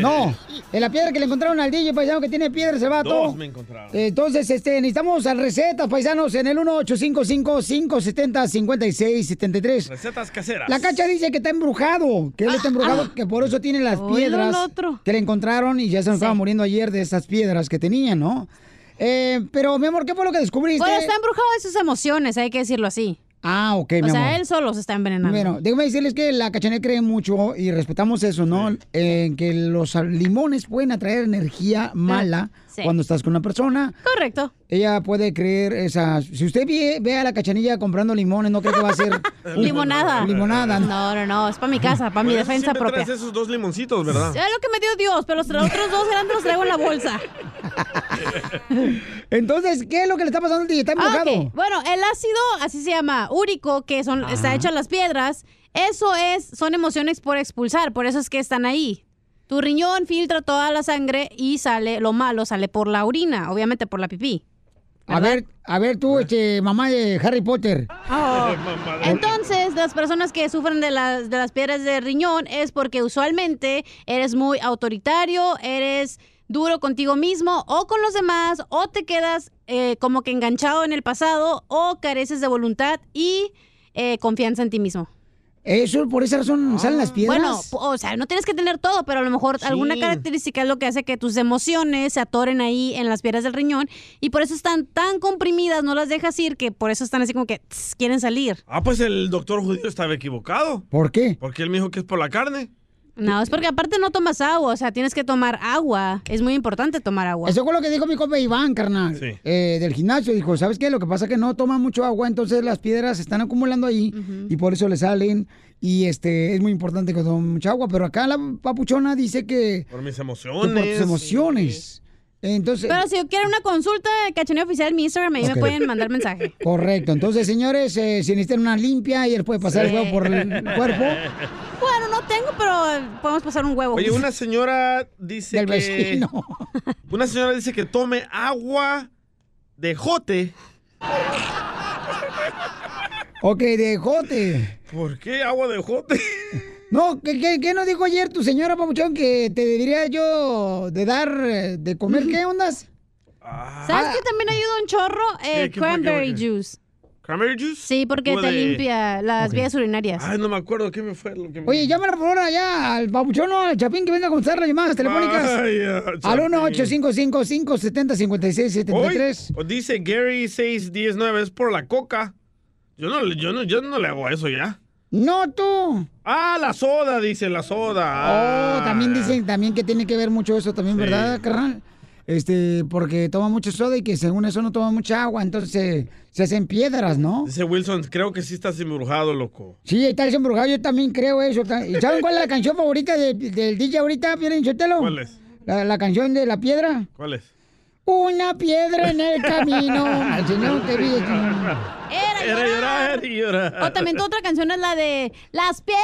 [SPEAKER 4] No, en la piedra que le encontraron al DJ, paisano, que tiene piedras el vato.
[SPEAKER 6] Dos me encontraron.
[SPEAKER 4] Entonces, este, necesitamos recetas, paisanos, en el 1855-570-5673.
[SPEAKER 6] Recetas caseras.
[SPEAKER 4] La cacha dice que está embrujado, que él
[SPEAKER 5] Ah,
[SPEAKER 4] está embrujado, que por eso tiene las
[SPEAKER 6] Oílo
[SPEAKER 4] piedras
[SPEAKER 6] el
[SPEAKER 4] que le encontraron y ya se nos estaba muriendo ayer de esas piedras que tenía, ¿no? Eh, pero, mi amor, ¿qué fue lo que descubriste?
[SPEAKER 5] Bueno, Pues, está embrujado de sus emociones, hay que decirlo así.
[SPEAKER 4] Ah, ok,
[SPEAKER 5] o
[SPEAKER 4] mi
[SPEAKER 5] sea,
[SPEAKER 4] amor.
[SPEAKER 5] él solo se está envenenando.
[SPEAKER 4] Bueno, déjame decirles que la cachané cree mucho y respetamos eso, ¿no? En que los limones pueden atraer energía mala
[SPEAKER 5] Mm, Sí.
[SPEAKER 4] cuando estás con una persona.
[SPEAKER 5] Correcto.
[SPEAKER 4] Ella puede creer esas. Si usted ve, ve a la cachanilla comprando limones, no cree que va a ser.
[SPEAKER 5] Limonada.
[SPEAKER 4] Limonada.
[SPEAKER 5] No, no, no, es para mi casa, para mi
[SPEAKER 6] Por eso
[SPEAKER 5] defensa
[SPEAKER 6] siempre
[SPEAKER 5] propia.
[SPEAKER 6] traes esos dos limoncitos, ¿verdad?
[SPEAKER 5] Es lo que me dio Dios, pero los tra- otros dos grandes los traigo en la bolsa.
[SPEAKER 4] Entonces, ¿qué es lo que le está pasando al DJ? Está
[SPEAKER 5] Ah,
[SPEAKER 4] embrujado.
[SPEAKER 5] ok. Bueno, el ácido, así se llama, úrico, que son, está hecho en las piedras, eso es, son emociones por expulsar, por eso es que están ahí. Tu riñón filtra toda la sangre y sale, lo malo sale por la orina, obviamente por la pipí.
[SPEAKER 4] A ver, a ver tú, este, mamá de Harry Potter.
[SPEAKER 5] Oh. Entonces, las personas que sufren de las, de las piedras de riñón es porque usualmente eres muy autoritario, eres duro contigo mismo o con los demás, o te quedas eh, como que enganchado en el pasado, o careces de voluntad y eh, confianza en ti mismo.
[SPEAKER 4] Eso, por esa
[SPEAKER 6] Ah.
[SPEAKER 4] razón salen las piedras.
[SPEAKER 5] Bueno, p- o sea, no tienes que tener todo, pero a lo mejor
[SPEAKER 4] Sí.
[SPEAKER 5] alguna característica es lo que hace que tus emociones se atoren ahí en las piedras del riñón y por eso están tan comprimidas, no las dejas ir, que por eso están así como que tss, quieren salir.
[SPEAKER 6] Ah, pues el doctor judío estaba equivocado.
[SPEAKER 4] ¿Por qué?
[SPEAKER 6] Porque él me dijo que es por la carne.
[SPEAKER 5] No, es porque aparte no tomas agua, o sea, tienes que tomar agua. Es muy importante tomar agua.
[SPEAKER 4] Eso fue lo que dijo mi compa Iván, carnal, eh, del gimnasio. Dijo, ¿sabes qué? Lo que pasa es que no toma mucho agua, entonces las piedras se están acumulando ahí y por eso le salen. Y este es muy importante que tome mucha agua. Pero acá la papuchona dice que
[SPEAKER 6] Por mis
[SPEAKER 4] que por
[SPEAKER 6] emociones.
[SPEAKER 4] tus emociones. Entonces,
[SPEAKER 5] Pero si yo quiero una consulta de cachaneo oficial, mi Instagram, ahí
[SPEAKER 4] Ok.
[SPEAKER 5] me pueden mandar mensaje.
[SPEAKER 4] correcto. Entonces, señores, eh, si necesitan una limpia y él puede pasar el
[SPEAKER 5] Sí.
[SPEAKER 4] huevo por el cuerpo.
[SPEAKER 5] Bueno, no tengo, pero podemos pasar un huevo.
[SPEAKER 6] Oye, una señora dice
[SPEAKER 5] Del
[SPEAKER 6] que.
[SPEAKER 5] vecino.
[SPEAKER 6] Una señora dice que tome agua de jote.
[SPEAKER 4] Ok, de jote.
[SPEAKER 6] ¿Por qué agua de jote?
[SPEAKER 4] No, ¿qué, qué, qué nos dijo ayer tu señora Papuchón que te debería yo de dar eh, de comer? ¿Qué ondas? Ah,
[SPEAKER 5] ¿Sabes qué también ayuda un chorro? Eh,
[SPEAKER 6] ¿Qué, qué fue, qué fue,
[SPEAKER 5] cranberry
[SPEAKER 6] qué?
[SPEAKER 5] juice.
[SPEAKER 6] ¿Cranberry juice?
[SPEAKER 5] Sí, porque
[SPEAKER 6] O
[SPEAKER 5] te
[SPEAKER 6] de- Ah,
[SPEAKER 5] limpia las
[SPEAKER 6] Ok.
[SPEAKER 5] vías urinarias.
[SPEAKER 6] Ay, no me acuerdo qué me fue lo que me-
[SPEAKER 4] Oye, llámala por ahora ya al Papuchón o al Chapín que venga a contestar las llamadas telefónicas.
[SPEAKER 6] Vaya,
[SPEAKER 4] al
[SPEAKER 6] Chapín.
[SPEAKER 4] 1-855-570-5673.
[SPEAKER 6] Hoy, o dice Gary 619 es por la coca. Yo no, le- yo no, yo no le hago a eso ya.
[SPEAKER 4] No tú.
[SPEAKER 6] Ah, la soda, dice la soda. Ah.
[SPEAKER 4] Oh, también dicen también que tiene que ver mucho eso también,
[SPEAKER 6] Sí.
[SPEAKER 4] ¿verdad, carnal? Este, porque toma mucho soda y que según eso no toma mucha agua, entonces se, se hacen piedras, ¿no?
[SPEAKER 6] Dice Wilson, creo que sí estás embrujado, loco.
[SPEAKER 4] Sí, está el embrujado, yo también creo eso. ta- ¿Y saben cuál es la canción favorita de- del DJ ahorita, Piolín Sotelo?
[SPEAKER 6] ¿Cuál es?
[SPEAKER 4] La, la canción de la piedra.
[SPEAKER 6] ¿Cuál es?
[SPEAKER 4] Una piedra en el camino. Al Señor te vi.
[SPEAKER 5] Era
[SPEAKER 6] llorar y llorar.
[SPEAKER 5] O también tu otra canción es la de Las piedras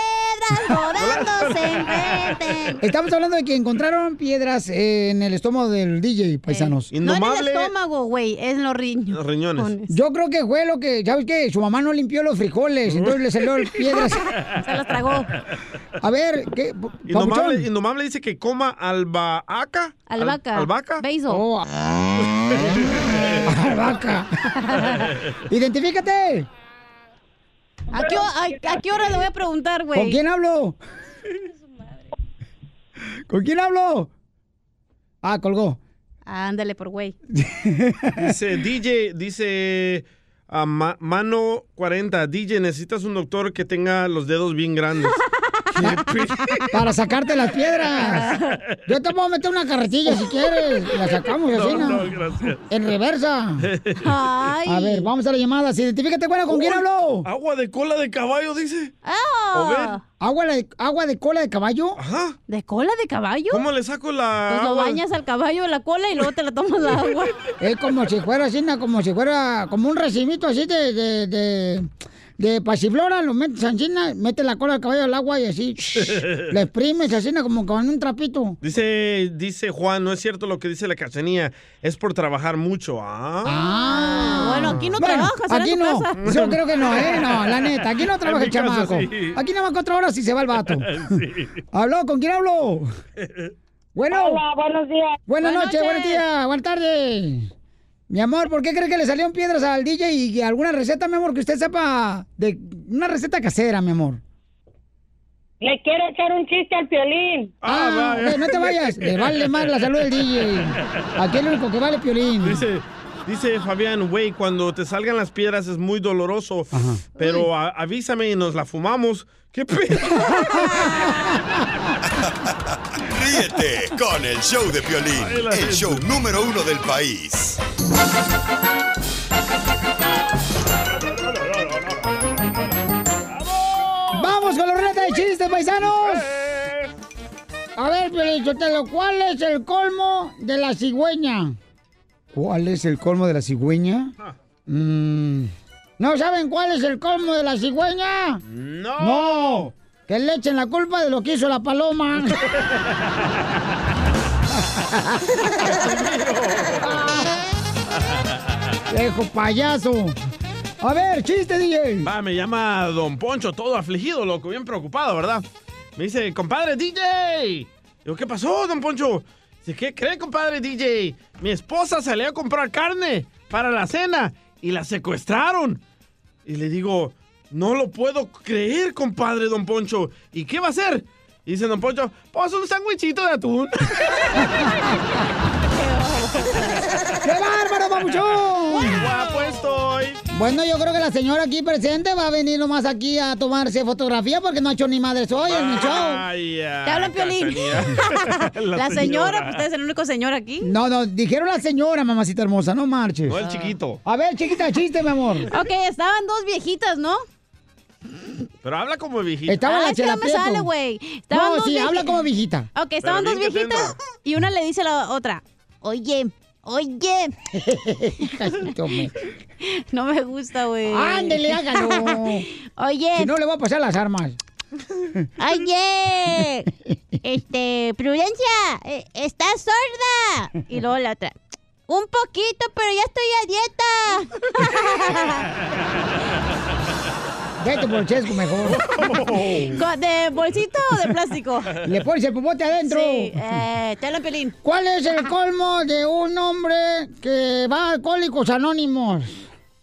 [SPEAKER 5] rodándose en
[SPEAKER 4] Estamos hablando de que encontraron piedras en el estómago del DJ, paisanos.
[SPEAKER 5] No en el estómago, güey, es en los riñones.
[SPEAKER 6] Los riñones.
[SPEAKER 4] Yo creo que fue lo que, ¿sabes qué? Su mamá no limpió los frijoles, entonces le salió el piedras.
[SPEAKER 5] Se las tragó.
[SPEAKER 4] A ver, ¿qué?
[SPEAKER 6] Indomable, Indomable dice que coma albahaca. Al-
[SPEAKER 5] Albahaca.
[SPEAKER 6] albahaca.
[SPEAKER 5] Basil.
[SPEAKER 4] Oh, ah. Albahaca. Identifícate.
[SPEAKER 5] ¿A qué, ho- a- a qué hora le voy a preguntar, güey?
[SPEAKER 4] ¿Con quién hablo? ¿Con quién habló? Ah, colgó.
[SPEAKER 5] Ándale por güey.
[SPEAKER 6] Dice DJ, dice a Ma- Mano 40, DJ, necesitas un doctor que tenga los dedos bien grandes.
[SPEAKER 4] Para sacarte las piedras. Yo te puedo meter una carretilla si quieres. La sacamos así,
[SPEAKER 6] no,
[SPEAKER 4] ¿no?
[SPEAKER 6] no, gracias.
[SPEAKER 4] En reversa.
[SPEAKER 6] Ay.
[SPEAKER 4] A ver, vamos a las llamadas. Identifícate, bueno, ¿con quién
[SPEAKER 6] Uy,
[SPEAKER 4] habló?
[SPEAKER 6] Agua de cola de caballo, dice.
[SPEAKER 5] Ah.
[SPEAKER 6] ¿O ven?
[SPEAKER 4] ¿Agua de, ¿Agua de cola de caballo?
[SPEAKER 6] Ajá.
[SPEAKER 5] ¿De cola de caballo?
[SPEAKER 6] ¿Cómo le saco la
[SPEAKER 5] Pues lo
[SPEAKER 6] agua?
[SPEAKER 5] bañas al caballo la cola y luego te la tomas la agua.
[SPEAKER 4] Es como si fuera así, na- como si fuera como un recibito así de, de, de, de pasiflora, lo metes así, na, metes la cola al caballo al agua y así, le exprimes así, na, como con un trapito.
[SPEAKER 6] Dice, dice Juan, no es cierto lo que dice la cachanía, es por trabajar mucho. Ah.
[SPEAKER 5] Ah, bueno, aquí no
[SPEAKER 4] Bueno,
[SPEAKER 5] trabajas, era
[SPEAKER 4] aquí
[SPEAKER 5] tu
[SPEAKER 4] no.
[SPEAKER 5] casa.
[SPEAKER 4] Yo creo que no, eh, no, la neta, aquí no
[SPEAKER 6] En
[SPEAKER 4] trabaja
[SPEAKER 6] mi
[SPEAKER 4] el
[SPEAKER 6] casa,
[SPEAKER 4] chamaco.
[SPEAKER 6] sí.
[SPEAKER 4] Aquí nada más cuatro horas y se va el vato. ¿Habló? ¿Con quién habló? Bueno.
[SPEAKER 10] Hola, buenos días.
[SPEAKER 4] Buenas,
[SPEAKER 10] Buenas
[SPEAKER 4] noches, buenos
[SPEAKER 10] noches.
[SPEAKER 4] días, buenas tardes. Mi amor, ¿por qué cree que le salieron piedras al DJ y alguna receta, mi amor, que usted sepa de una receta casera, mi amor?
[SPEAKER 10] Le quiero echar un chiste al piolín.
[SPEAKER 4] Ah, ok, no te vayas. Le vale más la salud del DJ. Aquí el único que vale Piolín.
[SPEAKER 6] Dice, dice Fabián, güey, cuando te salgan las piedras es muy doloroso, pero a- avísame y nos la fumamos. ¿Qué pedo?
[SPEAKER 2] Ríete con el show de Piolín, el show número uno del país.
[SPEAKER 4] ¡Vamos con la ruleta de chistes, paisanos! A ver, Piolín, Sotelo, ¿cuál es el colmo de la cigüeña? ¿Cuál es el colmo de la cigüeña? Mm, ¿No saben cuál es el colmo de la cigüeña?
[SPEAKER 6] No.
[SPEAKER 4] ¡No! Que le echen la culpa de lo que hizo la paloma. ¡Viejo payaso! A ver, chiste, DJ.
[SPEAKER 6] Va, me llama Don Poncho, todo afligido, loco, bien preocupado, ¿verdad? Me dice, compadre DJ. Digo, ¿qué pasó, Don Poncho? Dice, ¿qué cree, compadre DJ? Mi esposa salió a comprar carne para la cena y la secuestraron. Y le digo, no lo puedo creer, compadre Don Poncho. ¿Y qué va a hacer? Y dice Don Poncho, pues un sándwichito de atún.
[SPEAKER 4] ¡Qué bárbaro, papuchón!
[SPEAKER 6] Guapo estoy.
[SPEAKER 4] Bueno, yo creo que la señora aquí presente va a venir nomás aquí a tomarse fotografía porque no ha hecho ni madre hoy en mi show.
[SPEAKER 6] Vaya,
[SPEAKER 4] Te hablan, Piolín.
[SPEAKER 6] Cachanía.
[SPEAKER 5] La señora, pues usted es el único señor aquí.
[SPEAKER 4] No, no, dijeron la señora, mamacita hermosa, no marches.
[SPEAKER 6] No, el chiquito.
[SPEAKER 4] A ver, chiquita, chiste, mi amor.
[SPEAKER 5] Ok, estaban dos viejitas, ¿no?
[SPEAKER 6] Pero habla como viejito.
[SPEAKER 4] Estaba Ah, la
[SPEAKER 5] es que
[SPEAKER 4] chela
[SPEAKER 5] no me
[SPEAKER 4] Prieto.
[SPEAKER 5] sale, güey. Estaban
[SPEAKER 4] No,
[SPEAKER 5] dos
[SPEAKER 4] sí,
[SPEAKER 5] vieji-
[SPEAKER 4] habla como viejita.
[SPEAKER 5] Ok, estaban
[SPEAKER 4] Pero
[SPEAKER 5] dos
[SPEAKER 4] bien que
[SPEAKER 5] viejitas y una le dice a la otra, oye, oye. no me gusta, güey.
[SPEAKER 4] Ándele, hágalo.
[SPEAKER 5] oye.
[SPEAKER 4] Si no, le voy a pasar las armas.
[SPEAKER 5] Oye, este, Prudencia, eh, estás sorda. Y luego la otra, un poquito, pero ya estoy a dieta.
[SPEAKER 4] Vete por el chesco mejor.
[SPEAKER 5] Co- ¿De bolsito o de plástico?
[SPEAKER 4] Le pones el popote adentro.
[SPEAKER 5] Sí, eh, tela pelín.
[SPEAKER 4] ¿Cuál es el colmo de un hombre que va a Alcohólicos Anónimos?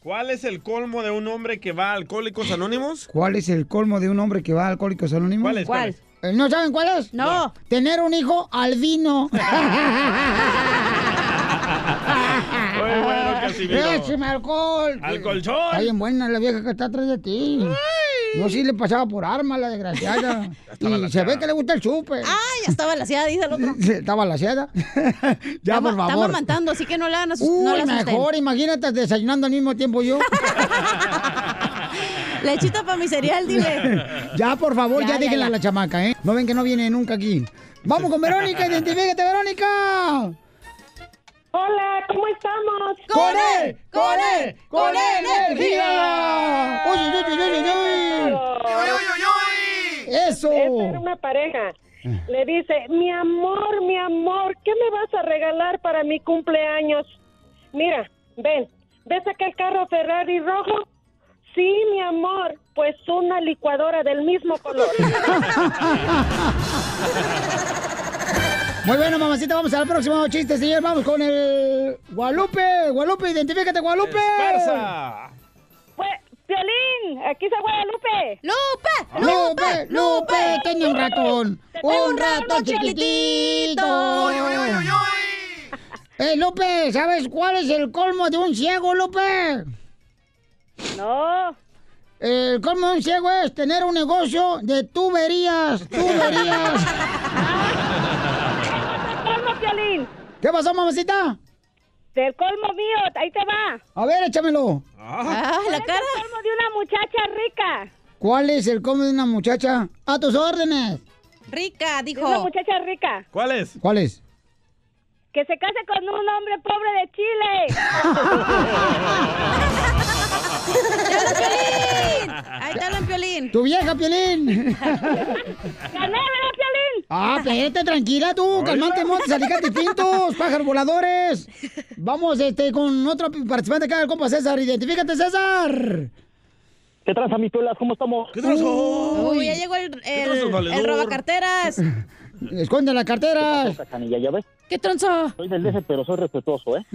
[SPEAKER 6] ¿Cuál es el colmo de un hombre que va a Alcohólicos Anónimos?
[SPEAKER 4] ¿Cuál es el colmo de un hombre que va a Alcohólicos Anónimos?
[SPEAKER 6] ¿Cuál es? ¿Cuál?
[SPEAKER 4] Eh, ¿No saben cuál es?
[SPEAKER 5] No.
[SPEAKER 4] Tener un hijo albino.
[SPEAKER 6] Muy bueno, Casimiro.
[SPEAKER 4] Ah. Écheme alcohol.
[SPEAKER 6] ¡Al colchón!
[SPEAKER 4] Está bien buena la vieja que está atrás de ti. No sí le pasaba por arma la desgraciada. y
[SPEAKER 5] está
[SPEAKER 4] se
[SPEAKER 5] balaseada.
[SPEAKER 4] ve que le gusta el chupe.
[SPEAKER 5] Ay, ya está balaseada, dice el otro.
[SPEAKER 4] Está balaseada. ya, por favor.
[SPEAKER 5] Estamos amantando, así que no la hagan asus-
[SPEAKER 4] Uy,
[SPEAKER 5] no la asusten.
[SPEAKER 4] mejor, imagínate desayunando al mismo tiempo yo.
[SPEAKER 5] Lechita para mi cereal, dile.
[SPEAKER 4] ya, por favor,
[SPEAKER 5] Ya,
[SPEAKER 4] ya,
[SPEAKER 5] ya,
[SPEAKER 4] déjenla
[SPEAKER 5] ya.
[SPEAKER 4] a la chamaca, ¿eh? No ven que no viene nunca aquí. Vamos con Verónica, identifícate, Verónica.
[SPEAKER 10] Hola, ¿cómo estamos?
[SPEAKER 4] ¡Con él! ¡Con él! ¡Con él, energía! ¡Uy, uy, uy, uy, uy, Ah. uy! ¡Eso!
[SPEAKER 10] Esta era una pareja. Le dice, mi amor, mi amor, ¿qué me vas a regalar para mi cumpleaños? Mira, ven, ¿ves aquel carro Ferrari rojo? Sí, mi amor, pues una licuadora del mismo color.
[SPEAKER 4] Muy bueno, mamacita, vamos al próximo chiste, señor. Vamos con el Guadalupe. Guadalupe, identifícate, Guadalupe.
[SPEAKER 10] Pues, Piolín,
[SPEAKER 12] Piolín, aquí se Guadalupe.
[SPEAKER 5] ¡Lupe!
[SPEAKER 4] Ah. ¡Lupe! ¡Lupe! ¡Tengo un ratón!
[SPEAKER 12] tengo
[SPEAKER 4] ¡Un
[SPEAKER 12] un
[SPEAKER 4] ratón
[SPEAKER 12] ratón
[SPEAKER 4] chiquitito! ¡Eh, Lupe! ¿Sabes cuál es el colmo de un ciego, Lupe? No. El colmo de un ciego es tener un negocio de tuberías, tuberías.
[SPEAKER 12] colmo, Piolín.
[SPEAKER 4] ¿Qué pasó, mamacita?
[SPEAKER 12] Del colmo mío, ahí te va.
[SPEAKER 4] A ver, échamelo.
[SPEAKER 12] ¿Cuál es El colmo de una muchacha rica.
[SPEAKER 4] ¿Cuál es el colmo de una muchacha? ¡A tus órdenes!
[SPEAKER 12] Rica, dijo. Una muchacha rica.
[SPEAKER 6] ¿Cuál es?
[SPEAKER 4] ¿Cuál es?
[SPEAKER 12] Que se case con un hombre pobre de Chile.
[SPEAKER 5] Ahí está el piolín.
[SPEAKER 4] ¡Tu vieja, Piolín!
[SPEAKER 12] ¡Gané, ¿verdad, Piolín?
[SPEAKER 4] Ah, espérate, tranquila tú, calmante montes, alicate pintos, pájaros voladores. Vamos este, con otro participante acá, el compa César. Identifícate, César.
[SPEAKER 13] ¿Qué traza, mis piolas? ¿Cómo estamos? ¿Qué traza?
[SPEAKER 5] Uy, ya llegó el,
[SPEAKER 13] trazo,
[SPEAKER 5] el,
[SPEAKER 13] valedor?
[SPEAKER 5] el robacarteras.
[SPEAKER 4] Esconde la cartera.
[SPEAKER 13] Cachanilla, ¿ya ves?
[SPEAKER 5] ¿Qué tronzo?
[SPEAKER 13] Soy del DF, pero soy respetuoso, ¿eh?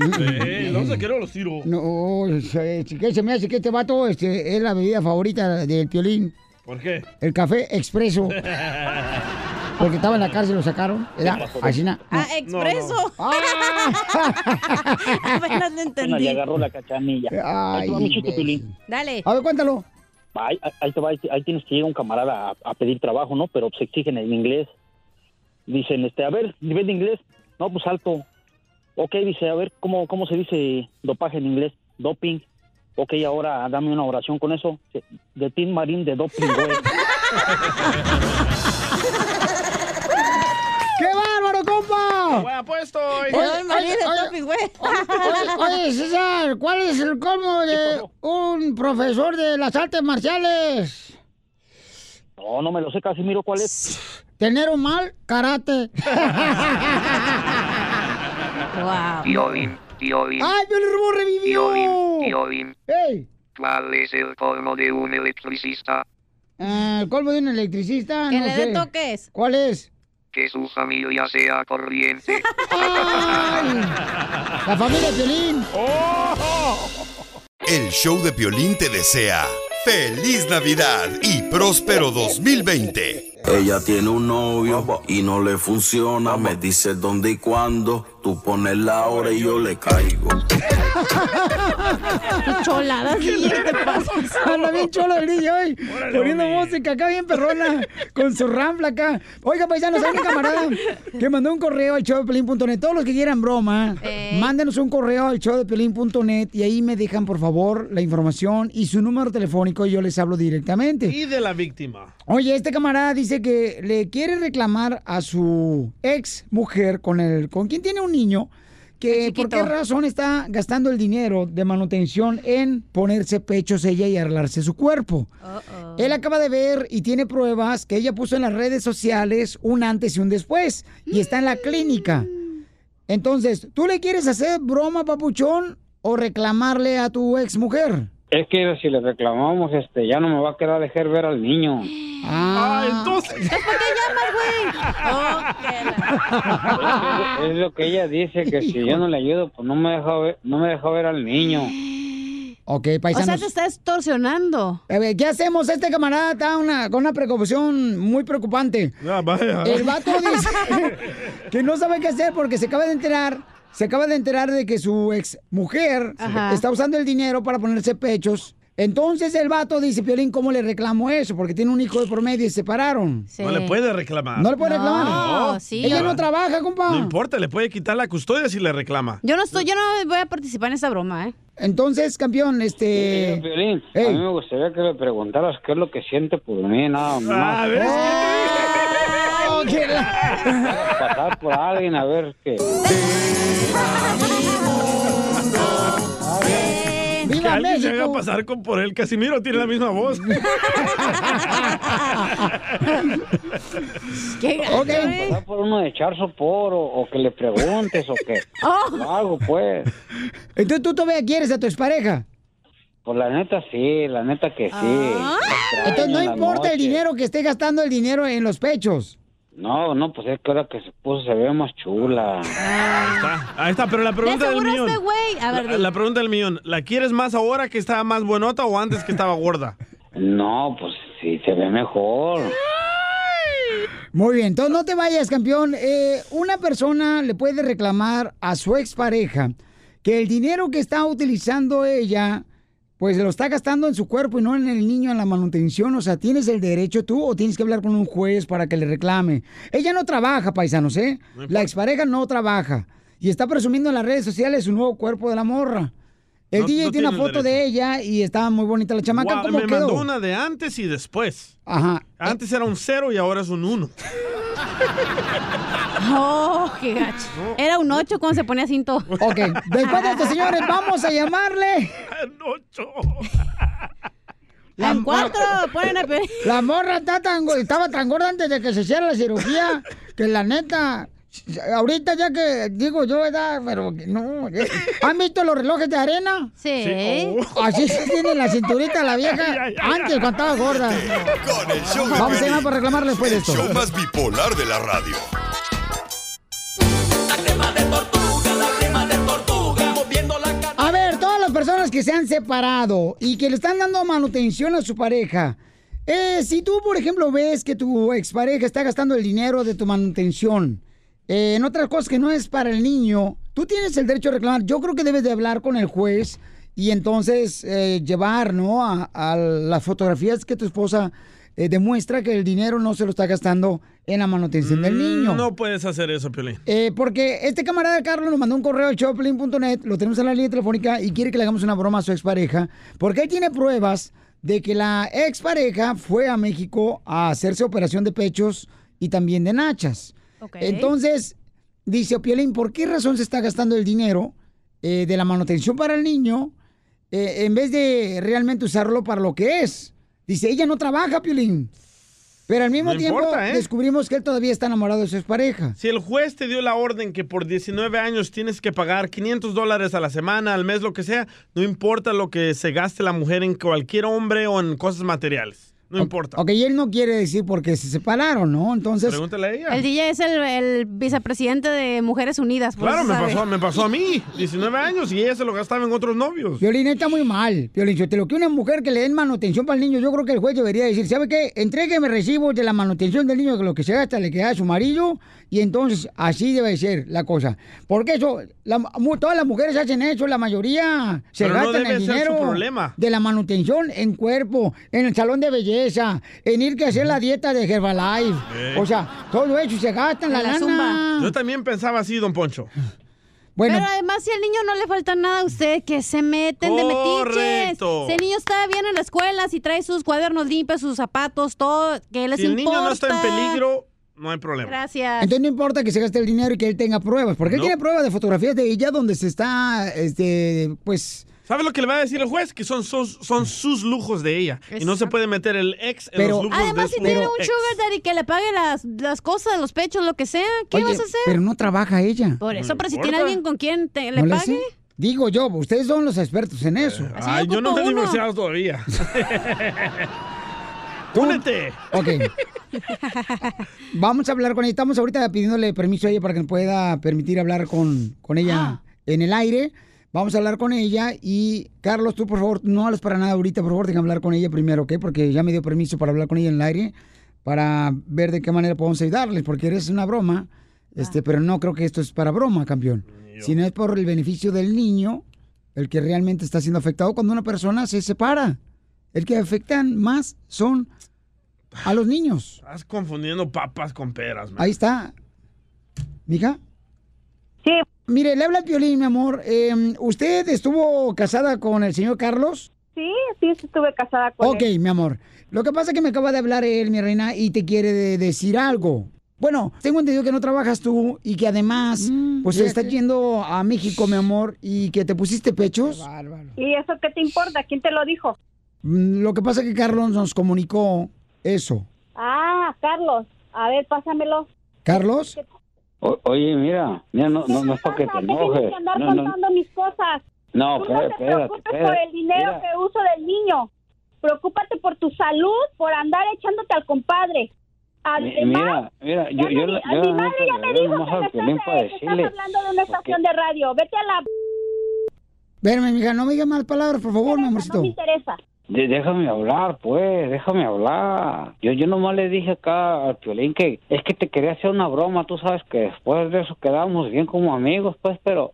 [SPEAKER 6] Eh, no se quiero los tiro.
[SPEAKER 4] No, se, que se me hace que este vato este, es la bebida favorita del Piolín.
[SPEAKER 6] ¿Por qué?
[SPEAKER 4] El café expreso. Porque estaba en la cárcel, lo sacaron. Era
[SPEAKER 13] ¿Qué pasó?
[SPEAKER 4] así na-
[SPEAKER 5] Ah,
[SPEAKER 4] no.
[SPEAKER 5] expreso. Apenas lo
[SPEAKER 13] Bueno,
[SPEAKER 5] entendí.
[SPEAKER 13] le agarró la cachanilla.
[SPEAKER 4] Ay,
[SPEAKER 13] ahí te va mi chiste,
[SPEAKER 4] imbécil.
[SPEAKER 13] Piolín.
[SPEAKER 5] Dale.
[SPEAKER 4] A ver, cuéntalo.
[SPEAKER 13] Ahí, ahí te va, ahí, ahí tienes que llegar un camarada a, a pedir trabajo, ¿no? Pero se exigen en inglés. Dicen, este, a ver, nivel de inglés. No, pues alto. Ok, dice, a ver, ¿cómo, cómo se dice dopaje en inglés? Doping. Ok, ahora dame una oración con eso. De Tim Marín de doping, güey.
[SPEAKER 4] ¡Qué bárbaro, compa!
[SPEAKER 6] Bueno, puesto.
[SPEAKER 4] Oye, oye, oye, oye, César, ¿cuál es el colmo de un profesor de las artes marciales?
[SPEAKER 13] No, no me lo sé casi, miro cuál es.
[SPEAKER 4] Tener un mal karate.
[SPEAKER 5] wow.
[SPEAKER 14] Tío Bim, tío Bim,
[SPEAKER 4] ¡Ay, Piolín Rubio
[SPEAKER 14] tío
[SPEAKER 4] revivió!
[SPEAKER 14] Bim, tío Bim.
[SPEAKER 4] ¡Ey!
[SPEAKER 14] ¿Cuál es el colmo de un electricista?
[SPEAKER 4] Eh, el colmo de un electricista,
[SPEAKER 5] Que
[SPEAKER 4] no
[SPEAKER 5] le
[SPEAKER 4] sé.
[SPEAKER 5] dé toques.
[SPEAKER 4] ¿Cuál es?
[SPEAKER 14] Que su familia sea corriente.
[SPEAKER 4] La familia Piolín.
[SPEAKER 2] El show de Piolín te desea feliz Navidad y próspero 2020.
[SPEAKER 20] Ella tiene un novio y no le funciona. Me dice dónde y cuándo. Tú pones la hora y yo le caigo.
[SPEAKER 5] Qué cholada, DJ, te pasas.
[SPEAKER 4] Anda bien cholo el DJ hoy,
[SPEAKER 5] Órale,
[SPEAKER 4] poniendo
[SPEAKER 5] homie.
[SPEAKER 4] música acá bien perrona, con su rampla acá. Oiga, paisanos, hay un camarada que mandó un correo al showdepelín.net. Todos los que quieran broma, mándenos un correo al showdepelín.net y ahí me dejan, por favor, la información y su número telefónico y yo les hablo directamente.
[SPEAKER 6] Y de la víctima.
[SPEAKER 4] Oye, este camarada dice que le quiere reclamar a su ex mujer con el con quien tiene un niño que por qué razón está gastando el dinero de manutención en ponerse pechos ella y arreglarse su cuerpo. Él acaba de ver y tiene pruebas que ella puso en las redes sociales un antes y un después y está en la clínica. Entonces, ¿tú le quieres hacer broma, papuchón, o reclamarle a tu ex mujer?
[SPEAKER 19] Es que si le reclamamos, este, ya no me va a quedar dejar ver al niño.
[SPEAKER 4] Ah,
[SPEAKER 5] entonces. ¿Por qué llamas,
[SPEAKER 6] Ah,
[SPEAKER 5] güey?
[SPEAKER 19] Es lo que ella dice, que si yo no le ayudo, pues no me deja ver, no me deja ver al niño.
[SPEAKER 4] Ok,
[SPEAKER 5] Oh, O sea,
[SPEAKER 4] paisanos.
[SPEAKER 5] te está extorsionando.
[SPEAKER 4] A ver, ¿qué hacemos? Este camarada está una- con una preocupación muy preocupante.
[SPEAKER 6] vaya.
[SPEAKER 4] El vato dice que no sabe qué hacer porque se acaba de enterar, se acaba de enterar de que su ex mujer
[SPEAKER 5] Ajá.
[SPEAKER 4] está usando el dinero para ponerse pechos. Entonces el vato dice, Piolín, ¿cómo le reclamo eso? Porque tiene un hijo de por medio y se separaron.
[SPEAKER 6] No le puede reclamar.
[SPEAKER 4] No le puede reclamar. Ella no trabaja, compa.
[SPEAKER 6] No importa, le puede quitar la custodia si le reclama.
[SPEAKER 5] Yo no estoy, yo no voy a participar en esa broma, ¿eh?
[SPEAKER 4] Entonces, campeón, este...
[SPEAKER 19] Oye, Piolín, a mí me gustaría que le preguntaras qué es lo que siente por mí, nada más.
[SPEAKER 4] Oh,
[SPEAKER 19] Pasar por alguien a ver qué.
[SPEAKER 6] que alguien se haga pasar con por él. Casimiro tiene la misma voz.
[SPEAKER 19] Ok. Pasar por uno de echar sopor o, o que le preguntes o que
[SPEAKER 4] Oh.
[SPEAKER 19] o algo pues.
[SPEAKER 4] Entonces tú todavía quieres a tu expareja.
[SPEAKER 19] Pues la neta sí, la neta que sí. Las
[SPEAKER 4] Ah. Entonces
[SPEAKER 19] extraño
[SPEAKER 4] no
[SPEAKER 19] en la
[SPEAKER 4] importa el
[SPEAKER 19] noche.
[SPEAKER 4] dinero que esté gastando el dinero en los pechos.
[SPEAKER 19] No, no, pues es que ahora que se puso se ve más chula.
[SPEAKER 6] Ahí
[SPEAKER 4] Ah.
[SPEAKER 6] está, ahí está, pero la pregunta
[SPEAKER 5] De
[SPEAKER 6] del
[SPEAKER 5] seguro
[SPEAKER 6] millón.
[SPEAKER 5] este güey- a ver,
[SPEAKER 6] la,
[SPEAKER 5] di.
[SPEAKER 6] la pregunta del millón, ¿la quieres más ahora que estaba más buenota o antes que estaba gorda?
[SPEAKER 19] No, pues sí, se ve mejor.
[SPEAKER 4] Muy bien, entonces no te vayas, campeón. Eh, una persona le puede reclamar a su expareja que el dinero que está utilizando ella, pues lo está gastando en su cuerpo y no en el niño, en la manutención. O sea, ¿tienes el derecho tú o tienes que hablar con un juez para que le reclame? Ella no trabaja, paisanos, ¿eh? La expareja no trabaja y está presumiendo en las redes sociales su nuevo cuerpo de la morra. El
[SPEAKER 6] No-
[SPEAKER 4] DJ
[SPEAKER 6] no
[SPEAKER 4] tiene una
[SPEAKER 6] tiene el
[SPEAKER 4] foto de ella y está muy bonita la chamaca.
[SPEAKER 6] Guau,
[SPEAKER 4] Ah, ¿Cómo
[SPEAKER 6] me
[SPEAKER 4] quedó?
[SPEAKER 6] mandó una de antes y después.
[SPEAKER 4] Ajá.
[SPEAKER 6] Antes era un cero y ahora es un uno.
[SPEAKER 5] Oh, qué gacho. Era un 8 cuando se ponía cinto.
[SPEAKER 4] Ok, después de esto, señores, vamos a llamarle. La
[SPEAKER 5] cuatro, ponen a pe-
[SPEAKER 4] La morra está tan go- estaba tan gorda antes de que se hiciera la cirugía que la neta. Ahorita ya que digo yo edad, pero que no. eh, ¿Han visto los relojes de arena?
[SPEAKER 5] Sí.
[SPEAKER 4] ¿Eh?
[SPEAKER 6] oh.
[SPEAKER 4] Así se tiene la cinturita la vieja antes cuando estaba gorda.
[SPEAKER 2] Con el show de
[SPEAKER 4] Vamos a
[SPEAKER 2] Piolín,
[SPEAKER 4] llamar para reclamarle después de
[SPEAKER 2] el
[SPEAKER 4] esto.
[SPEAKER 2] show más bipolar de la radio.
[SPEAKER 4] A ver, todas las personas que se han separado y que le están dando manutención a su pareja. eh, si tú, por ejemplo, ves que tu expareja está gastando el dinero de tu manutención eh, en otras cosas que no es para el niño, tú tienes el derecho a reclamar. Yo creo que debes de hablar con el juez y entonces eh, llevar, ¿no? A, a las fotografías que tu esposa eh, demuestra que el dinero no se lo está gastando en la manutención del niño.
[SPEAKER 6] Mm, No puedes hacer eso, Piolín.
[SPEAKER 4] Eh, porque este camarada Carlos nos mandó un correo a choplin.net, lo tenemos en la línea telefónica y quiere que le hagamos una broma a su expareja, porque él tiene pruebas de que la expareja fue a México a hacerse operación de pechos y también de nachas.
[SPEAKER 5] Ok.
[SPEAKER 4] Entonces, dice Piolín, ¿por qué razón se está gastando el dinero eh, de la manutención para el niño eh, en vez de realmente usarlo para lo que es? Dice, ella no trabaja, Piolín. Pero al mismo
[SPEAKER 6] No
[SPEAKER 4] tiempo
[SPEAKER 6] importa, ¿eh?
[SPEAKER 4] descubrimos que él todavía está enamorado de su expareja.
[SPEAKER 6] Si el juez te dio la orden que por 19 años tienes que pagar 500 dólares a la semana, al mes, lo que sea, no importa lo que se gaste la mujer en cualquier hombre o en cosas materiales. No importa.
[SPEAKER 4] Ok, y él no quiere decir porque se separaron, ¿no? Entonces.
[SPEAKER 6] Pregúntale a ella.
[SPEAKER 5] El DJ es el, el vicepresidente de Mujeres
[SPEAKER 4] pues,
[SPEAKER 5] Unidas. por
[SPEAKER 6] Claro,
[SPEAKER 5] eso
[SPEAKER 6] me
[SPEAKER 5] sabe.
[SPEAKER 6] pasó, me pasó a mí, 19 años, y ella se lo gastaba en otros novios.
[SPEAKER 4] Violín está muy mal. Violín, yo te lo que una mujer que le den manutención para el niño, yo creo que el juez debería decir, ¿sabe qué? Entrégueme recibos de la manutención del niño, que lo que se gasta le queda a su marido, y entonces así debe ser la cosa. Porque eso, la- mu- todas las mujeres hacen eso, la mayoría se
[SPEAKER 6] Pero no
[SPEAKER 4] gastan
[SPEAKER 6] debe
[SPEAKER 4] el
[SPEAKER 6] ser su
[SPEAKER 4] dinero
[SPEAKER 6] problema.
[SPEAKER 4] de la manutención en cuerpo, en el salón de belleza, en ir que hacer la dieta de Herbalife.
[SPEAKER 6] Ey.
[SPEAKER 4] O sea, todo eso se gastan la,
[SPEAKER 5] En la
[SPEAKER 4] lana.
[SPEAKER 5] zumba.
[SPEAKER 6] Yo también pensaba así, don Poncho.
[SPEAKER 4] Bueno.
[SPEAKER 5] Pero además, si al niño no le falta nada a usted, que se meten de metiches.
[SPEAKER 6] Correcto.
[SPEAKER 5] Si el niño está bien en la escuela, si trae sus cuadernos limpios, sus zapatos, todo, que les
[SPEAKER 6] Si el niño no está en
[SPEAKER 5] importa?
[SPEAKER 6] peligro, no hay problema.
[SPEAKER 5] Gracias.
[SPEAKER 4] Entonces no importa que se gaste el dinero y que él tenga pruebas, porque él
[SPEAKER 6] No.
[SPEAKER 4] tiene pruebas de fotografías de ella donde se está, este, pues...
[SPEAKER 6] ¿Sabe lo que le va a decir el juez? Que son sus, son sus lujos de ella. Y no se puede meter el ex en los lujos de
[SPEAKER 5] Además, si
[SPEAKER 6] su
[SPEAKER 5] tiene un
[SPEAKER 6] ex.
[SPEAKER 5] sugar daddy que le pague las, las cosas, los pechos, lo que sea, ¿qué
[SPEAKER 4] Oye,
[SPEAKER 5] vas a hacer?
[SPEAKER 4] Pero no trabaja ella.
[SPEAKER 5] Por eso, pero si
[SPEAKER 4] importa.
[SPEAKER 5] tiene alguien con quien te- le
[SPEAKER 4] ¿No
[SPEAKER 5] pague.
[SPEAKER 4] hace? Digo yo, ustedes son los expertos en eso.
[SPEAKER 6] Eh, Ay, yo no me he divorciado todavía. ¡Únete!
[SPEAKER 4] Ok. Vamos a hablar con ella. Estamos ahorita pidiéndole permiso a ella para que nos pueda permitir hablar con, con ella en el aire. Vamos a hablar con ella y Carlos, tú por favor, no hables para nada ahorita, por favor, tenga que hablar con ella primero, ¿ok? Porque ya me dio permiso para hablar con ella en el aire, para ver de qué manera podemos ayudarles, porque eres una broma, este, pero no creo que esto es para broma, campeón. Si no es por el beneficio del niño, el que realmente está siendo afectado cuando una persona se separa. El que afectan más son a los niños.
[SPEAKER 6] Estás confundiendo papas con peras, man.
[SPEAKER 4] Ahí está. ¿Mija? Sí. Mire, le habla el Piolín, mi amor. Eh, ¿Usted estuvo casada con el señor Carlos?
[SPEAKER 17] Sí, sí, sí estuve casada con
[SPEAKER 4] Ok,
[SPEAKER 17] él.
[SPEAKER 4] mi amor. Lo que pasa es que me acaba de hablar él, mi reina, y te quiere de- decir algo. Bueno, tengo entendido que no trabajas tú y que además, pues
[SPEAKER 17] mira
[SPEAKER 4] estás
[SPEAKER 17] que-
[SPEAKER 4] yendo a México, mi amor, y que te pusiste pechos.
[SPEAKER 17] ¿Y eso qué te importa? ¿Quién te lo dijo?
[SPEAKER 4] Mm, Lo que pasa es que Carlos nos comunicó eso.
[SPEAKER 17] Ah, Carlos. A ver, pásamelo.
[SPEAKER 4] ¿Carlos?
[SPEAKER 19] O- oye, mira, mira, no, no, no es para que te
[SPEAKER 17] Te tengo
[SPEAKER 19] enojes.
[SPEAKER 17] que andar
[SPEAKER 19] No, no,
[SPEAKER 17] contando mis cosas.
[SPEAKER 19] No,
[SPEAKER 17] Tú
[SPEAKER 19] espérate,
[SPEAKER 17] no te
[SPEAKER 19] espérate,
[SPEAKER 17] preocupes
[SPEAKER 19] espérate.
[SPEAKER 17] por el dinero
[SPEAKER 19] Mira.
[SPEAKER 17] que uso del niño. Preocúpate por tu salud, por andar echándote al compadre. Al
[SPEAKER 19] Mi-
[SPEAKER 17] demás,
[SPEAKER 19] mira, mira, yo-
[SPEAKER 17] ya
[SPEAKER 19] yo
[SPEAKER 17] me
[SPEAKER 19] la-
[SPEAKER 17] di-
[SPEAKER 19] yo
[SPEAKER 17] mi
[SPEAKER 19] la
[SPEAKER 17] madre
[SPEAKER 19] neta
[SPEAKER 17] ya
[SPEAKER 19] le
[SPEAKER 17] me
[SPEAKER 19] doy
[SPEAKER 17] dijo
[SPEAKER 19] más
[SPEAKER 17] que
[SPEAKER 19] al
[SPEAKER 17] me
[SPEAKER 19] Piolín
[SPEAKER 17] estás,
[SPEAKER 19] para
[SPEAKER 17] eh, que estás
[SPEAKER 19] decirle,
[SPEAKER 17] hablando de una estación de radio. Vete a la...
[SPEAKER 4] Verme, mija, no me digas malas palabras, por favor, mi amorcito.
[SPEAKER 17] No me interesa.
[SPEAKER 19] De- déjame hablar, pues, déjame hablar. Yo, yo nomás le dije acá al Piolín que es que te quería hacer una broma, tú sabes que después de eso quedamos bien como amigos, pues, pero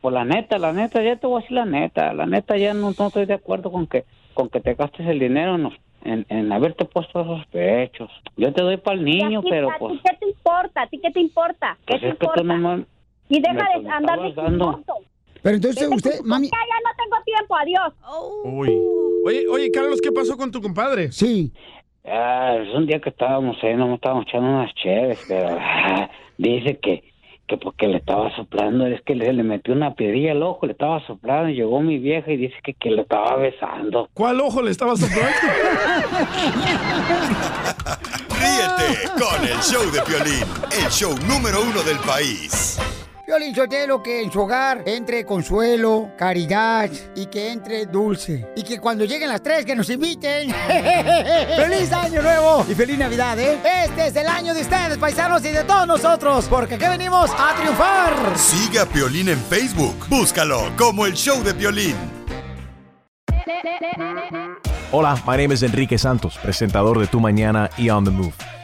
[SPEAKER 19] pues la neta, la neta, ya te voy a decir la neta, la neta ya no, no estoy de acuerdo con que con que te gastes el dinero en, en, en haberte puesto esos pechos. Yo te doy para el niño,
[SPEAKER 17] Aquí
[SPEAKER 19] pero
[SPEAKER 17] está, ¿a ti
[SPEAKER 19] pues,
[SPEAKER 17] ¿Qué te importa? ¿A ti qué te importa? ¿Qué
[SPEAKER 19] pues
[SPEAKER 17] te
[SPEAKER 19] es que tú
[SPEAKER 17] importa?
[SPEAKER 19] nomás...
[SPEAKER 17] Y deja
[SPEAKER 19] me-
[SPEAKER 17] de andar de
[SPEAKER 19] estabas dando.
[SPEAKER 17] chismoso.
[SPEAKER 4] Pero entonces
[SPEAKER 17] Vete
[SPEAKER 4] usted,
[SPEAKER 17] con tu
[SPEAKER 4] mami...
[SPEAKER 17] Ya, ya no tengo tiempo, adiós.
[SPEAKER 25] Uy. Oye, oye, Carlos, ¿qué pasó con tu compadre?
[SPEAKER 4] Sí.
[SPEAKER 19] Ah, es un día que estábamos ahí, nos estábamos echando unas chéves, pero ah, dice que, que porque le estaba soplando, es que le, le metió una piedrilla al ojo, le estaba soplando, y llegó mi vieja y dice que, que lo estaba besando.
[SPEAKER 25] ¿Cuál ojo le estaba soplando?
[SPEAKER 2] Ríete con el show de Piolín, el show número uno del país.
[SPEAKER 4] Piolín Sotelo, que en su hogar entre consuelo, caridad y que entre dulce. Y que cuando lleguen las tres, que nos inviten. ¡Feliz Año Nuevo! Y feliz Navidad, ¿eh? Este es el año de ustedes, paisanos, y de todos nosotros, porque aquí venimos a triunfar.
[SPEAKER 2] Sigue a Piolín en Facebook, búscalo como el show de Piolín.
[SPEAKER 1] Hola, my name is Enrique Santos, presentador de Tu Mañana y On the Move.